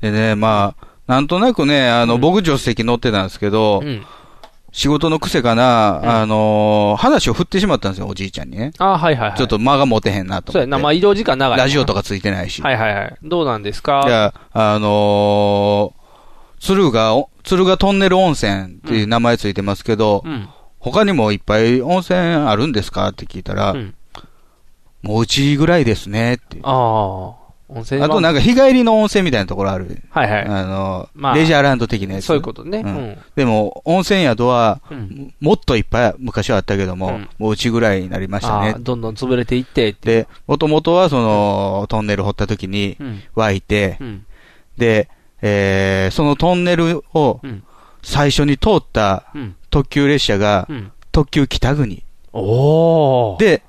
でね、まあ、なんとなくね、あの、僕助手席乗ってたんですけど、
うん。
仕事の癖か
ん
な、あの話を振ってしまったんですよ、おじいちゃんにね。
ああ、はいはいはい。
ちょっと間が持てへんなと
そう
思っ
や
て。
な、まあ移動時間長い。
ラジオと
か。
かついてないし。
はいはいはい。どうなんですか
じゃあ、あのー、鶴が、お鶴がトンネル温泉っていう名前ついてますけど、
うん。
他にもいっぱい温泉あるんですかって聞いたら、
うん
もううちぐらいですねって。
ああ。温泉は
あとなんか日帰りの温泉みたいなところある。
はいはい。
あの、
まあ
レジャーランド的なやつ。
そういうことね。
う
うんん。
でも、温泉宿は、
うん。
もっといっぱい昔はあったけども、
うん
もううちぐらいになりました
あ
ね
あ。どんどん潰れていって、って。
で、もともとはその、トンネル掘った時に
うん。
湧いて
う、ん。
で、えーそのトンネルを
うん
最初に通った
うん。
特急列車が
う、ん。
特急北国。
おー。
で、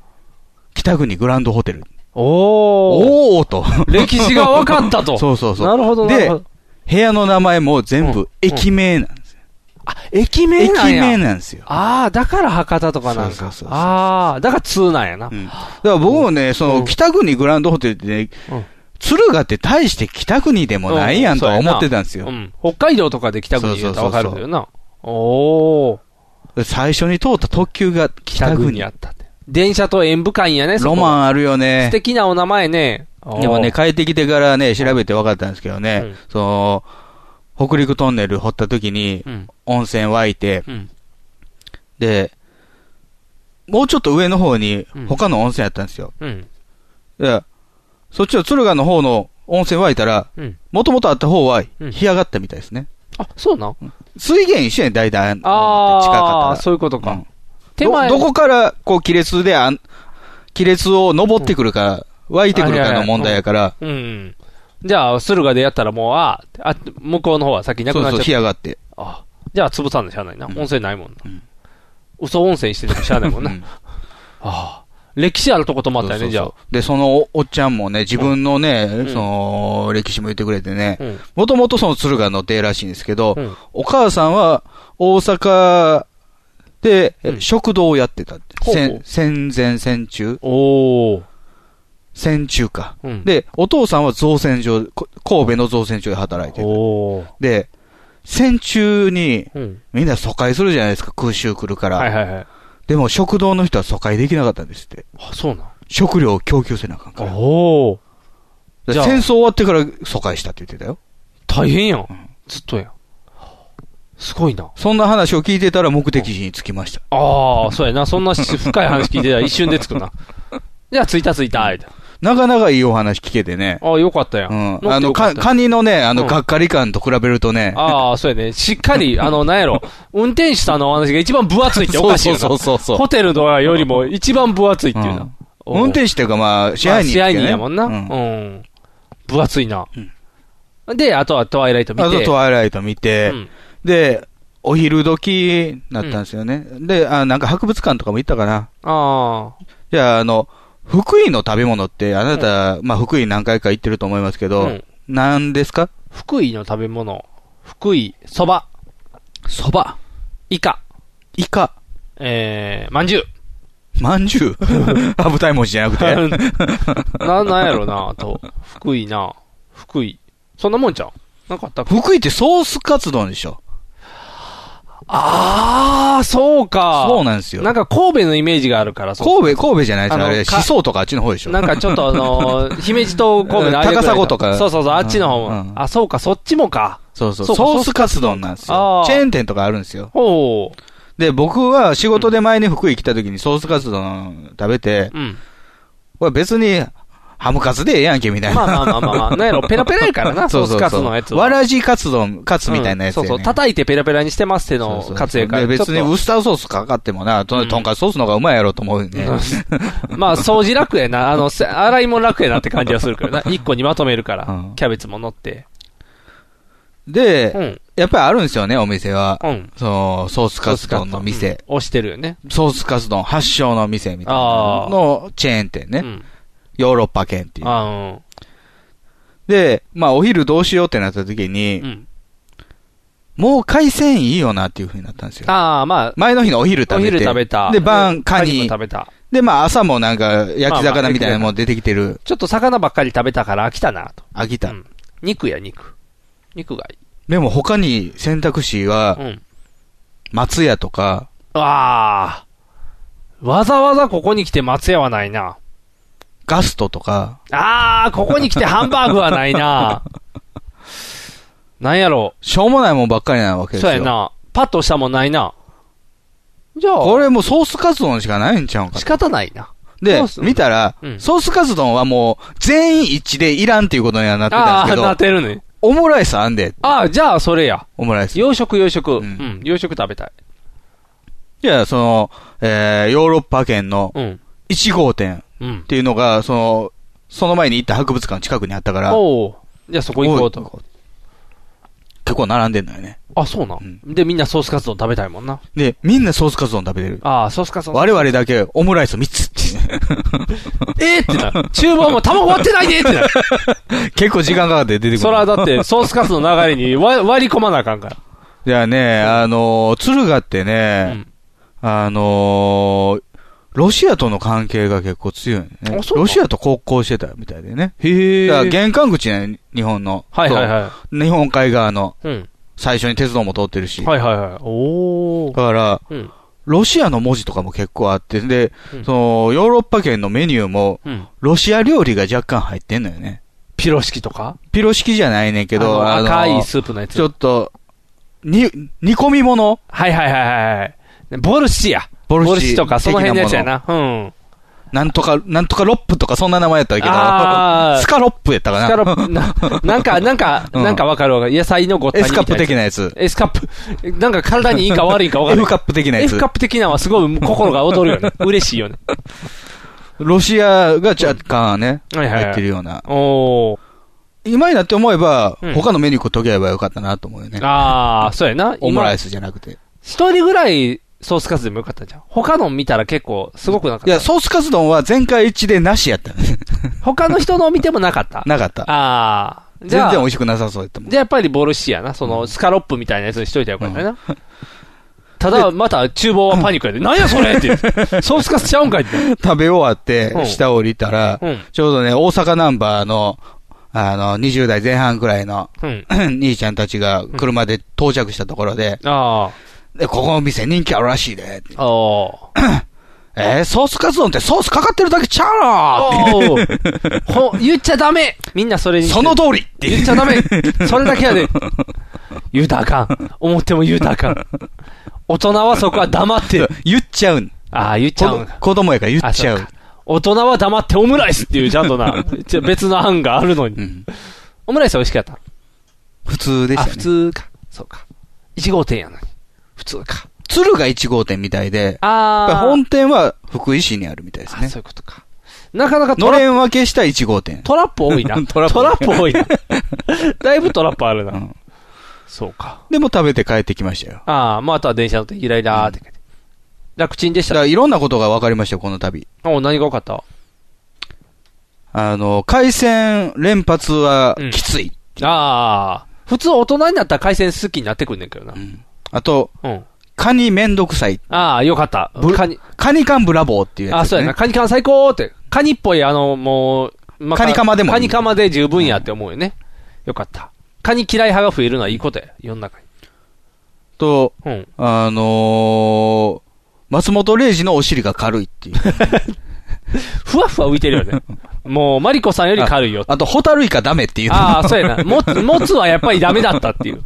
北国グランドホテル。
おー。
おーと。
歴史が分かったと。
そうそうそう。
なるほど、なるほど。
部屋の名前も全
うん
部駅名なんですよ。
あ、駅名
駅
なんや。
名なんですよ。
ああ、だから博多とかな
そ
ん
うそう
か
そう。そう
ああ、だから通なんやな
う。んだから僕もね、そうの、
ん
北国グランドホテルってね
うん、
敦賀って大して北国でもないやんとは思ってたんです
う
よ。
ん。北海道とかで北国やったら分かるけどな。おー。
最初に通った特急が北
北国
国
や。ったって。電車と縁深いんやね、
ロマ
ン。
ンあるよ
素
ね。
敵なお名前ね。
でもね、
おー
帰ってきてからね、調べて分かったんですけど
う
ね
ん、
その、北陸トンネル掘った時に
う、ん。
温泉湧いて、
うん。
で、もうちょっと上の方に
うん
他の温泉やったんですよ。
うん。
で、そっちの敦賀の方の温泉湧いたら
うん、
もともとあった方は
うん
干上がったみたいですね。
あ、そうなん
水源一緒やん、大体。近
あ
か
あ、
った
そういうこと
ら。う
か
ん。
手前。
どどこから、こう、亀裂で、あん亀裂を登ってくるか、湧いてくるかの問題やから、
うんうん。じゃあ、駿河でやったらもう、あーあ、向こうの方は先なく
そう
なっち
そ
ゃ
う、
っ
干上がって。
あ、じゃあ潰さんのしゃあないな。
うん
温泉ないもんな。
うん
嘘温泉しててもしゃあないもんな。
うん
ああ。歴史あるとこともあったよね、じゃ
そう
あ
そう。そうで、そのおおっちゃんもね、自分のね、
ん
その、歴史も言ってくれてね、
うん
もともとその敦賀の出らしいんですけど、
うん
お母さんは大阪で、
うん
食堂をやってたって。
ほうほう
戦戦前、戦中
おー。
戦中か。
うん
で、お父さんは造船所、こ神戸の造船所で働いてる。
おー。
で、戦中に
うん。
みんな疎開するじゃないですか、空襲来るから。
はいはいはい。
でも食堂の人は疎開できなかったんですって。
あ、そうなん。
食料を供給せなあかんから。
おー。
で
じゃあ
戦争終わってから疎開したって言ってたよ。
大変やん
ん。
ずっとやん。すごいな。
そんな話を聞いてたら目的地に着きました。
ああ、そうやな。そんなし深い話聞いてたら一瞬でつくな。じゃあ、ついたついた、言うて
なかなかいいお話聞けてね。
ああ、よかったやん。
うん。
乗
あ
ってよ
の、
か
か
ったよ
カニのね、あ
う
の、
ん
がっかり感と比べるとね。
ああ、そうやね。しっかり、あの、なんやろ。運転手さんのお話が一番分厚いってお
そう
かしい
そう
よな。
そうそうそう。
ホテルのよりも一番分厚いっていう
う。
なん
運転手っていうかまあ、支
まあ
配人
試
で
合
すけ
人
どね。
やもんな。
う。
うんん。分厚いな。で、あとはトワイライト見て。
あとトワイライト見て
う、ん
で、お昼時なったんですよね。で、あ、なんか博物館とかも行ったかな。
ああ。
じゃあ、あの、福井の食べ物って、あなた、まあ、福井何回か行ってると思いますけ
う
ど
ん、
何ですか
福井の食べ物。福井、蕎麦、
蕎麦、
イカ、
イカ、
えー、まんじゅう。
まんじ ゅう。羽二重文字じゃなくて。
な、なんやろな、あと。福井な。福井。そんなもんじゃん。なんかあった
福井ってソースカツ丼でしょ。
ああ、そうか。
そうなんですよ。
なんか神戸のイメージがあるから、そう
神戸、神戸じゃないです
あの
よ。あれ、
か
思想とかあっちの方でしょ。
なんかちょっとあ のー姫路と神戸の間ぐらい
高
の
砂とか
そうそうそう、あっちの方
う
も。
んうん
あ、そうか、そっちもか。
そうそう。
そうか
ソースカツ丼なんです
あ
よ
ー。
チェーン店とかあるんですよ。
ほ
で、僕は仕事で前に福井来た時にソースカツ丼食べて
う。、うん。
これ別にハムカツでええやんけみたい
まあ
な。
まあまあまあまあ。なんや ろ、ペラペラやから な、ソ
そ
ー
うそう
スカツ
そう
のやつは
わらじカツ丼、カツみたいなやつ
う
や
ん
ね。
そうそう、叩いてペラペラにしてますって
そう
の
そうそう
カツやから。
で別に
ちょっ
ウスターソースかかってもな、と
うん
とんかつソースの方がうまいやろと思うね。
と まあ、掃除楽やな。あの、せ洗いも楽やなって感じはするけどな。 一個にまとめるから
うん。
キャベツも乗って。う
で、
ん。
やっぱりあるんですよね、お店は。
うん。
そう、ソースカツ丼の店。
うん。押してるよね。
ソースカツ丼発祥の店みたいな
あー
のチェーン店ね、
うん。
ヨーロッパ圏っていう。
あー
で、まあお昼どうしようってなった時
うん。う
に、
ん。
もう海鮮いいよなっていう風になったんですよ。
ああ、ま
前の日のお昼
あ、
食
お
べて。
昼食べた。
で、晩、カ
も
ニ
食。べた。
で、まあ朝もなんか焼き
まあまあ
魚みたいなもん出てきてる。
ちょっと魚ばっかり食べたから飽きたなと。
飽きた。
うん肉や肉。肉がいい。
でも他に選択肢は
う、ん。
松屋とか、
わあ。わざわざここに来て松屋はないな。
ガストとか、
ああ、ここに来てハンバーグはな いな。なんやろ
しょうもないもんばっかりなわけです
そ
よ。
うやな。パッとしたもんないな。じゃあ、
これもうソースカツ丼しかないんちゃうんか
仕。方ないな。
で
ソー、ス
見たら、
うん
ソースカツ丼はもう全員一致でいらんっていうことにはなってたん
ああー、な
で
っ
すけど、
てるね。
オムライスあんで、
ああ、じゃあ、それや。
オムライス。い
洋食、洋食。
う
う、
んん
洋食食べたい。
や、その、えー、ヨーロッパ圏の
うん。
1号店
う
っ。
ん
ていうのが、その、その前に行った博物館の近くにあったから、
おお。じゃあ、そこ行こうと。
おい結構並んでんのよね。
あ、そうなん。で、みんなソースカツ丼食べたいもんな。
で、みんなソースカツ丼食べてる。
ああ、ソースカツ丼。
我々だけオムライス3つって
えーってなる。厨房も卵割ってないで ってなる。
いう結構時間かかって出てくる。
それはだって、ソースカツの流れに割割り込まなあかんから。
じゃあね、あのー、敦賀って
う
ね
ん、
あのー、ロシアとの関係が結構強いね
あ。そうか
ロシアと国交してたみたいでね。
へ
だから玄関口ね、日本の。
はいはいは
そう日本海側の
い。うん。
最初に鉄道も通ってるし。
はいはいはい。おお
だ。から、
うん。
ロシアの文字とかも結構あって、で、
うん
その、ヨーロッパ圏のメニューも、
うん。
ロシア料理が若干入ってんのよね。
ピロシキとか
ピロ式じゃないねんけど、
あ
あ
の
の
赤いスープのやつ。
ちょっと、に、煮込み物
はいはいはいはいはい。ボルシや。
ボ
ボ
ルシ
ルシとか、その辺のやつやな。うん。
なんとか、なんとかロップとかそんな名前やったけど、
あー
スカロップやったかな。
スカロップ、ななんか、なんか、
うん
なんかわかるわかる。野菜のごった
エ
に
ス
み
カップ
たいな
的なやつ。
エスカップ。なんか体にいいか悪いかわかる
F カップ的なや
F
つ
カ。ップ的なのはすごい心が躍る よね。嬉しいよね。
ロシアが若干ね、
はいはいはい
入ってるような。
おー。
今になって思えば
うん、
他のメニュー食っとけばよかったなと思うよね。
ああ、そうやな。
オムライ
ス。
スじゃなくて。
一人ぐらいソースカツでもよかったじゃん。他の見たら結構、すごくなかっ
い
た。
や、ソースカツ丼は全会一致でなしやったね。
他の人の見てもなかった。
なかった。
ああ。じ
全
ゃあ、
然美味
じ
しくなさそうやったもん。
ゃあやっぱりボルシアな。その、スカロップみたいなやつにしといたらよかっ たな。ただ、また厨房はパニックやで。なんやそれ って。ソースカツちゃうんかいって。
食べ終わっ
うん
て、下降りたら
うん、
ちょうどね、大阪ナンバーの、あの、20代前半くらいの、
うん。
兄ちゃんたちが車で到着したところで、
あ
で、ここの店人気あるらしいで。
あ。おー。
えー、ソースカツ丼ってソースかかってるだけちゃうのって
おーほ、言っちゃダメみんなそれ に。
その通りって
言
い
っ
う。
ちゃ ダメそれだけやで。言うたらあかん。思っても言うたらあかん。大人はそこは 黙って。
言っちゃうん。
ああ、言っち
子
ゃうん
供
だ。
子供やから言っちゃ
あ
う。
そうか大人は黙ってオムライスっていうちゃんとな、ちょ別の案があるの
う
に。
ん
オムライスは美味しかった。
普通でし
あ、
たね。
普通か。そうか。1号店やのに。普通か。
鶴が1号店みたいで、やっぱ
あ
り本店は福井市にあるみたいです
あ、
ね
そう。いうことか。なかなかト
の
ラ
れん分けした1号店。
トラップ多いな。ト
ト
ラ
ラ
ッ
ッ
プ
プ
多いな。だいぶトラップあるな。
うん
そうか。
でも食べて帰ってきましたよ。
ああ、まあ、あとは電車乗ってイライラーって書いて。楽ちんでし
だか
た。
らいろんなことが分かりましたよ、この旅。
お何が多かった
あの、海鮮連発は
うん
きつい。
ああ、普通大人になったら海鮮好きになってくんねんけどな。
うんあと、
うん。
カニめんどくさい。
ああ、よかった。
ブル
カニ、
カニ缶ブラボーっていうやつ、
あ、そうやな。。カニカマ最高って。カニっぽい、あの、もう、ま
カニカマでもいい
カニカマで十分やって思うよね。よかった。カニ嫌い派が増えるのはいいことや。世の中に。
と、
うん。
あのー、松本零士のお尻が軽いっていう。
ふわふわ浮いてるよ ね。もう、マリコさんより軽いよ。
あと、ホタルイカダメっていうのも。
ああ、そうやな。もつ、もつはやっぱりダメだったっていう。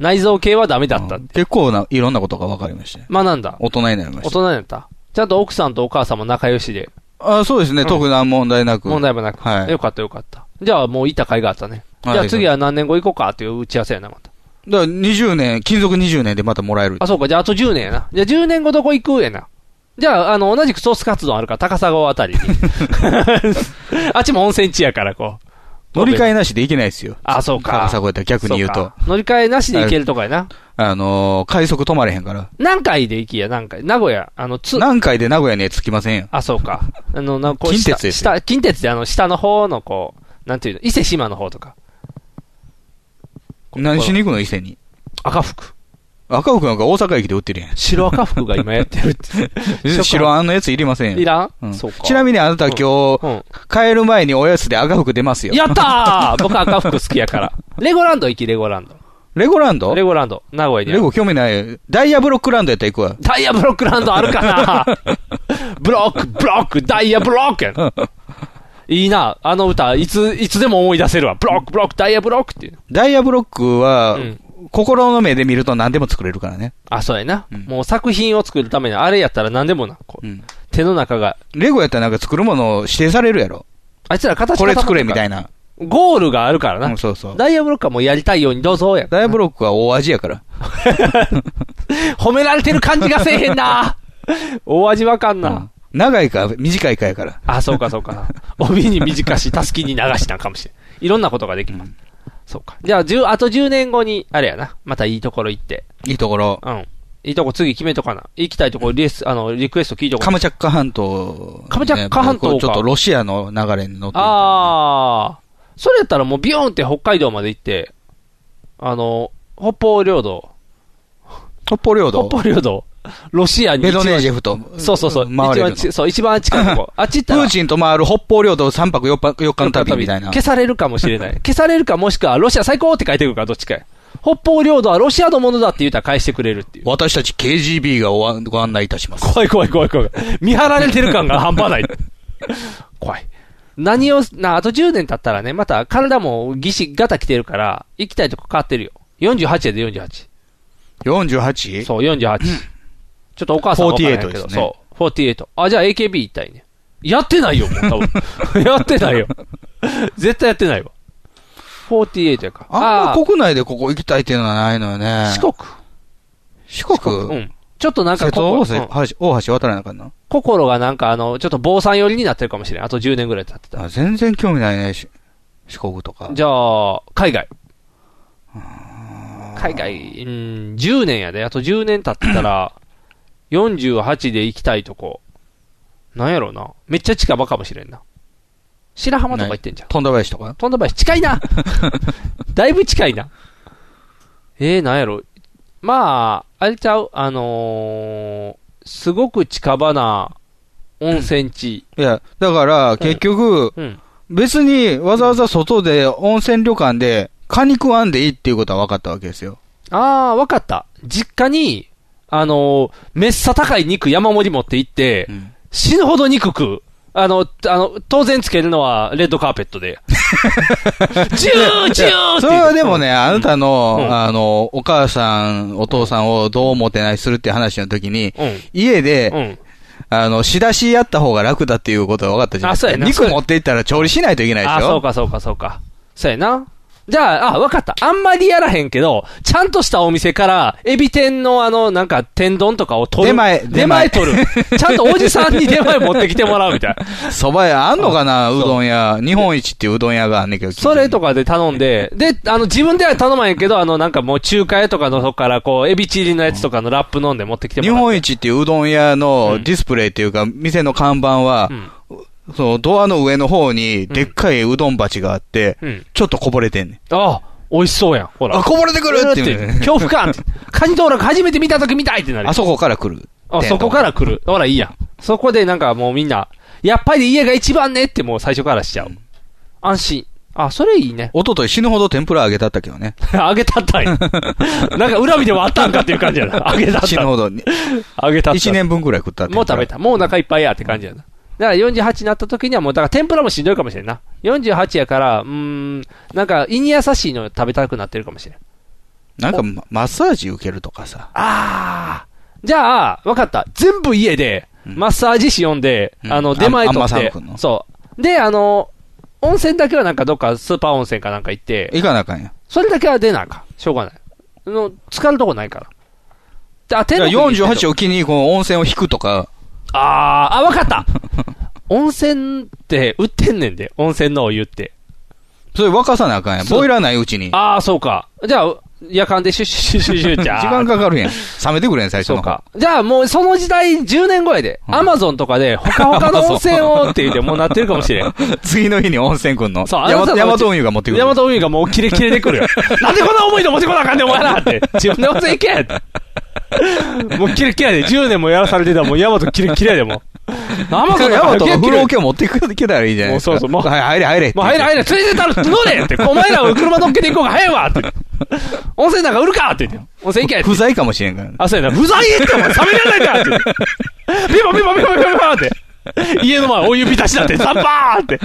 内臓系はダメだったっ
うん
て。
結構な、いろんなことが分かりましたね。
学んだ。
大人になりま
大
した。
人になった。ちゃんと奥さんとお母さんも仲良しで、
あそうですね、
うん
特段問題なく。
問題もなく。
はい
よかったよかった。じゃあもういた甲斐があったね。じ
はい
ゃあ次は何年後行こうかっていう打ち合わせやな、ま
だ
た。
から20年、勤続20年でまたもらえる。
あ、そうか、じゃああと10年やな。じゃあ10年後どこ行くやな。じゃあ、あの、同じくソースカツ丼あるから、高砂川あ たりに。あっちも温泉地やから、こう。
乗り換えなしでいけないですよ。
あ、そうか。
高砂やったら逆に言う
そ
と。
か。乗り換えなしで行けるとかやな。
あのー、快速止まれへんから。
何回で行きや、何回。名古屋、あの、つ、
何回で名古屋には着きませんよ。
あ、そうか。あの、なこう
近鉄
下
ですよ
下、近鉄であの、下の方の、こう、なんていうの、伊勢島の方とか。
何しに行くの伊勢に。
赤服。
赤福なんか大阪駅で売ってるやん。
白赤服が今やってるって。初 夏
白あんのやついりませんよ。
いらん、
うん
そうか。
ちなみにあなた今日、
うん。
帰る前におやつで赤福出ますよ。
やったー僕赤服好き やから。レゴランド行き、レゴラン
レゴラン
ド。
ド
レゴランド。名古屋に
レ
ある。
ゴ興味ないよ。ダイヤブロックランドやったら行くわ。
ダイヤブロックランドあるか なブロック、ブロック、ダイヤブロックやん いいな。あの歌、いつ、いつでも思い出せるわ。ブロック、ブロック、ダイヤブロックっていう。
ダイヤブロックは、
うん
心の目で見ると何でも作れるからね。
あ、そうやな。
うん
もう作品を作るために、あれやったら何でもな。こう
うん
手の中が、
レゴやったらなんか作るものを指定されるやろ。
あいつら形
これ作れみたい
な。
な。
ゴールがあるからな。
うん、そうそう。
ダイヤブロックはもうやりたいようにどうぞや。
ダイヤブロックは大味やから。
褒められてる感じがせえへ んな大味わかんな。
うん長いか短いかやから。
あ、そうかそうか。帯に短し、たすきに流したんかもしれん。いろんなことができます。
うん
そうか。じゃあ、10あと10年後に、あれやな。またいいところ行って。
いいところ。
うん。いいとこ次決めとかな。行きたいとこリス、あの、リクエスト聞いとこ
カムチャッカ半島。
カムチャッカ半島か
ね僕ちょっとロシアの流れに乗ってる
ああ。それやったらもうビヨーンって北海道まで行って、あの、北方領土。
北方領
北
土。
方領土。ロシアに
ベ
一番
ドネージェフと。
そうそうそう。一
回れる
番
の
ちそう、一番近いとこ。あっち行っ
プ
たら
ーチンと回る北方領土3泊4日の旅みたいな。
消されるかもしれ ない。消されるかもしくは、ロシア最高って書いてくるから、どっちかや北方領土はロシアのものだって言うたら返してくれるっていう。
私たち KGB がおわご案内いたします。
怖い怖い怖い怖い。見張られてる感が半端ない。 怖い。何を、な、あと10年経ったらね、また体もぎし、ガタ来てるから、行きたいとこ変わってるよ。48やで48。
48?
そう、48。ちょっとお母さんは分からへんけど、
48ですね
そう、48。あ、じゃあ AKB 行ったいね。やってないよ、もう多 分。やってないよ。絶対やってないわ。48やから。
あん
ー
ま国内でここ行きたいっていうのはないのよね。
四国。
四国
うん。ちょっとなんか
瀬戸
こ
大
こ、
橋
うん
大橋渡らなあかんな。
心がなんかあの、ちょっと坊さん寄りになってるかもしれん。あと10年ぐらい経ってたら
あ全然興味ないね、し四国とか。
じゃあ、海外。海外、うん、10年やで。あと10年経ったら、48で行きたいとこ。なんやろうな。めっちゃ近場かもしれんな。白浜とか行ってんじゃん。
富田林とか
富田林近いなだいぶ近いな。えー、なんやろ。まあ、あれちゃう、あのー、すごく近場な温泉地。
いや、だから、結局、
うん。
別にわざわざ外で温泉旅館で、カニ食わんでいいっていうことは分かったわけですよ。
あー、わかった。実家に、あのー、めっさ高い肉山盛り持って行って、死ぬほど肉食う。あの、あの、当然つけるのは、レッドカーペッ トで。ジュージューって言って
それはでもね、あなたの、
うん
あの、お母さん、お父さんをどうもてないするっていう話の時に、
うん。
家で、
うん。
あの、仕出しやった方が楽だっていうことが分かったじゃないです
あそう
か。
やな
肉持っていったら調理しないといけないでしょ
あ、そうか、そうか、そうか。そうやな。じゃあ、あ、わかった。あんまりやらへんけど、ちゃんとしたお店から、エビ天のあの、なんか、天丼とかを取る。
出前
出前
出前
取る。ちゃんとおじさんに出前持ってきてもらうみたいな。
蕎麦屋あんのかな
そう
うどん屋。日本一っていううどん屋があんねんけど。
それと
か。
かで頼 んで、で、あの、自分では頼まへんけど、あの、なんかもう中華屋とかのとこから、こう、エビチリのやつとかのラップ飲んで持ってきても
日
らう。
本一っていううどん屋
う
の
ん
ディスプレイっていうか、店の看板は、そのドアの上の方に、でっかいうどん鉢があって、
うん。うん。
ちょっとこぼれてんねん。
あ、美味しそうやん。ほら。
あ、こぼれてくるってい
うる
う
って
ね。
恐怖感って。カニ道楽初めて見た時見たいってなる
あ。そこから来る。。
あ、そこからら来る。ほら、いいやん。そこでなんかもうみんな、やっぱり家が一番ねってもう最初からしちゃう。安心。あ、それいいね。
おととい死ぬほど天ぷら揚げたったけどね。
あげたった んや。なんか恨みでもあったんかっていう感じやな。あげたっ
死
た
ぬ
ん。
ほどに。
あげたったん。
1年分くらい食ったって
もう食べ。た。もうお腹いっぱいやって感じやな。だから48になった時にはもう、だから天ぷらもしんどいかもしれんな。48やから、うーん、なんか胃に優しいの食べたくなってるかもしれん。
なんかママッサージ受けるとかさ。
ああ。じゃあ、わかった。全部家で、
ん
マッサージ師呼んで、
うん
あの、出前
あん
取
ま
っ
さん
て
くん、の
そう。で、あの、温泉だけはなんかどっかスーパー温泉かなんか行って、
行かなあかんや。
それだけは出なあかん。しょうがない。あの、使うとこないから。であ、
だ
天
から
国に行って
48を機に、この温泉を引くとか。
あー、あ、わかった。温泉って売ってんねんで、温泉のお湯って。
それ沸かさなあかんやん。
そう
ボイラーないうちに。
ああ、そうか。じゃあ、夜間でシュッシュッシュッシュッシュッじゃあ。
時間かかるやん。冷めてくれん、最初
そ
の
う
方。
か。じゃあもうその時代10年後やで、
うん
アマゾンとかで、ほかほかの温泉をって言って、もうなってるかもしれん。
次の日に温泉くんの。
そうあ
ヤ
な
マ
た
ヤマト運輸が持ってくる。
ヤマト海がもうキレキレで来るよ。なんでこんな重いの持ってこなあかんねん、お前らって。自分で温泉行けってもうキレキレやで、10年もやらされてたらもうヤマトキレキレやで、もう。アマゾン
ヤマト
キ
が
レキ
風
レ
呂桶を持ってくるけたらいいじゃないですか。
もうそうそうもう
はい、入れ入れ。
もう入れ入れ、連れてたら乗れって。お前らを車乗っけていこうが早いわって。温泉なんか売るかって言って。温泉行けって
不。在かもしれんからね。
あ、そうやな。不在ってお前、冷められないからって。ビバビバビバビバビバって。家の前、お湯浸しだって、ザッパーって。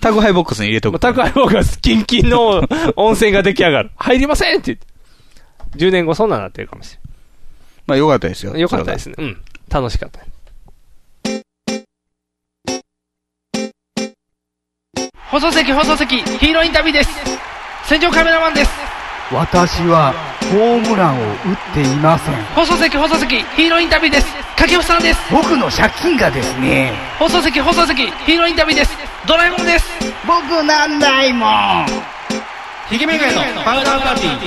宅配ボックスに入れと
もう
く。
宅配僕がキンキンの温泉が出来上がる。入りませんって言って。 10年後そんなんなってるかもし
まあ、よかったですよ。
れない。よかったですね。うん。楽しかった。
放送席放送席ヒーローインタビューです戦場カメラマンです
私はホームランを打っていません
放送席放送席ヒーローインタビューです掛布さんです
僕の借金がですね
放送席放送席ヒーローインタビューですドラえもんです
僕なんないもん
ひげめがのパウダーパーティ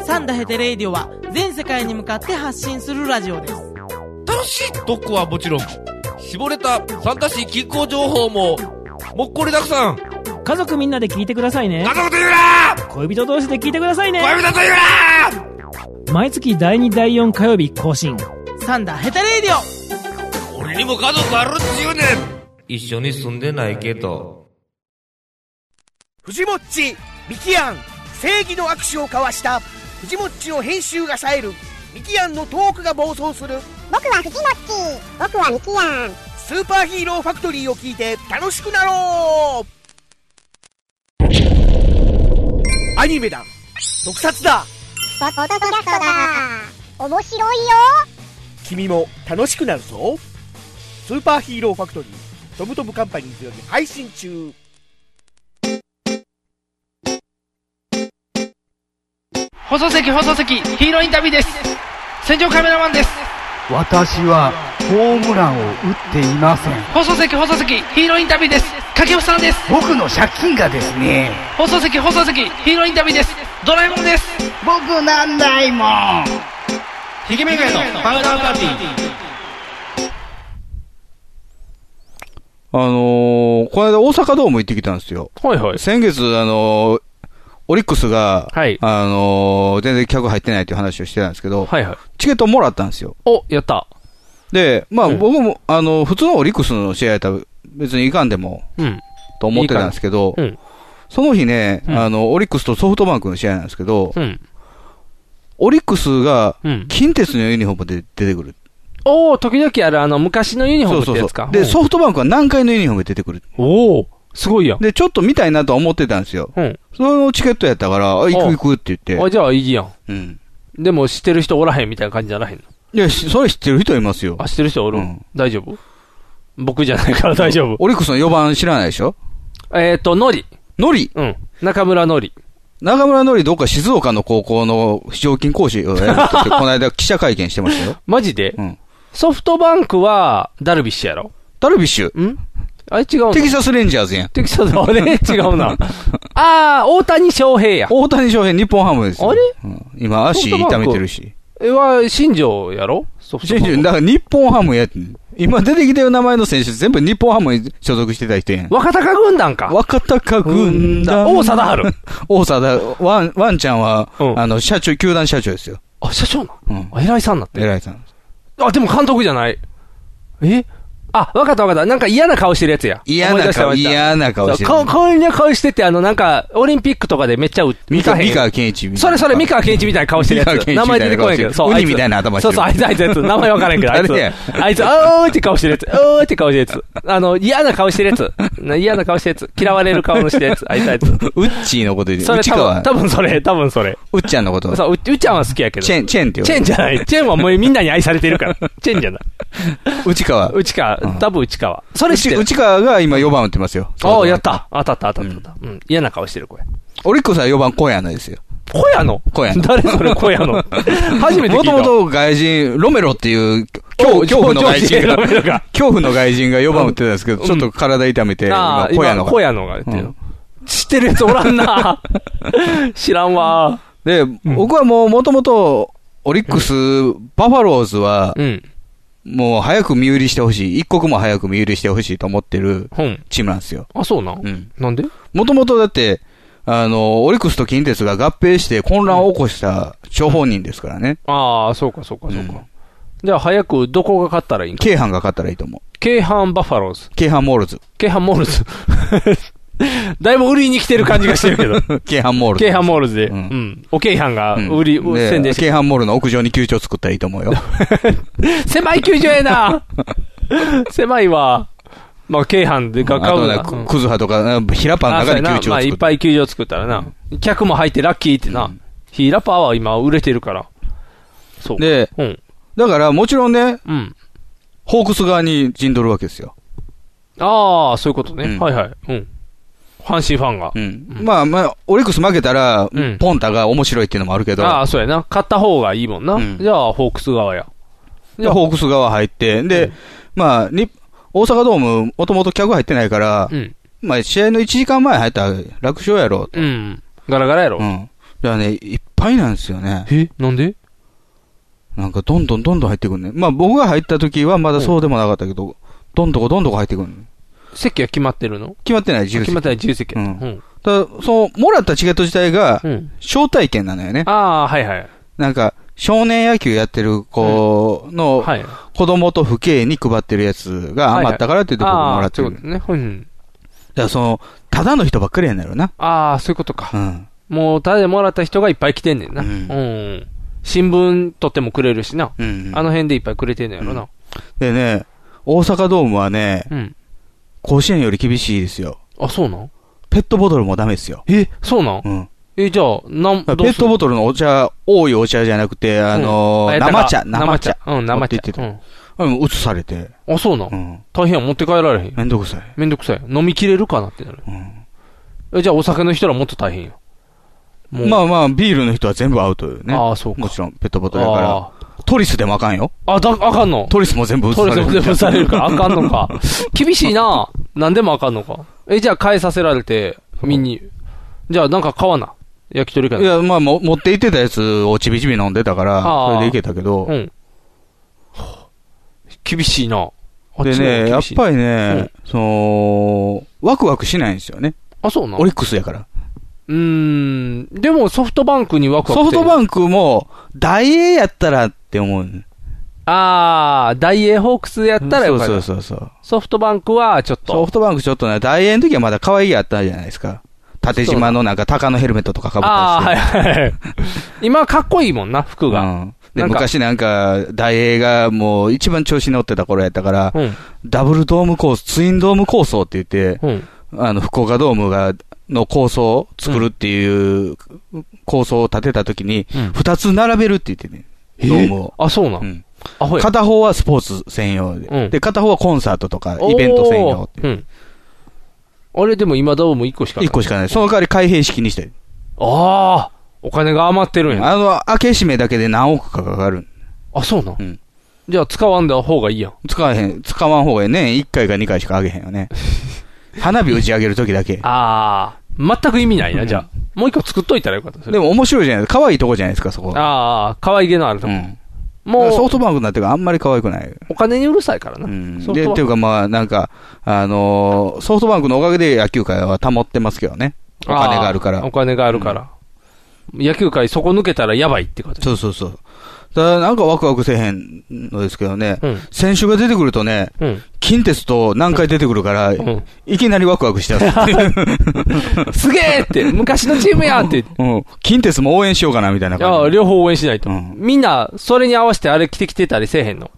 ー
サンダヘテレイディオは全世界に向かって発信するラジオです。
楽しい特攻はもちろん、絞れたサンタシー気候情報も、もっこりだくさん。
家族みんなで聞いてくださいね
家族と言うな
恋人同士で聞いてくださいね
恋人と言う
毎月第2第4火曜日更新
サンダヘテレイディオ
な俺にも家族あるっちゅうねん一緒に住んでないけど。
藤もっちミキアン正義の握手を交わした藤もっちの編集が冴えるミキアンのトークが暴走する
僕はフジモッチ僕はミキヤン
スーパーヒーローファクトリーを聞いて楽しくなろうアニメだ特撮だ
ポッドキャストだ面白いよ
君も楽しくなるぞスーパーヒーローファクトリートムトムカンパニーズより配信中
放送席放送席ヒーローインタビューです戦場カメラマンです
私はホームランを打っていません
放送席放送席ヒーローインタビューです掛布さんです
僕の借金がですね
放送席放送席ヒーローインタビューですドラえもんです
僕なんないもん
ひげめがのパウダーパーティー
あのーこの間大阪ドーム行ってきたんですよ。
はいは。
先月、あのーオリックスが、
はい
あのー全然客入ってないっていう話をしてたんですけど、
はいはい。
チケットもらったんですよ。
お、やった。
で、まあ、
うん
僕も、あの、普通のオリックスの試合やったら別にいかんでも、
うん。
と思ってたんですけど、
うん。
その日ね、
うん
あの、オリックスとソフトバンクの試合なんですけど、
うん。
オリックスが、
うん。
近鉄のユニフォームで出てくる。
おー、時々ある、あの、昔のユニフォームってやつか。
で、ソフトバンクは南海のユニフォームで出てくる。
おー、すごいやん。
で、ちょっと見たいなとは思ってたんですよ。
うん。
そのチケットやったから、あ、行く行くって言っ
あ、
て。
じゃあいいやん。
うん。
でも知ってる人おらへんみたいな感じじゃなへんの。
いや、しそれ知ってる人いますよ
あ、。知ってる人おる、
うん
大丈夫僕じゃないから 大丈夫。
オリックスの4番知らないでしょ
えっ、ー、と、ノリ。
ノリ。
うん。中村ノリ。
中村ノリどっか静岡の高校の非常勤講師をやるって言 って、この間記者会見してましたよ。
マジで、
うん。
ソフトバンクは、ダルビッシュやろ
ダルビッシュ。
んあれ違うの
テキサスレンジャーズやん。
テキサス、 あれ違うな。あー、大谷翔平や。
大谷翔平、日本ハムですよ。
あれ
うん今、足痛めてるし。
えは、新庄やろソフト
新
バンク
人だから日本ハムやって今出てきたよ名前の選手、全部日本ハムに所属してた人やん。
若隆軍団か。
若隆軍団。
王貞治。
王貞、ワン、ワンちゃんは、
うん
あの、社長、球団社長ですよ。
あ、社長な。
うん。
あ偉いさんなって。
偉いさん。
あ、でも監督じゃない。えあ、わかったわかった。なんか嫌な顔してるやつや。
嫌な顔、
な
嫌な顔してる。
ここういう顔してて、あの、なんか、オリンピックとかでめっちゃう
三
打たへん
河健一みたいな。
それそれ、三河健一みたいな顔してるや
三河
つ。
健一
名前出てこへんけど、
みたいな顔してる
あつ
ウニみたいな頭して
そう
る
そう、あいつ、あいつ、あいつ、名前わからへんけど、あいつ
誰や、
あいつ、あーって顔してるやつ、あーって顔してるやつ、あの、嫌な顔してるやつ、な嫌な顔してるやつ、嫌われる顔のしてるやつ、あいつ、あいつ。
ウッチーのこと言って
それ、
内
多分、
川
多。分それ、多分それ。
ウッちゃんのこと。
そう、ううっちゃんは好きやけど。
チェーン、チェーンって
チェ
言
ンじゃない。チェンはもうみんなに愛されてるから。チェンじゃない。
う。内川。
内川
うん、
多分内川。それ知ってる
内川が今4番打ってますよ。
ああ、やった。当たった、当たった当たった。うん。嫌な顔してる、これ。
オリックスは4番小屋なんですよ。
小屋の
小屋の
誰それ、小屋の。初めて聞
も
いた。
ともと外人、ロメロっていう、恐
お
恐怖の外人が、
ロメロ が
恐怖の外人が4番打ってたんですけど、ちょっと体痛めて、
あ
今
あ、
小屋
今
の
小
が。
屋のが言ってるの。知ってるやつおらんな。 知らんわ。
で、僕はもうもともと、オリックス、バファローズは、
うん。
もう早く身売りしてほしい。一刻も早く身売りしてほしいと思ってる
うん。
チームなんですよ。
あ、そうなん
うん。
なんで
もともとだって、あの、オリックスと近鉄が合併して混乱を起こした張本人ですからね。
ああ、そうか、そうか、そう
うん
か。じゃあ、早くどこが勝ったらいいんか。
京阪が勝ったらいいと思う。
京阪バファローズ。
京阪モールズ。
京阪モールズ。 だいぶ売りに来てる感じがしてるけど。
京阪モールズ。
京阪モールズで。う
うん
ん。お京阪が
うん
売り、
で
宣伝して
京阪モールの屋上に球場作ったら いいと思うよ。
狭い球場やな狭いわ。まあ、京阪で
あ
が買う
とね
な、
くクズハとか、ヒラパの
あ
中
そう
で
やな
球場
ま
を
あ、い
作
っぱい球場作ったらな。客も入ってラッキーってな。ヒーラパーは今売れてるから。そう。
で、だからもちろんね、ホークス側に陣取るわけですよ。
ああ、そういうことね。
うん
はいはい。うん。阪神ファンが。
まあまあ、オリックス負けたら、ポンタが面白いっていうのもあるけど、
ああ、そうやな。買った方がいいもんな。じゃあ、ホークス側や。
でホークス側入って、で、まあ、に大阪ドーム、もともと客入ってないから、まあ、試合の1時間前入ったら楽勝やろ、と。
うん。ガラガラやろ。
うん。だからね、いっぱいなんですよね。
えなんで
なんか、どんどんどんどん入ってくるね。まあ、僕が入った時はまだそうでもなかったけど、どんどこどんどこ入ってくるね。
席は決まってるの
決まってない、自由席。
決まってない、自由席
う
や
ん
った。うん。
ただ、その、もらったチケット自体が、招待券なのよね。
ああ、はいはい。
なんか、少年野球やってる子の、子供と父兄に配ってるやつが余ったからっていうところもらってる。
はいはいああそういうことね。うん。
だからその、ただの人ばっかりやんだろうな。
ああ、そういうことか。
うん。
もう、ただでもらった人がいっぱい来てんねんな。うん。新聞取ってもくれるしな。あの辺でいっぱいくれてんのやろな。
でね、大阪ドームはね、甲子園より厳しいですよ。
あ、そうなん
ペットボトルもダメですよ。
え、そうなん
うん。
え、じゃあ、なん、
ペ
どう
ッ
する
トボトルのお茶、多いお茶じゃなくて、あのー
うんあやったか
生茶、生茶。
生茶うん生茶
持って行ってた。うん、移されて。
あ、そうなん、大変や持って帰られへん。
めんどくさい。
めんどくさい。飲みきれるかなってなる。えじゃあ、お酒の人らもっと大変よ。もう
まあまあ、ビールの人は全部アウトよね。
ああそう
もちろん、ペットボトルだから。トリスでもあかんよ。
あ、だ、あかんの
トリスも全部移さ
そ
れ
れ
る。
でも全部される から、あかんのか。厳しいな。何でもあかんのか。え、じゃあ、買いさせられて、見に。じゃあ、なんか買わな。焼き鳥か
いや、まあ、も持って行ってたやつをちびちび飲んでたから、
あ
そ
あ
れでいけたけど、
うん。厳しいな。あっ
で
ちの方が
ね、や
厳
っ
しい
ぱりね、その、ワクワクしないんですよね。
あ、そうなの
オリックスやから。
うーん。でも、ソフトバンクにワクワク
ソフト
ンク
バンクも、大英やったらって思う。
あー、ダイエーホークスやったらよかった。
そうそうそうそう。
ソフトバンクはちょっと。
ソフトバンクちょっとね、大英の時はまだ可愛いやったじゃないですか。縦島のなんか、鷹のヘルメットとかかぶ
あ
った
ー、は
り
い
して。
はいはい。今、かっこいいもんな、服が。
で
なんか
昔なんか、大英がもう一番調子乗ってた頃やったから、ダブルドーム構想、ツインドーム構想って言って、あの、福岡ドームが、の構想を作るっていう構想を立てた時に、二、つ並べるって言ってね、ドームを。
あ、そうなん、アホや
片方はスポーツ専用で、で、片方はコンサートとか、
おー
イベント専用って。
うん。あれでも今ドーム1個しかない。
一個しかない。その代わり開閉式にしてる。
ああ、お金が余ってるんや。
あの、開け閉めだけで何億かかかる。
あ、そうなん、
うん
じゃあ使わんだ方がいいやん。
使わへん、使わん方がね、1回か2回しかあげへんよ ね。花火打ち上げる時だけ。
ああ、全く意味ないな、じゃあ。もう1個作っといたらよかった。それ
でも面白いじゃないですか。可愛いとこじゃないですか、そこ。
ああ、可愛げのあるとこ。
も
も
う
う、
ソフトバンクになってからあんまり可愛くない。
お金にうるさいからな。ソフ
で、
トバン
ってい
ク
うかまあ、なんか、あのーソフトバンクのおかげで野球界は保ってますけどね。お金があるから。
お金があるから。野球界そこ抜けたらやばいってこと。
そうそうそう。ただなんかワクワクせえへんのですけどね、選手が出てくるとね、
うん
近鉄と何回出てくるから、いきなりワクワクしちゃう。
すげえって、昔のチームや って。
うん。近鉄も応援しようかなみたいな感
ああ、両方応援しないと。みんな、それに合わせてあれ着てきてたりせえへんの。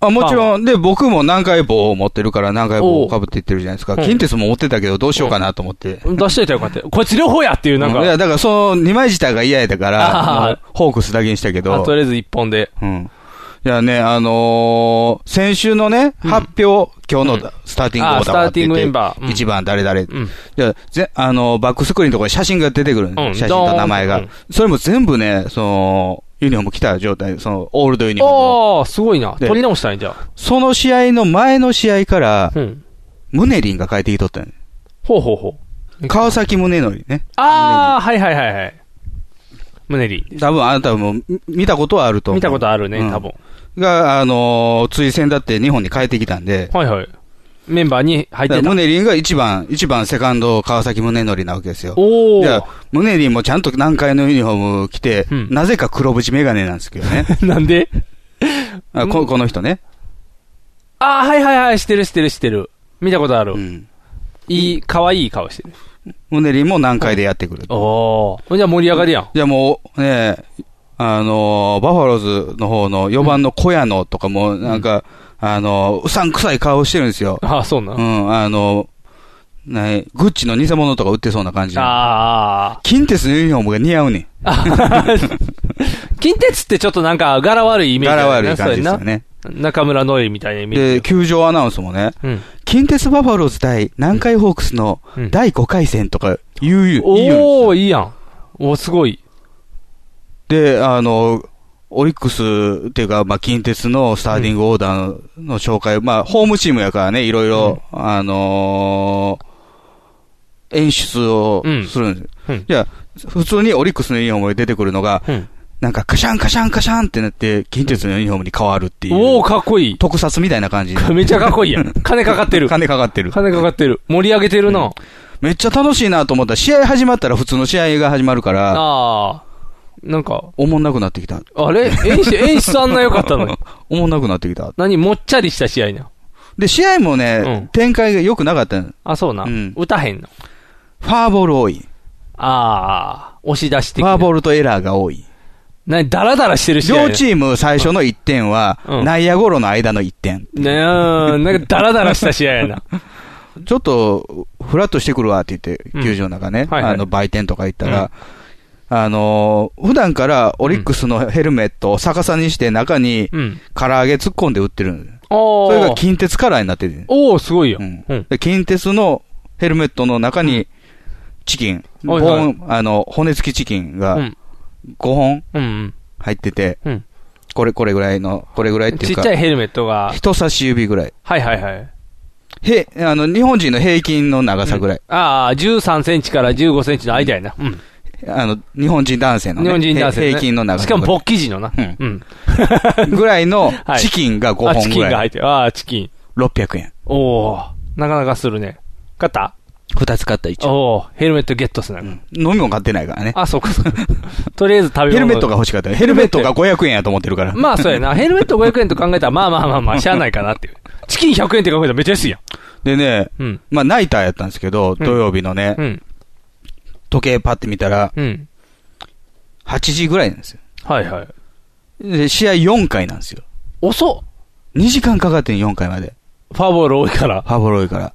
あもちろん、で、僕も何回棒を持ってるから何回棒をかぶっていってるじゃないですか。
おう
近鉄も持ってたけどどうしようかなと思って。
出しといたらよかったよ。こいつ両方やっていう、なん
うんい
か。
や、だからその2枚舌が嫌やったから、
あー
もうホークスだけにしたけ
あ
ど。
とりあえず一本で。
うん。いやね、あのー先週のね、発表、今日のスターティングオーダー
あスターティングメンバーうん
1番誰々。じゃあぜあのーバックスクリーンのところに写真が出てくる、
うん
写真と名前が、
ドーン
それも全部ね、その、ユニフォーム着た状態、その、オールドユニフォームを。
ああ、すごいな。
で
取り直したんや、じゃあ。
その試合の前の試合から、ムネリンが変えてきとったんや
ほうほうほう。
川崎宗則ね。
ああ、はいはいはいはい。胸に。
多分あなたもみ見たことはあると思う。
見たことあるね
うん
多分。
が、あのー、追戦だって日本に帰ってきたんで。
はいはい。メンバーに入ってた。
ムネリンが1番、一番セカンド川崎宗則なわけですよ。
お
じゃあ、ムネリンもちゃんと南海のユニフォーム着て、なぜか黒縁メガネなんですけど ね。
なんで
あここの人ね。
ああ、はいはいはい、してるしてるしてる。見たことある。いい、可愛い顔してる。
ムネリンも南海でやってくる。
おお。じゃあ盛り上がりやん。
じゃあもう、ねあのーバファローズの方の4番の小屋野とかも、なんか、あの、うさんくさい顔してるんですよ。
あそうなん
うん、あの、ない、グッチの偽物とか売ってそうな感じ。
ああ。
キンテスのユニフォームが似合うねん。
近鉄ってちょっとなんか柄悪いイメージ
柄
ある
悪
ない
感じですよね。
そうやな中村ノイみたいなイメージ。
で、球場アナウンスもね、近鉄バファローズ対南海ホークスの第5回戦とか言う、言う
おおいいやん。おすごい。
で、あの、オリックスっていうか、まあ、近鉄のスターティングオーダーのの紹介、まあ、ホームチームやからね、いろいろ、あのー演出をするんです、
うん
じゃあ、普通にオリックスのユニフォームで出てくるのが、なんか、カシャンカシャンカシャンってなって、近鉄のユニフォームに変わるっていう。
おおかっこいい。
特撮みたいな感じ。
めっちゃかっこいいやん。金かかって る。
金かかってる。
金かかってる。盛り上げてるな。
めっちゃ楽しいなと思ったら、試合始まったら普通の試合が始まるから、
ああ。なんか。
おもんなくなってきた。
あれ演 出、演出あんな良かったのに。
おもんなくなってきた。
何もっちゃりした試合な。
で、試合もね、展開が良くなかったの
あ、そうな。打たへんの。
ファーボール多い。
ああ。押し出して
ファーボールとエラーが多い。
何、ダラダラしてる試合や
両チーム最初の1点は、内野ゴロの間の1点。
ねえ、なんかダラダラした試合 やな。
ちょっと、フラッとしてくるわって言って、球場の中ね、あの、売店とか行ったら、あのー、普段からオリックスのヘルメットを逆さにして中に、
うん。
唐揚げ突っ込んで売ってるのよ
お
それが
ー。
近鉄カラーになってて。
おー、すごいよ。
で近鉄のヘルメットの中に、チキン、
はいはい
ボーンあの、骨付きチキンが、5本入ってて、これ、これぐらいの、これぐらいっていう
ちっ
か、
ちゃいヘルメットが。
人差し指ぐらい。
はいはいはい。
へ、あの、日本人の平均の長さぐらい。
ああ、13センチから15センチの間やな。うん。
あの、日本人男性の、ね、
日本人男性、
へ
ね。
平均の長さ
し
ぐら
か
い。
も勃起時のな。
ぐらいのチキンが5本ぐらい。
あ、チキンが入ってる。ああ、チキン。
600円。
おおなかなかするね。買った
2つ買った、一
応。おおヘルメットゲットすな。
飲みも買ってないからね。
あ、そうか、そうか。とりあえず食べ物。
ヘルメットが欲しかったよヘルメットが500円やと思ってるから。
まあ、そうやな。ヘルメット500円と考えたら、まあまあまあまあ、しゃあないかなっていう。チキン100円って考えたらめっちゃ安いやん。
でね、まあ、ナイターやったんですけど、土曜日のね、時計パッて見たら、
うん。
8時ぐらいなんですよ。
はいはい。
で、試合4回なんですよ。
遅
っ !2 時間かかってん、4回まで。
ファーボール多いから。
ファーボール多いから。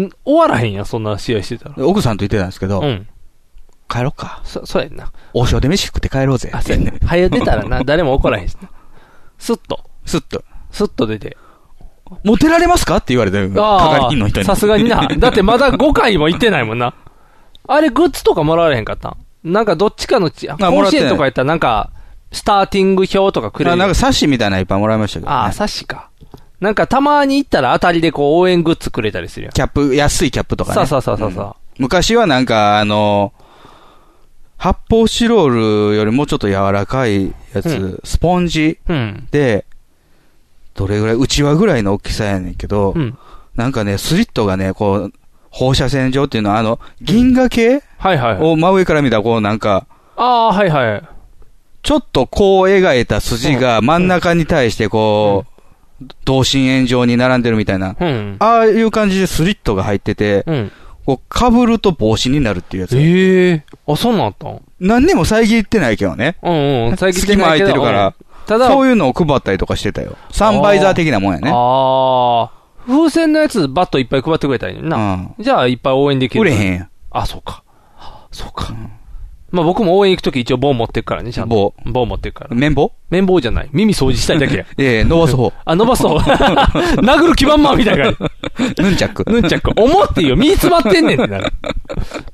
ん終わらへんやん、そんな試合してたら。
で奥さんと言ってたんですけど、
うん。
帰ろっか。
そ、そうやんな。
王将で飯食って帰ろうぜ。
あ、そうやな。早出たら な、誰も怒らへんしな。スッと。
スッと。
スッと出て。
モテられますかって言われて、
あ
係員の人
あ、
に。
さすがに な。だってまだ5回も行ってないもんな。あれ、グッズとかもらわれへんかったんなんかどっちかのち、甲
もらっ
子
てない
園とかやったらなんか、スターティング表とかくれ
あ
る。
なんか冊子みたいなのいっぱいもらいましたけど、ね。
ああ、冊子か。なんかたまに行ったら当たりでこう応援グッズくれたりするやん。
キャップ、安いキャップとかね。
そうそうそうそうそうん
昔はなんか、あの、発泡スチロールよりもうちょっと柔らかいやつ、
うん
スポンジ
うん
で、どれぐらい、うちわぐらいの大きさやねんけど、
うん
なんかね、スリットがね、こう、放射線状っていうのは、あの、銀河系、
はいはい。
を真上から見たら、こうなんか、
ああ、はいはい。
ちょっとこう描いた筋が真ん中に対してこう、同心円状に並んでるみたいな。
うん。
ああいう感じでスリットが入ってて、こう被ると帽子になるっていうやつ。
ええあ、そうなんたん
何にも遮ってないけどね。
うんうん。最近
隙間空いてるから。
ただ、
そういうのを配ったりとかしてたよ。サンバイザー的なもんやね。
ああ。風船のやつ、バットいっぱい配ってくれたらいいのにな。じゃあ、いっぱい応援できる。
売れへんやん。
あ、そうか。そうか。まあ僕も応援行くとき一応棒持ってくからね、ちゃんと。棒。持ってくから。
綿棒
綿棒じゃない。耳掃除したいだけ や。
ええ、伸ばす方。
あ、伸 ばそう。殴る気満々みたいな感
じ。ヌンチャ ック。
ヌンチャック。思っていいよ。身に詰まってんねんってなる。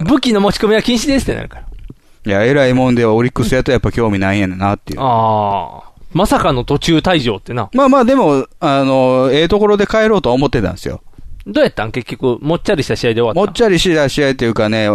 武器の持ち込みは禁止ですってなるから。
いや、偉いもんではオリックスやとやっぱ興味ないんやねんなっていう。
ああ。まさかの途中退場ってな。
まあまあでも、あの、ええところで帰ろうとは思ってたんですよ。
どうやったん結局、もっちゃりした試合で終わ
も
っ
っちゃりした試合というかね、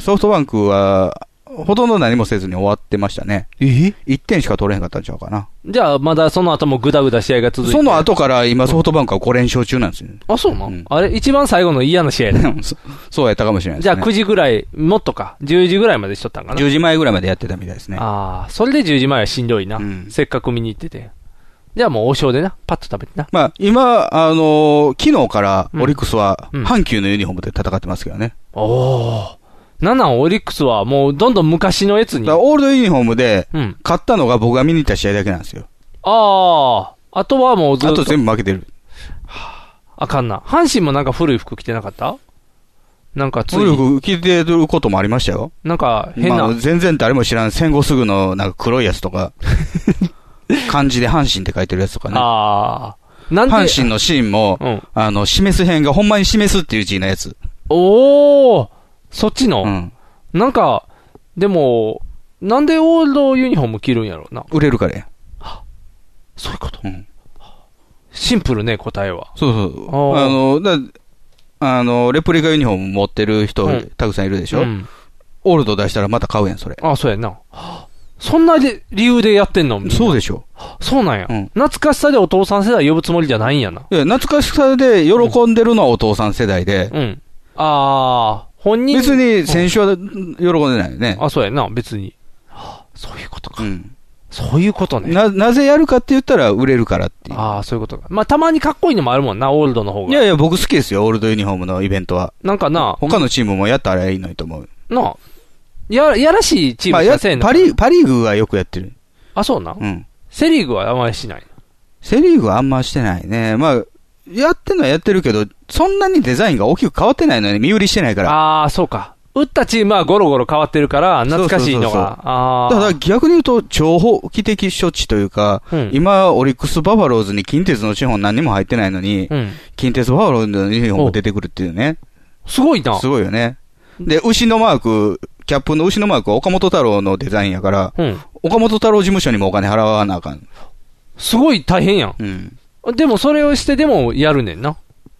ソフトバンクは、ほとんど何もせずに終わってましたね。え ?1 点しか取れへんかったんちゃうかな。
た。じゃあ、まだその後もぐだぐだ試合が続いて。
その後から今ソフトバンクは5連勝中なんですよ。
あ、そうな、ん、あれ、一番最後の嫌な試合だ。
そうやったかもしれないで
じ
す
ゃあ
ね。
9時ぐらい、もっとか、10時ぐらいまでしとったんかな。
10時前ぐらいまでやってたみたいですね。
ああ、それで10時前はしんどいな。せっかく見に行ってて。じゃあもう王将でな、パッと食べてな。
まあ、今、あのー昨日から
ん
オリックスは、
うん
阪急のユニフォームで戦ってますけどね。
おお。なんなんオリックスはもうどんどん昔のやつに。
だからオールドユニフォームで、勝ったのが僕が見に行った試合だけなんですよ。
ああ、あとはもうずっと。
あと全部負けてる。
あかんな。阪神もなんか古い服着てなかったなんかつい
古い服着てることもありましたよ。
なんか変な
まあ全然誰も知らん戦後すぐのなんか黒いやつと か、漢字で阪神って書いてるやつとかね。
ああ。なんで
阪神のシーンも、あの、示す編がほんまに示すっていう字のやつ。
おー、そっちの、なんか、でも、なんでオールドユニフォーム着るんやろうな。
売れるからや。
そういうこと、シンプルね、答えは。
そうそう。あの、だあの、レプリカユニフォーム持ってる人、
うん
たくさんいるでしょ、
うん
オールド出したらまた買うやん、それ。
あ、そうやな。そんなで理由でやってんの
そうでしょ。
そうなんや、懐かしさでお父さん世代呼ぶつもりじゃないんやな。
いや、懐かしさで喜んでるのはお父さん世代で、
あー、本人
別に選手は喜んでないよね。
あ、そうやな、別に。そういうことか。そういうことね。
な、なぜやるかって言ったら売れるからっていう。
ああ、そういうことか。まあ、たまにかっこいいのもあるもんな、オールドの方
い
が。
やいや、僕好きですよ、オールドユニフォームのイベントは。
なんかな、
他のチームもやったらいいのにと思う。
なあや、やらしいチーム
や
させんの、
パリ、パリーグはよくやってる。
あ、そうな。
うん。
セリーグはあまりしない。
セリーグはあんましてないね。まあ、やってんのはやってるけど、そんなにデザインが大きく変わってないのに身売りしてないから。
ああ、そうか。打ったチームはゴロゴロ変わってるから、懐かしいの
そうそうそう
が
そ。
あ
だか
あ
ら。逆に言うと、超法規的処置というか、今、オリックス・バファローズに近鉄の資本何にも入ってないのに、
うん
近鉄バファローズのユニフォーム出てくるっていうね。
すごいな。
すごいよね。で、牛のマーク、キャップの牛のマークは岡本太郎のデザインやから、岡本太郎事務所にもお金払わなあかん。
すごい大変やん。でもそれをしてでもやるねんな。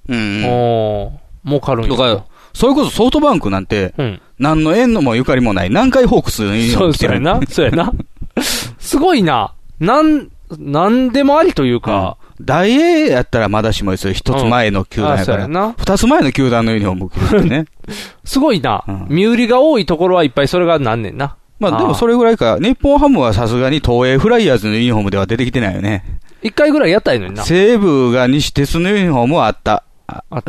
うん。
おー、儲かるんや。
とか、それこそソフトバンクなんて、何の縁のもゆかりもない、南海ホークスのユニフォー
そう、
ム着て
そう
る
やな。そうやな。すごいな。なん、なんでもありというか。
大英やったらまだしもですよ。一つ前の球団やか
うんあそうや
ら
な。
二つ前の球団のユニフォーム着るって ね。
すごいな。身売りが多いところはいっぱいそれがなんねんな。
まあでもそれぐらいか。日本ハムはさすがに東映フライヤーズのユニフォームでは出てきてないよね。
一回ぐらいやったらいいのにな。
西武が西鉄のユニフォームはあった。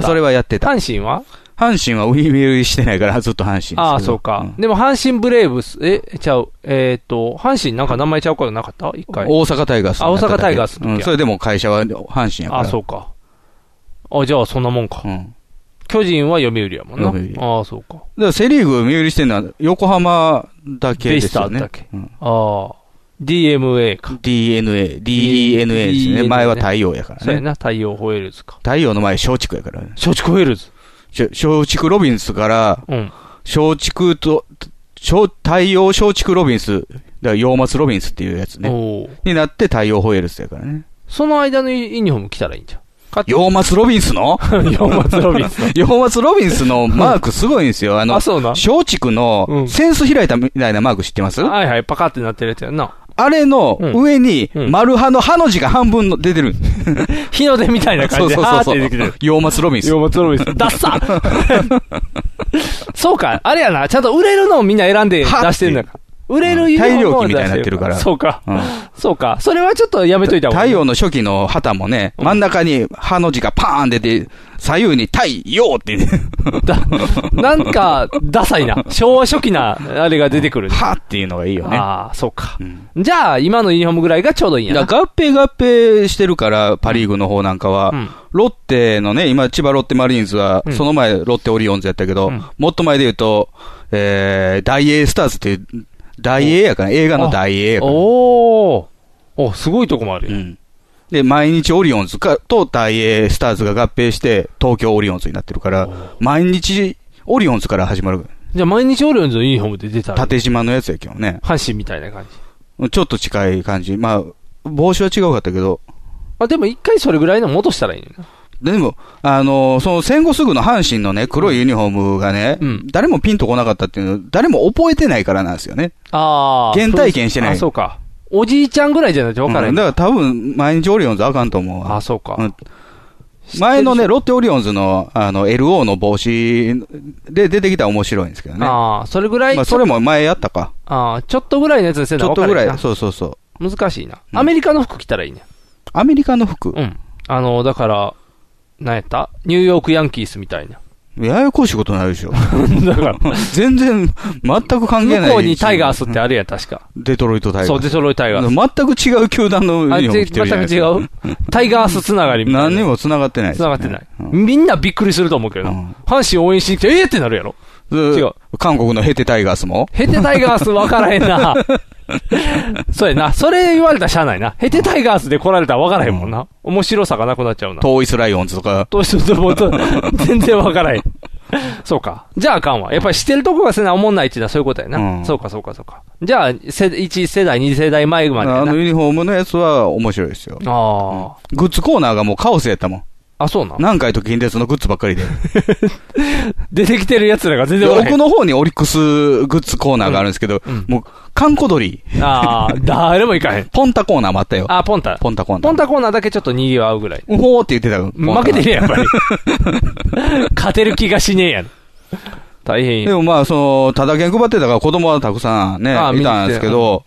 それはやってた。
阪神は
阪神はウィーミルしてないからずっと阪神ですけど
ああ、そうか。でも、阪神ブレーブス、え、ちゃう、えっ、と、阪神なんか名前ちゃうことなかった一
大
回。
阪タイガースになっただけ。
あ大阪タイガースの時や
うん、それでも会社は阪神やから。
ああ、そうか。あじゃあ、そんなもんか。巨人は読売やもんな。
読売
ああ、そうか。
だからセリーグ見売りしてるのは横浜だけですよね。
ベイスターズだけああ。DMA か。
DNA、DENA ですね。
DNA
前は太陽やから
そうや
ね。
な、太陽ホエールズか。
太陽の前、松竹やからね。
松竹ウェルズ。
松竹ロビンスから、
うん
松竹と、松太陽松竹ロビンス、だから陽松ロビンスっていうやつね。になって太陽ホエールスやからね。
その間のユニフォーム着たらいいんじゃん。
陽松ロビンス の
陽松ロビンス。
陽松ロビンスのマークすごいんですよ。あの、松竹のセンス開いたみたいなマーク知ってます
はいはい、パカってなってるやつやんな。
あれの上に、丸葉の葉の字が半分の出てる。
日の出みたいな感じで、
そうそうそうそう
はーって出てきて
洋松ロビンス。
洋松ロビンス。ダッサそうか、あれやな、ちゃんと売れるのをみんな選んで出してるんだから。売れるユニフォ
大
ーム
量
を
期み
出して
たいになってるから。
そうか。
うん
そうか。それはちょっとやめといた方が
太
いい。
陽の初期の旗もね、真ん中に葉の字がパーン出て、左右に太陽って ね。
なんか、ダサいな。昭和初期な、あれが出てくる、
はっていうのがいいよね。
ああ、そうか。じゃあ、今のユニフォームぐらいがちょうどいいんやな。
だから合併合併してるから、パ・リーグの方なんかは、ロッテのね、今、千葉ロッテマリーンズは、
うん
その前、ロッテオリオンズやったけど、もっと前で言うと、えー、大英スターズっていう、大英やから、映画の大英やから。
おおおすごいとこもあるよ。
で、毎日オリオンズかと大英スターズが合併して、東京オリオンズになってるから、毎日オリオンズから始まる。
じゃあ、毎日オリオンズのユニフォームで出たら、
縦島のやつやけどね。
阪神みたいな感じ。
ちょっと近い感じ。まあ、帽子は違うかったけど。
あ、でも一回それぐらいの戻したらいいねんな。
でも、あのその戦後すぐの阪神のね、黒いユニフォームがね、誰もピンとこなかったっていうの、誰も覚えてないからなんですよね。
ああ。
原体験してない
あ、そうか。おじいちゃんぐらいじゃないと分から
う
へ
ん
ん。
だから多分、毎日オリオンズあかんと思うわ。
あ、そうか。
前のね、ロッテオリオンズの、あの、LO の帽子で出てきたら面白いんですけどね。
ああ、それぐらい。
まあ、それも前やったか。
ああ、ちょっとぐらいのやつですね。
ちょっとぐら
わ
い、
かる
そうそうそう。
な難しいな。アメリカの服着たらいいね。
アメリカの服
うん。あの、だから、なんやったニューヨークヤンキースみたいな。
ややこしいことないで しょ。
だから、
全然、全く関係ない。
向こうにタイガースってあるやん、確か。
デトロイトタイガース。
そう、デトロイトタイガース。
全く違う球団のユニフォーム着てるじゃないですか
全く違う。タイガースつながりみたいな。
何にも繋がってないです
繋がってない。みんなびっくりすると思うけどな。阪神応援しに来て、ええってなるやろ。
違う。韓国のヘテタイガースも
ヘテタイガース分からへん な。そうやな。それ言われたらしゃあないな。ヘテタイガースで来られたら分からへんもんな。面白さがなくなっちゃうな。
トーイスライオンズとか。
どうしようと思うと、全然分からへん。そうか。じゃああかんわ。やっぱりしてるとこがせな、おもんないっていうのはそういうことやな。
うん
そうか、そうか、そうか。じゃあ、せ1世代、2世代前までや
あ
な
の。ユニフォームのやつは面白いですよ。
あ
グッズコーナーがもうカオスやったもん。
あ、そうなん
南海と近鉄のグッズばっか りで。
出てきてるやつらが全
で
然分からへ
奥
ん。
の方にオリックスグッズコーナーがあるんですけど、もう、カンコドリ。
ああ、誰も行かへん。
ポンタコーナーもあったよ。
あ、ポンタ。
ポンタコーナー。
ポンタコーナーだけちょっと賑わうぐらい。
うほーって言ってたよ
負けてねえ、やっぱり。 勝てる気がしねえやろ。大変
で
や。
もまあ、その、ただ券配ってたから子供はたくさんね、
ああ
いたんですけど、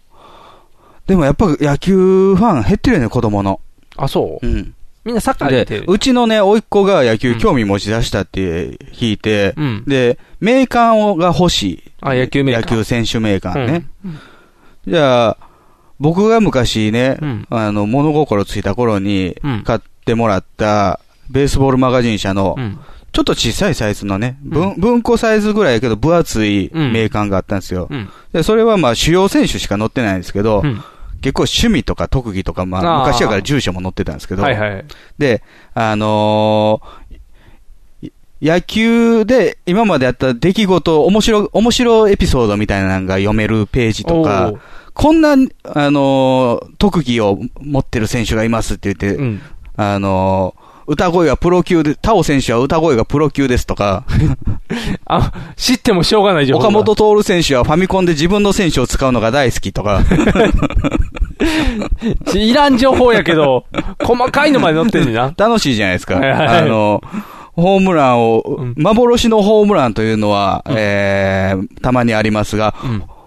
でもやっぱ野球ファン減ってるよね、子供の。
あ、そう
うん。
みんなサッカーやっ
で
てる、。
うちのね、甥っ子が野球興味持ち出したって聞いて、で、メーカーをが欲しい。
あ、野球メーカー。
野球選手メーカーね。
うん
じゃあ、僕が昔ね、あの、物心ついた頃に買ってもらった、ベースボールマガジン社の、ちょっと小さいサイズのね、文文庫サイズぐらいやけど分厚いメーカーがあったんですよ。
うん
で、それはまあ主要選手しか載ってないんですけど、結構趣味とか特技とか、まあ
あー
昔やから住所も載ってたんですけど、
はいはい。
で、あのーい野球で今まであった出来事、面白、面白エピソードみたいなのが読めるページとか
おー、
こんな、あのー特技を持ってる選手がいますって言って、あのー歌声がプロ級で、タオ選手は歌声がプロ級ですとか、
あ、知ってもしょうがない情報
岡
が。
本徹選手はファミコンで自分の選手を使うのが大好きとか、
いらん情報やけ ど、細かいのまで載ってんねんな。
楽しいじゃないですか。
はいはい
あの、ホームランを、幻のホームランというのは、えーたまにありますが、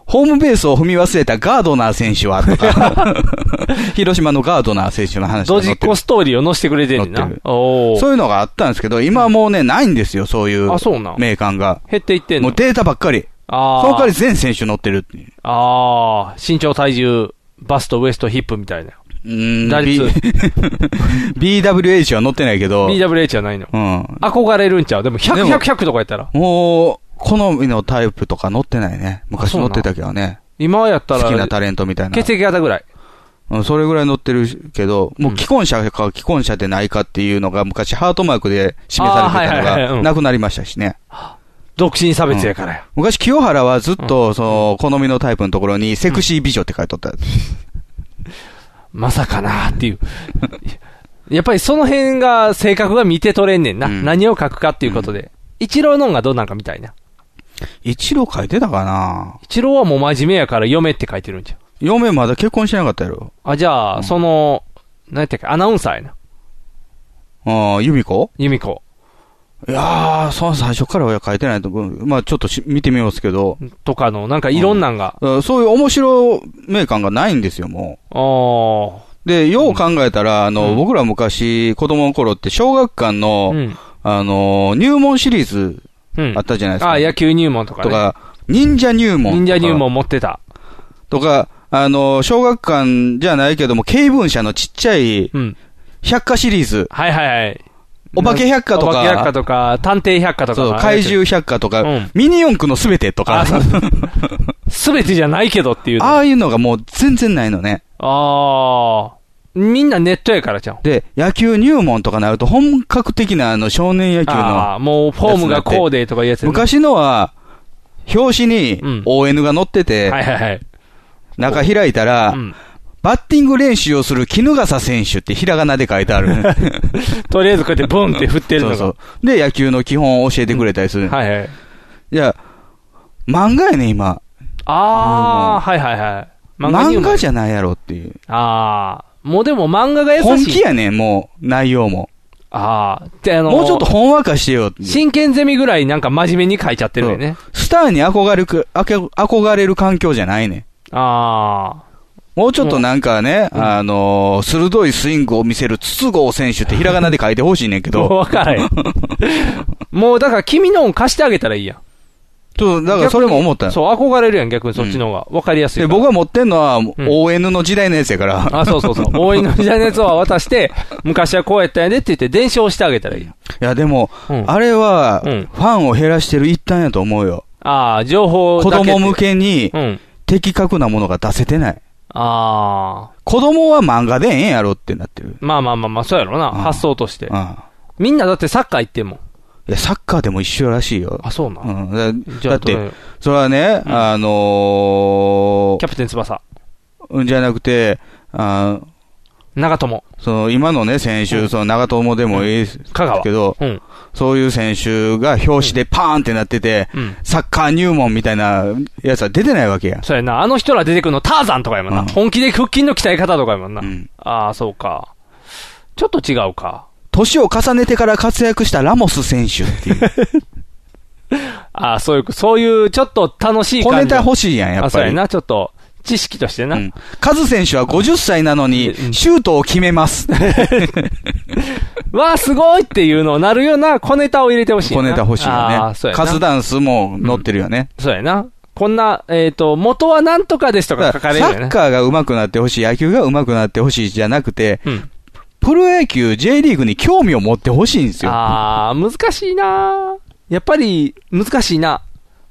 ホームベースを踏み忘れたガードナー選手は、とか、 広島のガードナー選手の話
ド
が載
ジ
っ
ッ
て
コストーリーを載せてくれてんねんな。おー
そういうのがあったんですけど、今はもうね、ないんですよ、そういう
あそうなん
名鑑が。
減っていってんの
もうデータばっかり。
あー
その代わり全選手載ってるっていう。
ああ、身長、体重、バスト、ウエスト、ヒップみたいな。
うーん
打率
B- BWH は載ってないけど。
BWH はないの。
うん。
憧れるんちゃうでも100、
でも
100、100とかやったら。
もう、好みのタイプとか載ってないね。昔
あそう
載
な
っ
ん
てたけどね。
今やったら、
好きなタレントみたいな。
血液型ぐらい。
うん、それぐらい載ってるけど、もう既婚者か既婚者でないかっていうのが昔ハートマークで示されて
あーはいはい
た
はい
の
う
が
ん
なくなりましたしね。
独身差別やからや。
昔清原はずっと、その、好みのタイプのところにセクシー美女って書いとった。
まさかなーっ ていう。やっぱりその辺が、性格が見て取れんねんな。何を書くかっていうことで。一郎のんがどうなんかみたいな。
一郎書いてたかな
一郎はもう真面目やから、嫁って書いてるんちゃう
嫁まだ結婚してなかったやろ。
あ、じゃあ、その、何やったっけ、アナウンサーやな。
ああ、由美子
由美子。
いやー、その最初からは書いてないと思う。まあちょっとし見てみますけど。
とかの、なんかいろんなんが。
うんそういう面白名感がないんですよ、もう。で、よう考えたら、あの、僕ら昔、子供の頃って、小学館の、あの、入門シリーズ、あったじゃないですか。
あ、野球入門とかね。
とか、忍者入門。
忍者入門持ってた。
とか、あの、小学館じゃないけども、軽文社のちっちゃい、百科シリーズ。
はいはいはい。
お化け百科とか
お化け百科とか、探偵百科とか。
そう、怪獣百科とか、
うん
ミニ四駆のすべてとか、
すべてじゃないけどっていう。
ああいうのがもう全然ないのね。
あー。みんなネットやからじゃん。
で、野球入門とかなると本格的なあの少年野球
あ
の。
あ、もうフォームがこうでとかいうやつやな
昔のは、表紙に ON が載ってて、
はいはいはい。
中開いたら、バッティング練習をする衣笠選手ってひらがなで書いてあ る。
とりあえずこうやってブンって振ってるのが。
そうそうで、野球の基本を教えてくれたりする。
はいはい。
いや、漫画やね、今。
あー、はいはいはい。入
漫
門
画じゃないやろっていう。
あー。もうでも漫画が優しい。
本気やね、もう、内容も。
ああ。で、あのー
もうちょっとほんわかしてよっていう
真剣ゼミぐらいなんか真面目に書いちゃってるよね。
スターに憧れるく、あけ憧れる環境じゃないね。
ああ。
もうちょっとなんかね、あのー 鋭いスイングを見せる筒香選手ってひらがなで書いてほしいねんけど。
わからへん。もうだから君の音貸してあげたらいいやん。
そう、だからそれも思ったよ
そう、憧れるやん、逆にそっちの方が。わかりやすい
で、僕が持ってんのは、ON の時代のやつやから。
あ、そうそうそう。応援の時代のやつを渡して、昔はこうやったんやでって言って伝承してあげたらいいやん。
いや、でも、あれは、ファンを減らしてる一端やと思うよ。
ああ、情報
子
だけって
供向けに、的確なものが出せてない。
ああ。
子供は漫画でええんやろってなってる。
まあまあまあまあ、そうやろな。発想として。
うん。
みんなだってサッカー行ってんもん。
いや、サッカーでも一緒らしいよ。
あ、そうな
うん。だ
じゃ
だ
あ
っ
ど
て
れ、
それはね、あのー、キャ
プテン翼。
じゃなくて、あ
長友。
その、今のね、選手、その長友でもいいですけど、そういう選手が表紙でパーンってなってて、サッカー入門みたいなやつは出てないわけや。
そうやな。あの人ら出てくるのターザンとかやもんな。本気で腹筋の鍛え方とかやもんな。ああ、そうか。ちょっと違うか。
年を重ねてから活躍したラモス選手っていう。
ああ、そういう、そういう、ちょっと楽しい
小
感じ。
ネタ欲しいやん、やっぱり。
あ、そうやな、ちょっと、知識としてな。
カズ選手は50歳なのに、シュートを決め ます。
わあ、すごいっていうのをなるような小ネタを入れてほしいな。
小ネタ欲しい
あ
よ
あ
ね
そう。やな
カズダンスも乗ってるよね。
そうやな。こんな、えっ、と、元はなんとかですとか書
サ
かれるよね。
ッカーが上手くなってほしい、野球が上手くなってほしいじゃなくて、プロ野球、J リーグに興味を持ってほしいんですよ。
ああ、難しいなやっぱり、難しいな。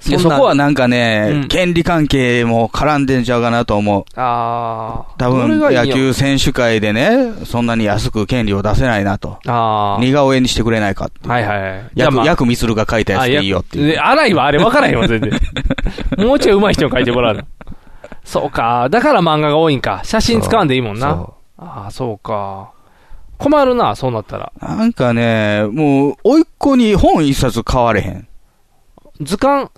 いや
そ
そ
んな
こはなんかね、
うん
権利関係も絡んでんちゃうかなと思う。
ああ。
多
どれ
分
がいいんや
野球選手会でね、そんなに安く権利を出せないなと。
ああ。
似顔絵にしてくれないかって。
はいはいはい。
ヤク、
まあ
ヤクミスルが書いたやつでいいよっていう。
あやで荒いわ、あれ分からへんわ、全然。もうちょい上手い人に書いてもらうの。そうか。だから漫画が多いんか。写真使わんでいいもんな。ああ、そうか。困るな、そうなったら。
なんかね、もう、甥っ子に本一冊買われへん。
図鑑、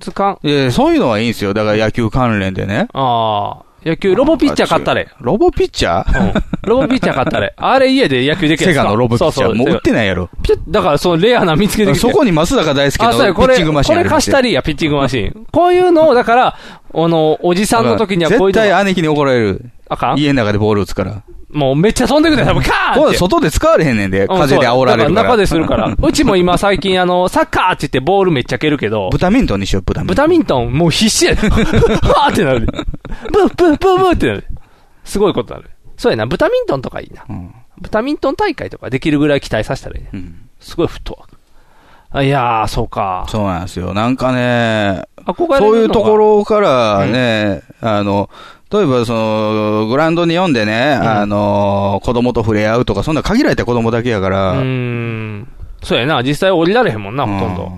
図鑑。
いや、そういうのはいいんですよ。だから野球関連でね。
ああ。野球、ロボピッチャー買ったれ。
ロボピッチャ
ー、ロボピッチャー買っ たれ。あれ家で野球できる
セ
やつか
ガのロボピッチャー。もう売ってないやろ。
ピュッだから、そのレアな見つけてきて。
そこに松坂大輔の
あそうや
ピッチングマシン
こ
あ
れ、
り
これ
ます
貸し
よ
たりや、ピッチングマシン。こういうのを、だから、あの、おじさんの時にはこういう
絶
のが
対姉貴に怒られる。
あかん
家の中でボール打つから。
もうめっちゃ飛んでくるんだよ、多分カーンって
これ外で使われへんねんで、
うん
風で煽られるから。
そうだから中でするか ら。うちも今最近あの、サッカーって言ってボールめっちゃ蹴るけど。
ブタミントンにしよう、ブタミン
トン。ブタミントン、もう必死や で。はーってなるで。ブーブーブーブーってなるで。すごいことになる。そうやな、ブタミントンとかいいな。ブタミントン大会とかできるぐらい期待させたらいいね。すごいフットワークあいやー、そうか。
そうなんですよ。なんかね、
憧れるのが
そういうところからね、あの、例えばその、グラウンドに読んでね、あの、子供と触れ合うとか、そんな限られた子供だけやから、
うーん。そうやな、実際降りられへんもんな、ほとんど。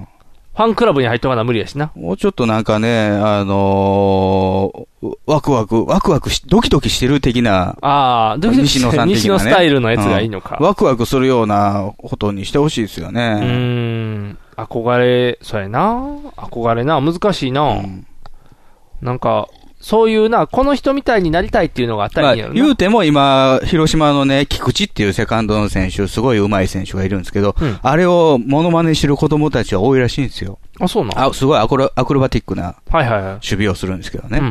ファンクラブに入っとかな無理やしな。
もうちょっとなんかね、あのーワクワク、ワクワクし、ドキドキしてる的な、
あードキドキして
西野さん的な、ね、
西野スタイルのやつがいいのか
うんワクワクするようなことにしてほしいですよ
う
ね。
ーん。憧れ、そうやな。憧れな。難しいな。なんか、そういうな、この人みたいになりたいっていうのがあった
ま
ら
あ、
いいんやろな。
言うても今、広島のね、菊池っていうセカンドの選手、すごい上手い選手がいるんですけど、あれをモノマネしてる子供たちは多いらしいんですよ。
あ、そうなん
あすごいアクロアクロバティックな
はいはいはい。
守備をするんですけどね。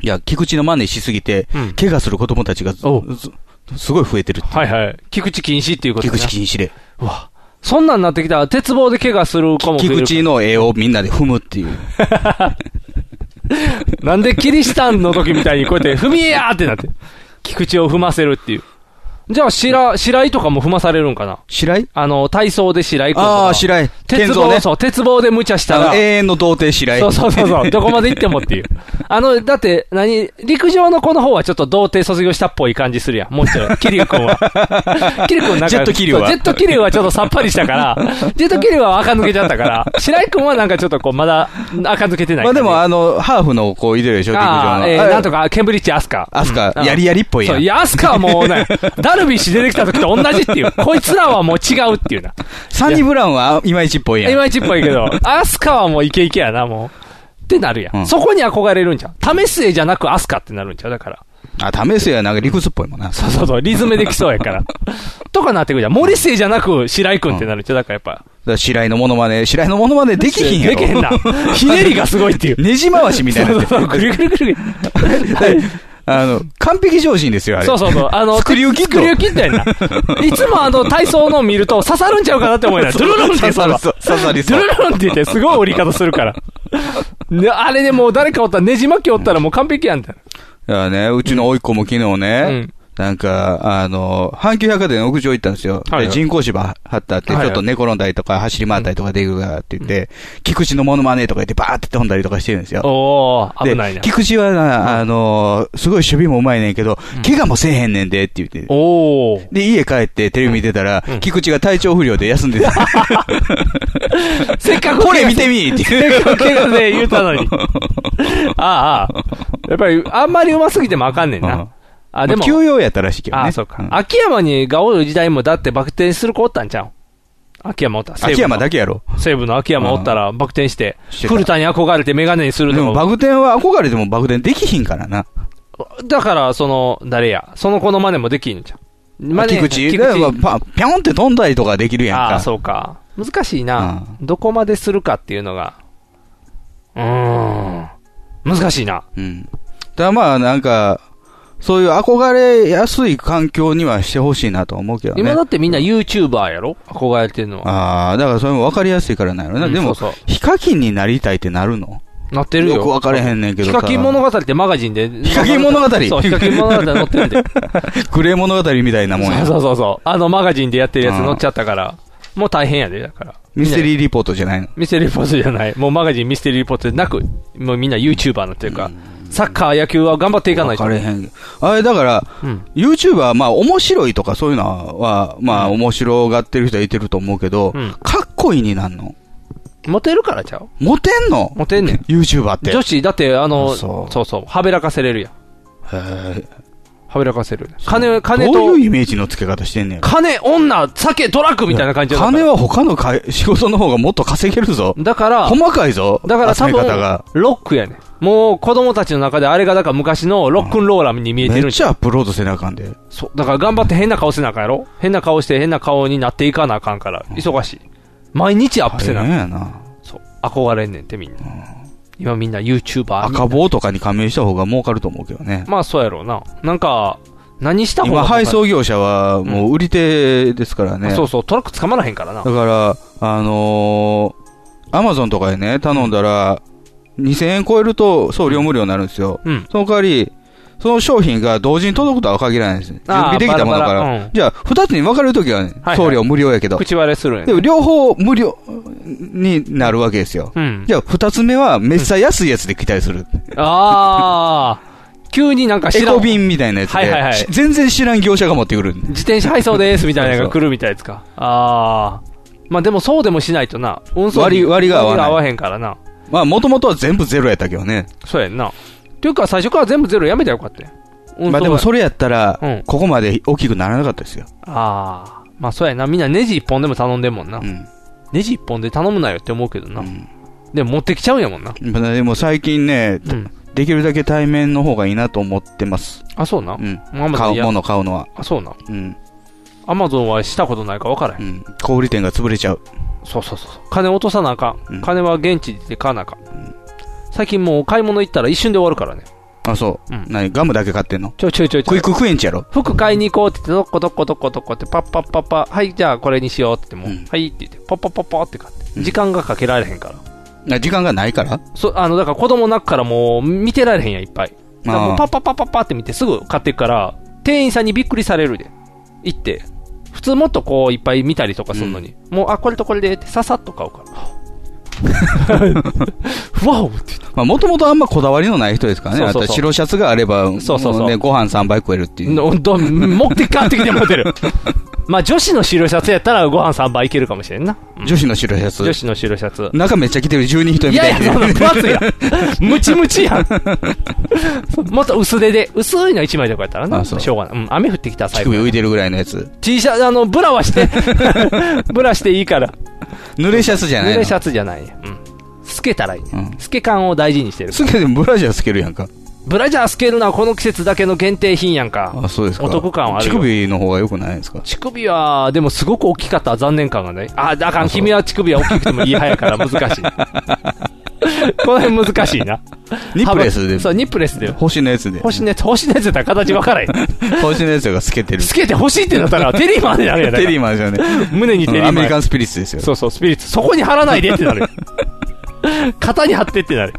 いや、菊池の真似しすぎて、
うん
怪我する子供たちがずずすごい増えてるっていう
はいはい。菊池禁止っていうこと
菊池禁止で。
うわ。そんなんなってきたら、鉄棒で怪我する子も増え
菊
る
池の絵をみんなで踏むっていう。
なんでキリシタンの時みたいにこうやって、踏みやーってなって、 菊池を踏ませるっていう。じゃあ、白、白井とかも踏まされるんかな
白井
あの、体操で白井君とか。
ああ、白井。
鉄
健
棒、
三ね。
そう、鉄棒で無茶した
あの
ら。
永遠の童貞白井。
そうそうそうそう、どこまで行ってもっていう。 あの、だって、何、陸上の子の方はちょっと童貞卒業したっぽい感じするやん。もう一人、桐生君 は。桐生君なんか、
ジェット桐生は
そうジェット桐生はちょっとさっぱりした から、ジェット桐生は垢抜けちゃったから、白井君はなんかちょっとこう、まだ垢抜けてない
まあで も、あの、ハーフの子いてるでしょ、陸上
あ
の。
あ、えー、なんと
か。
か、ケンブリッジ、アスカ。
アスカ
うん
やりやりっぽいやん
そう、やアスカはもうね、ダルビッシュ出てきた時と同じっていう。こいつらはもう違うっていうな。
サニブラウンはいまいちっぽいやん。
いまいちっぽいけ ど、アスカはもうイケイケやな、もう。ってなるやん。そこに憧れるんじゃん。為末じゃなくアスカってなるんちゃうだから。
あ、試すやなんか理屈っぽいもんな。
そうそうそう、リズムできそう やから。とかなってくるじゃん。森末じゃなく白井くんってなるんちゃうだからやっぱ。
だから白井のモノマネ、白井のモノマネでき ひんやろ。
でき へんなひねりがすごいっていう。
ねじ回しみたいになって
そうそうそうぐるぐるぐるぐる。
あの、完璧常人ですよ、あれ。
そうそうそう。あの、
スクリューキッド。
スクリューキッドやんな。いつもあの、体操のを見ると刺さるんちゃうかなって思いながら、
そ
ド
う
ゥルルンって
刺さるそう刺さりそう
ドゥルルンって言って、すごい折り方する から。であれでもう誰かおったら、ねじ巻きおったらもう完璧やんって。
だからね、うちの甥っ子も昨日ね、なんか、あの、阪急百貨店の屋上行ったんですよ。
はいはい
で人工芝張ったって、ち
はいはい
ょっと寝転んだりとか、走り回ったりとかできるからって言って、菊池のモノマネとか言ってバーって飛んだりとかしてるんですよ。
おー、
で
危ないな。
菊池はな、あのーすごい守備もうまいねんけど、怪我もせえへんねんでって言って。で、家帰ってテレビ見てたら、菊池が体調不良で休んで た。
せっかく
これ見てみーって
せっかく怪我で言うたのに。 ああ、ああ。やっぱり、あんまり上手すぎてもあかんねんな。あ、でも。
まあ休養やったらしいけどね
ああ、そうか。秋山にがおる時代もだってバク転する子おったんちゃう秋山おった。西武の
秋山だけやろ。
西武の秋山おったらバク転して、
てた
古田に憧れてメガネにする
で
と
も、
か。
バク転は憧れてもバク転できひんからな。
だから、その、誰や。その子の真似もできんじゃん。真似
菊池、だからまあピョンって飛んだりとかできるやんか。
ああ、そうか。難しいな。どこまでするかっていうのが。うーん。難しいな。
うん。ただまあ、なんか、そういう憧れやすい環境にはしてほしいなとは思うけどね。
今だってみんな YouTuber やろ憧れてるのは。
ああ、だからそれも分かりやすいからなよな。
うん
でも、
そうそう
ヒカキンになりたいってなるの
なってるよ。
よく分からへんねんけど
ヒ
さ
カキン物語ってマガジンで。ヒ
ヒカキン物語
そう、ヒカキン物語載っ てるんで。
グレー物語みたいなもんや。
そうそうそう。あのマガジンでやってるやつ載っちゃったから。もう大変やで、だから。
ミステリーリポートじゃないの。
ミステリーポートじゃない。もうマガジンミステリーポートじゃなく、もうみんな YouTuber なっていうか、サッカー、野球は頑張っていかないと。
分かれへん。あれ、だから、YouTuber はまあ面白いとかそういうのは、まあ面白がってる人はいてると思うけど、かっこいいになんの
モテるからちゃう
モテんの
モテんねん。
YouTuber って。
女子、だって、あの、
あ
そ
そう
そうはべらかせれるやん。はべらかせる。金、金
ど
と
うい、うイメージの付け方してんねん。
金、女、酒、ドラッグみたいな感じだった
金は他のか仕事の方がもっと稼げるぞ。
だから、
細かいぞ。
だから多
集め
分
方が。、
ロックやねん。もう子供たちの中であれがだから昔のロックンローラーに見えて
め
る
っ
ん
ちゃアップロードせなあかんで。
そう。だから頑張って変な顔せなあかんやろ変な顔して変な顔になっていかなあかんから、忙しい。毎日アップせなあか
大
ん
変やな。
そう。憧れんねんってみんな。今みんな YouTuber。
赤棒とかに加盟した方が儲かると思うけどね。
まあそうやろうな。なんか、何した方が
今、配送業者はもう売り手ですからね。
そうそう、トラック捕まらへんからな。
だから、あのー、アマゾンとかでね、頼んだら、2000円超えると送料無料になるんですよ。
うん
その代わり、その商品が同時に届くとは限らないです。準
あー
備できたものか
バラバラう
ら
ん。
じゃあ、二つに分かれるときはね
はいはい
送料無料やけど。
口割れするんやね
でも、両方無料になるわけですよ
うん。
じゃあ、二つ目はめっちゃ安いやつで期待する。
ああ、急になんか
エ
知らん
コ便みたいなやつ
はいはいは
で、
い
し全然知らん業者が持ってくる。
自転車配送ですみたいなのが来るみたいですか。ああ。まあでもそうでもしないとな。運送
割り割りが合わない
割へんからな。
まあ、もともとは全部ゼロやったけどね。
そうやんな。っていうか最初から全部ゼロやめたらよかったよ。運送
まあ、でもそれやったら、
うん
ここまで大きくならなかったですよ。
ああ。まあそうやな。みんなネジ一本でも頼んでんもんな。ネジ一本で頼むなよって思うけどな。でも持ってきちゃうんやもんな。
まあでも最近ね、できるだけ対面の方がいいなと思ってます。
あ、そうな。
うん。
まあまあ
買
いうや
もの買うのは。
あ、そうな。
うん。
アマゾンはしたことないから分からへん。
小売店が潰れちゃう。
そうそうそう。金落とさなあかん。金は現地で買わなあかん。最近もう買い物行ったら一瞬で終わるからね。
あ、そう。何ガムだけ買ってんの
ちょいちょいちょいちょ
ク
い
イッククエンチやろ。
服買いに行こうって言って、どっこどっこどっこどっこって、パッパッパッパ、はい、じゃあこれにしようって言っても、はいって言って、パッパッパッパって買って、時間がかけられへんから。
時間がないから
そあの、だから子供なくからもう見てられへんやん、いっぱい。だから
あ
もう
あ
パッパッパッパッパって見てすぐ買ってくから、店員さんにびっくりされるで。行って。普通もっとこういっぱい見たりとかするのに、もう、あ、これとこれでってささっと買うから。わおって
まあ、もともとあんまこだわりのない人ですからね。
そうそうそう
あと白シャツがあれば、
そうそうそう
もね、ご飯3杯食えるっていう。
のど目的変わってきてもらってる。まあ女子の白シャツやったらご飯3杯いけるかもしれんな。
女子の白シャツ。
女子の白シャツ。
中めっちゃ着てる12人
い
みたい
やいや、 そんな分厚いやん。ムチムチやん。もっと薄手で、薄いの1枚とかやったらな。しょうがない。うん、雨降ってきた
乳
最後。
首浮いてるぐらいのやつ。
T シャツ、あの、ブラはして、 ブラしていいから。
濡れシャツじゃない
濡
の
れシャツじゃない。うん。透けたらいいね。透け感を大事にしてる。
すけでもブラジャー透けるやんか。
ブラジャー透けるのはこの季節だけの限定品やんか。
あ、そうですか。
お得感はあるよ
乳首の方が良くないですか。
乳首は、でもすごく大き かったら残念感がない。あ、だから君は乳首は大きくてもいい派やから難しい。この辺難しいな。
ニプレスで
そう、ニプレスで。
星のやつで。
星のやつ、星のやつやったら形分からへん。
星のやつが透けてる。
つけて欲しいってなったら、テリーマンになるやん。だか
テ
ら
リーマンじゃね。
胸にテリーマン
アメリカンスピリッツですよ。
そうそう、スピリッツ。そこに貼らないでってなる。型に貼ってってなる。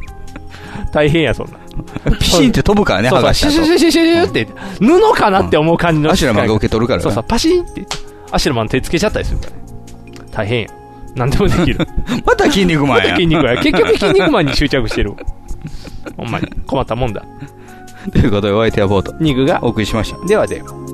大変や、そんな。
ピシンって飛ぶからね、
そう
剥
そう、
がし
シ
た
ュシュシュ
と。
シュシュシュって、布かなって思う感じの。
アシュラマンが受け取るからな
そうそう、パシンって。アシュラマン手つけちゃったりするからね。大変や。何でもできる。
また筋肉マン
また
や。
筋肉マンや。結局筋肉マンに執着してる。ほんまに。困ったもんだ。
ということで、お相手はボート。
肉が
お送りしました。
ではでは。